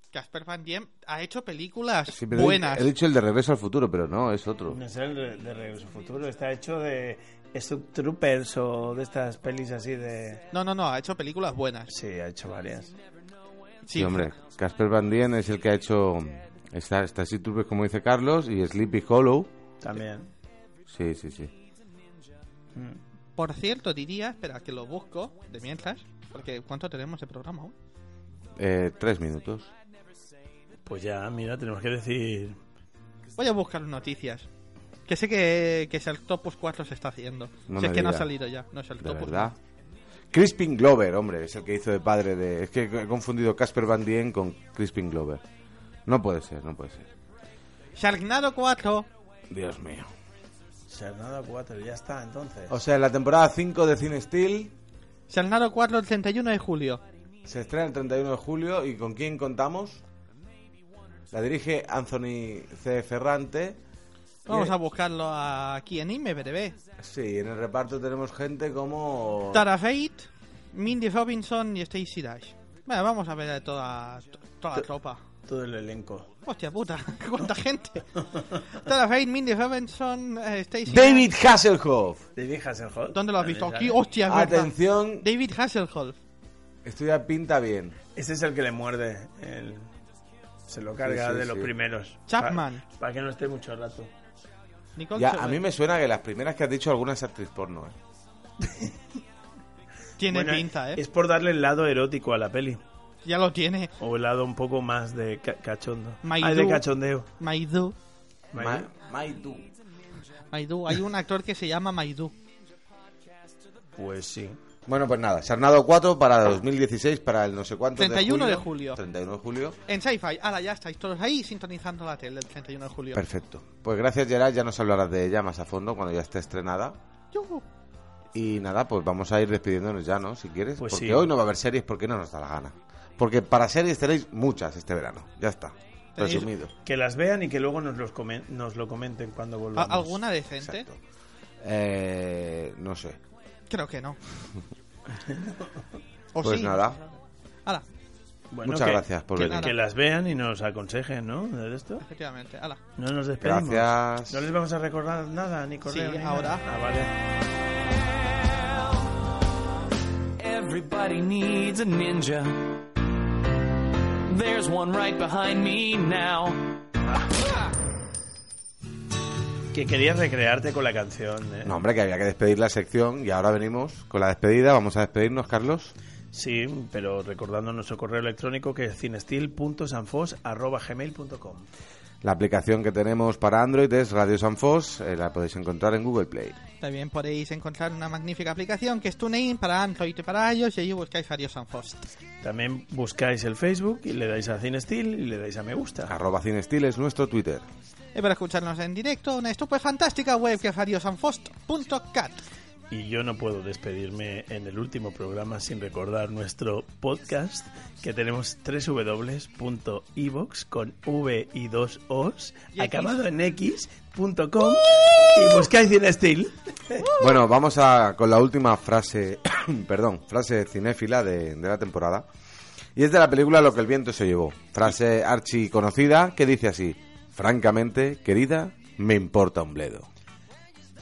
Speaker 2: Casper Van Diem ha hecho películas
Speaker 1: Sí, pero he-
Speaker 2: buenas.
Speaker 1: He dicho el de Regreso al Futuro, pero no, es otro.
Speaker 3: No sé, el de- de Regreso al Futuro está hecho de Stuck Troopers o de estas pelis así de...
Speaker 2: No, no, no, ha hecho películas buenas.
Speaker 3: Sí, ha hecho varias.
Speaker 1: Sí, hombre. Casper Van Dien es el que ha hecho... Está, está Sea Turbo, como dice Carlos, y Sleepy Hollow.
Speaker 3: También.
Speaker 1: Sí, sí, sí.
Speaker 2: Por cierto, diría, espera, que lo busco de mientras. Porque ¿cuánto tenemos de programa aún?
Speaker 1: Eh, tres minutos.
Speaker 3: Pues ya, mira, tenemos que decir...
Speaker 2: Voy a buscar noticias. Que sé que, que Sartopus 4 se está haciendo.
Speaker 1: No me
Speaker 2: si es que no ha
Speaker 1: digas.
Speaker 2: salido ya, no es
Speaker 1: De
Speaker 2: Sartopus.
Speaker 1: verdad. Crispin Glover, hombre, es el que hizo de padre de... Es que he confundido Casper Van Dien con Crispin Glover. No puede ser, no puede ser.
Speaker 2: Sharknado 4.
Speaker 1: Dios mío.
Speaker 3: Sharknado 4, ya está, entonces.
Speaker 1: O sea, en la temporada 5 de Cine Steel
Speaker 2: Sharknado 4 el 31 de julio.
Speaker 1: se estrena el 31 de julio y ¿con quién contamos? La dirige Anthony C. Ferrante.
Speaker 2: Vamos
Speaker 1: Y-
Speaker 2: a buscarlo aquí en E IMDb.
Speaker 1: Sí, en el reparto tenemos gente como...
Speaker 2: Tara Fate, Mindy Robinson y Stacy Dash. Bueno, vamos a ver a toda, to- toda la tropa.
Speaker 3: Todo el elenco.
Speaker 2: Hostia puta, <laughs> cuánta gente. Tara Fate, Mindy Robinson, eh, Stacy
Speaker 1: David Hasselhoff.
Speaker 3: David Hasselhoff.
Speaker 2: ¿Dónde lo has visto?
Speaker 3: Sale,
Speaker 2: Aquí,
Speaker 3: sale.
Speaker 2: hostia, es verdad.
Speaker 1: Atención,
Speaker 2: David Hasselhoff.
Speaker 1: esto ya pinta bien.
Speaker 3: Ese es el que le muerde. el- Se lo carga
Speaker 1: Sí, sí,
Speaker 3: de los
Speaker 1: sí.
Speaker 3: primeros.
Speaker 2: Chapman.
Speaker 3: Para que no esté mucho rato.
Speaker 2: Nicole
Speaker 1: Ya, a
Speaker 2: Kidman.
Speaker 1: mí me suena que las primeras que has dicho alguna es actriz porno. ¿eh?
Speaker 2: Tiene
Speaker 3: Bueno,
Speaker 2: pinta, ¿eh?
Speaker 3: Es por darle el lado erótico a la peli.
Speaker 2: Ya lo tiene.
Speaker 3: O el lado un poco más de ca- cachondo.
Speaker 2: Maidú.
Speaker 3: Ay, de cachondeo.
Speaker 2: Maidú.
Speaker 3: Maidú.
Speaker 1: Maidú.
Speaker 2: Maidú. Hay un actor que se llama Maidú.
Speaker 3: Pues sí.
Speaker 1: Bueno, pues nada, Sarnado 4 para 2016, para el no sé cuánto.
Speaker 2: 31 de
Speaker 1: de
Speaker 2: julio.
Speaker 1: 31 de julio.
Speaker 2: En Sci-Fi. Ahora ya estáis todos ahí sintonizando la tele el 31 de julio.
Speaker 1: Perfecto. Pues gracias, Gerard. Ya nos hablarás de ella más a fondo cuando ya esté estrenada.
Speaker 2: Yujú.
Speaker 1: Y nada, pues vamos a ir despidiéndonos ya, ¿no? Si quieres.
Speaker 3: Pues
Speaker 1: porque
Speaker 3: sí.
Speaker 1: hoy no va a haber series porque no nos da la gana. Porque para series tenéis muchas este verano. Ya está.
Speaker 3: Tenéis-
Speaker 1: Resumido.
Speaker 3: Que las vean y que luego nos, los comen- nos lo comenten cuando
Speaker 2: ¿A-
Speaker 3: volvamos.
Speaker 2: ¿Alguna decente?
Speaker 1: Eh, no sé.
Speaker 2: Creo
Speaker 1: <laughs>
Speaker 2: que no. O
Speaker 1: pues
Speaker 2: sí.
Speaker 1: nada.
Speaker 2: Ala,
Speaker 3: Bueno,
Speaker 1: Muchas
Speaker 3: que-
Speaker 1: gracias por
Speaker 3: que,
Speaker 1: venir.
Speaker 3: Que las vean y nos aconsejen, ¿no? De esto.
Speaker 2: efectivamente. Ala.
Speaker 3: No nos despedimos.
Speaker 1: Gracias.
Speaker 3: No les vamos a recordar nada, ni correo.
Speaker 2: Sí,
Speaker 3: ni
Speaker 2: ahora.
Speaker 3: nada. Ah, vale.
Speaker 12: Everybody needs a ninja. There's one right behind me now.
Speaker 3: Que querías recrearte con la canción. ¿eh?
Speaker 1: No, hombre, que había que despedir la sección y ahora venimos con la despedida. Vamos a despedirnos, Carlos.
Speaker 3: Sí, pero recordando nuestro correo electrónico que es cinestil.sanfos.gmail.com.
Speaker 1: La aplicación que tenemos para Android es Radio Sanfos. eh, la podéis encontrar en Google Play.
Speaker 2: También podéis encontrar una magnífica aplicación que es TuneIn para Android y para iOS y allí buscáis varios Sanfost.
Speaker 3: También buscáis el Facebook y le dais a Cinestil y le dais a me gusta.
Speaker 1: Arroba Cinestil es nuestro Twitter.
Speaker 2: Y para escucharnos en directo, una fantástica web que es radiosanfost.cat.
Speaker 3: Y yo no puedo despedirme en el último programa sin recordar nuestro podcast que tenemos www.ivox con v y dos os
Speaker 2: Y X.
Speaker 3: acabado en x.com y buscáis Cinestil.
Speaker 1: Bueno, vamos a con la última frase, <coughs> perdón, frase cinéfila de, de la temporada. Y es de la película Lo que el viento se llevó. Frase archi conocida que dice así: Francamente, querida, me importa un bledo.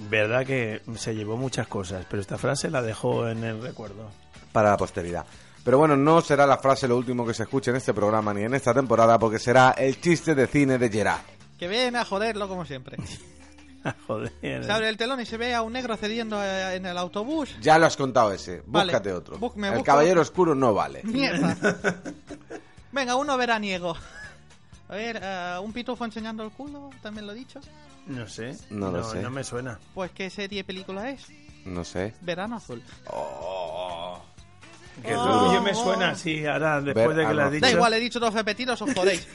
Speaker 3: Verdad que se llevó muchas cosas, pero esta frase la dejó en el recuerdo. <laughs>
Speaker 1: Para la posteridad. Pero bueno, no será la frase lo último que se escuche en este programa ni en esta temporada, porque será el chiste de cine de Gerard.
Speaker 2: Que ven a joderlo como siempre.
Speaker 1: <laughs>
Speaker 3: Joder.
Speaker 2: Se abre el telón y se ve a un negro cediendo eh, en el autobús.
Speaker 1: Ya lo has contado ese,
Speaker 2: Vale.
Speaker 1: búscate otro.
Speaker 2: Bú- me
Speaker 1: el
Speaker 2: busco
Speaker 1: caballero oscuro no
Speaker 2: <laughs>
Speaker 1: vale.
Speaker 2: Mierda. Venga, uno veraniego. A ver, eh, un pitufo enseñando el culo, también lo he dicho.
Speaker 3: No sé.
Speaker 1: No lo sé.
Speaker 3: No me suena.
Speaker 2: Pues, ¿qué serie película es?
Speaker 1: No sé.
Speaker 2: Verano Azul.
Speaker 1: Qué
Speaker 2: Oh.
Speaker 1: duro.
Speaker 3: Yo me suena así, ahora después
Speaker 1: Ver-
Speaker 3: de
Speaker 1: ah,
Speaker 3: que la
Speaker 1: no.
Speaker 3: has dicho.
Speaker 2: Da igual, he dicho dos repetidos, os jodéis.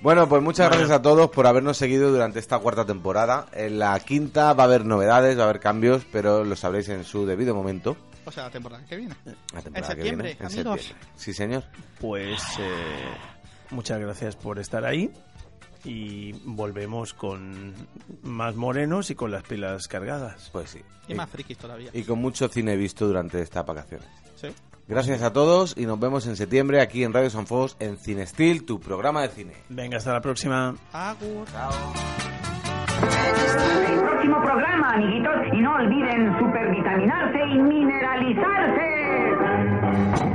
Speaker 1: Bueno, pues muchas gracias a todos por habernos seguido durante esta cuarta temporada. En la quinta va a haber novedades, va a haber cambios, pero lo sabréis en su debido momento.
Speaker 2: O sea, la temporada que viene.
Speaker 1: La temporada
Speaker 2: En
Speaker 1: que
Speaker 2: septiembre,
Speaker 1: viene, en
Speaker 2: amigos.
Speaker 1: septiembre. Sí, señor.
Speaker 3: Pues eh, muchas gracias por estar ahí y volvemos con más morenos y con las pilas cargadas.
Speaker 1: Pues sí.
Speaker 2: Y más frikis todavía.
Speaker 1: y con mucho cine visto durante estas vacaciones.
Speaker 2: Sí.
Speaker 1: Gracias a todos y nos vemos en septiembre aquí en Radio San Fos en Cinestil, tu programa de cine.
Speaker 3: Venga, hasta la próxima.
Speaker 2: Agur.
Speaker 13: El próximo programa, amiguitos, y no olviden supervitaminarse y mineralizarse.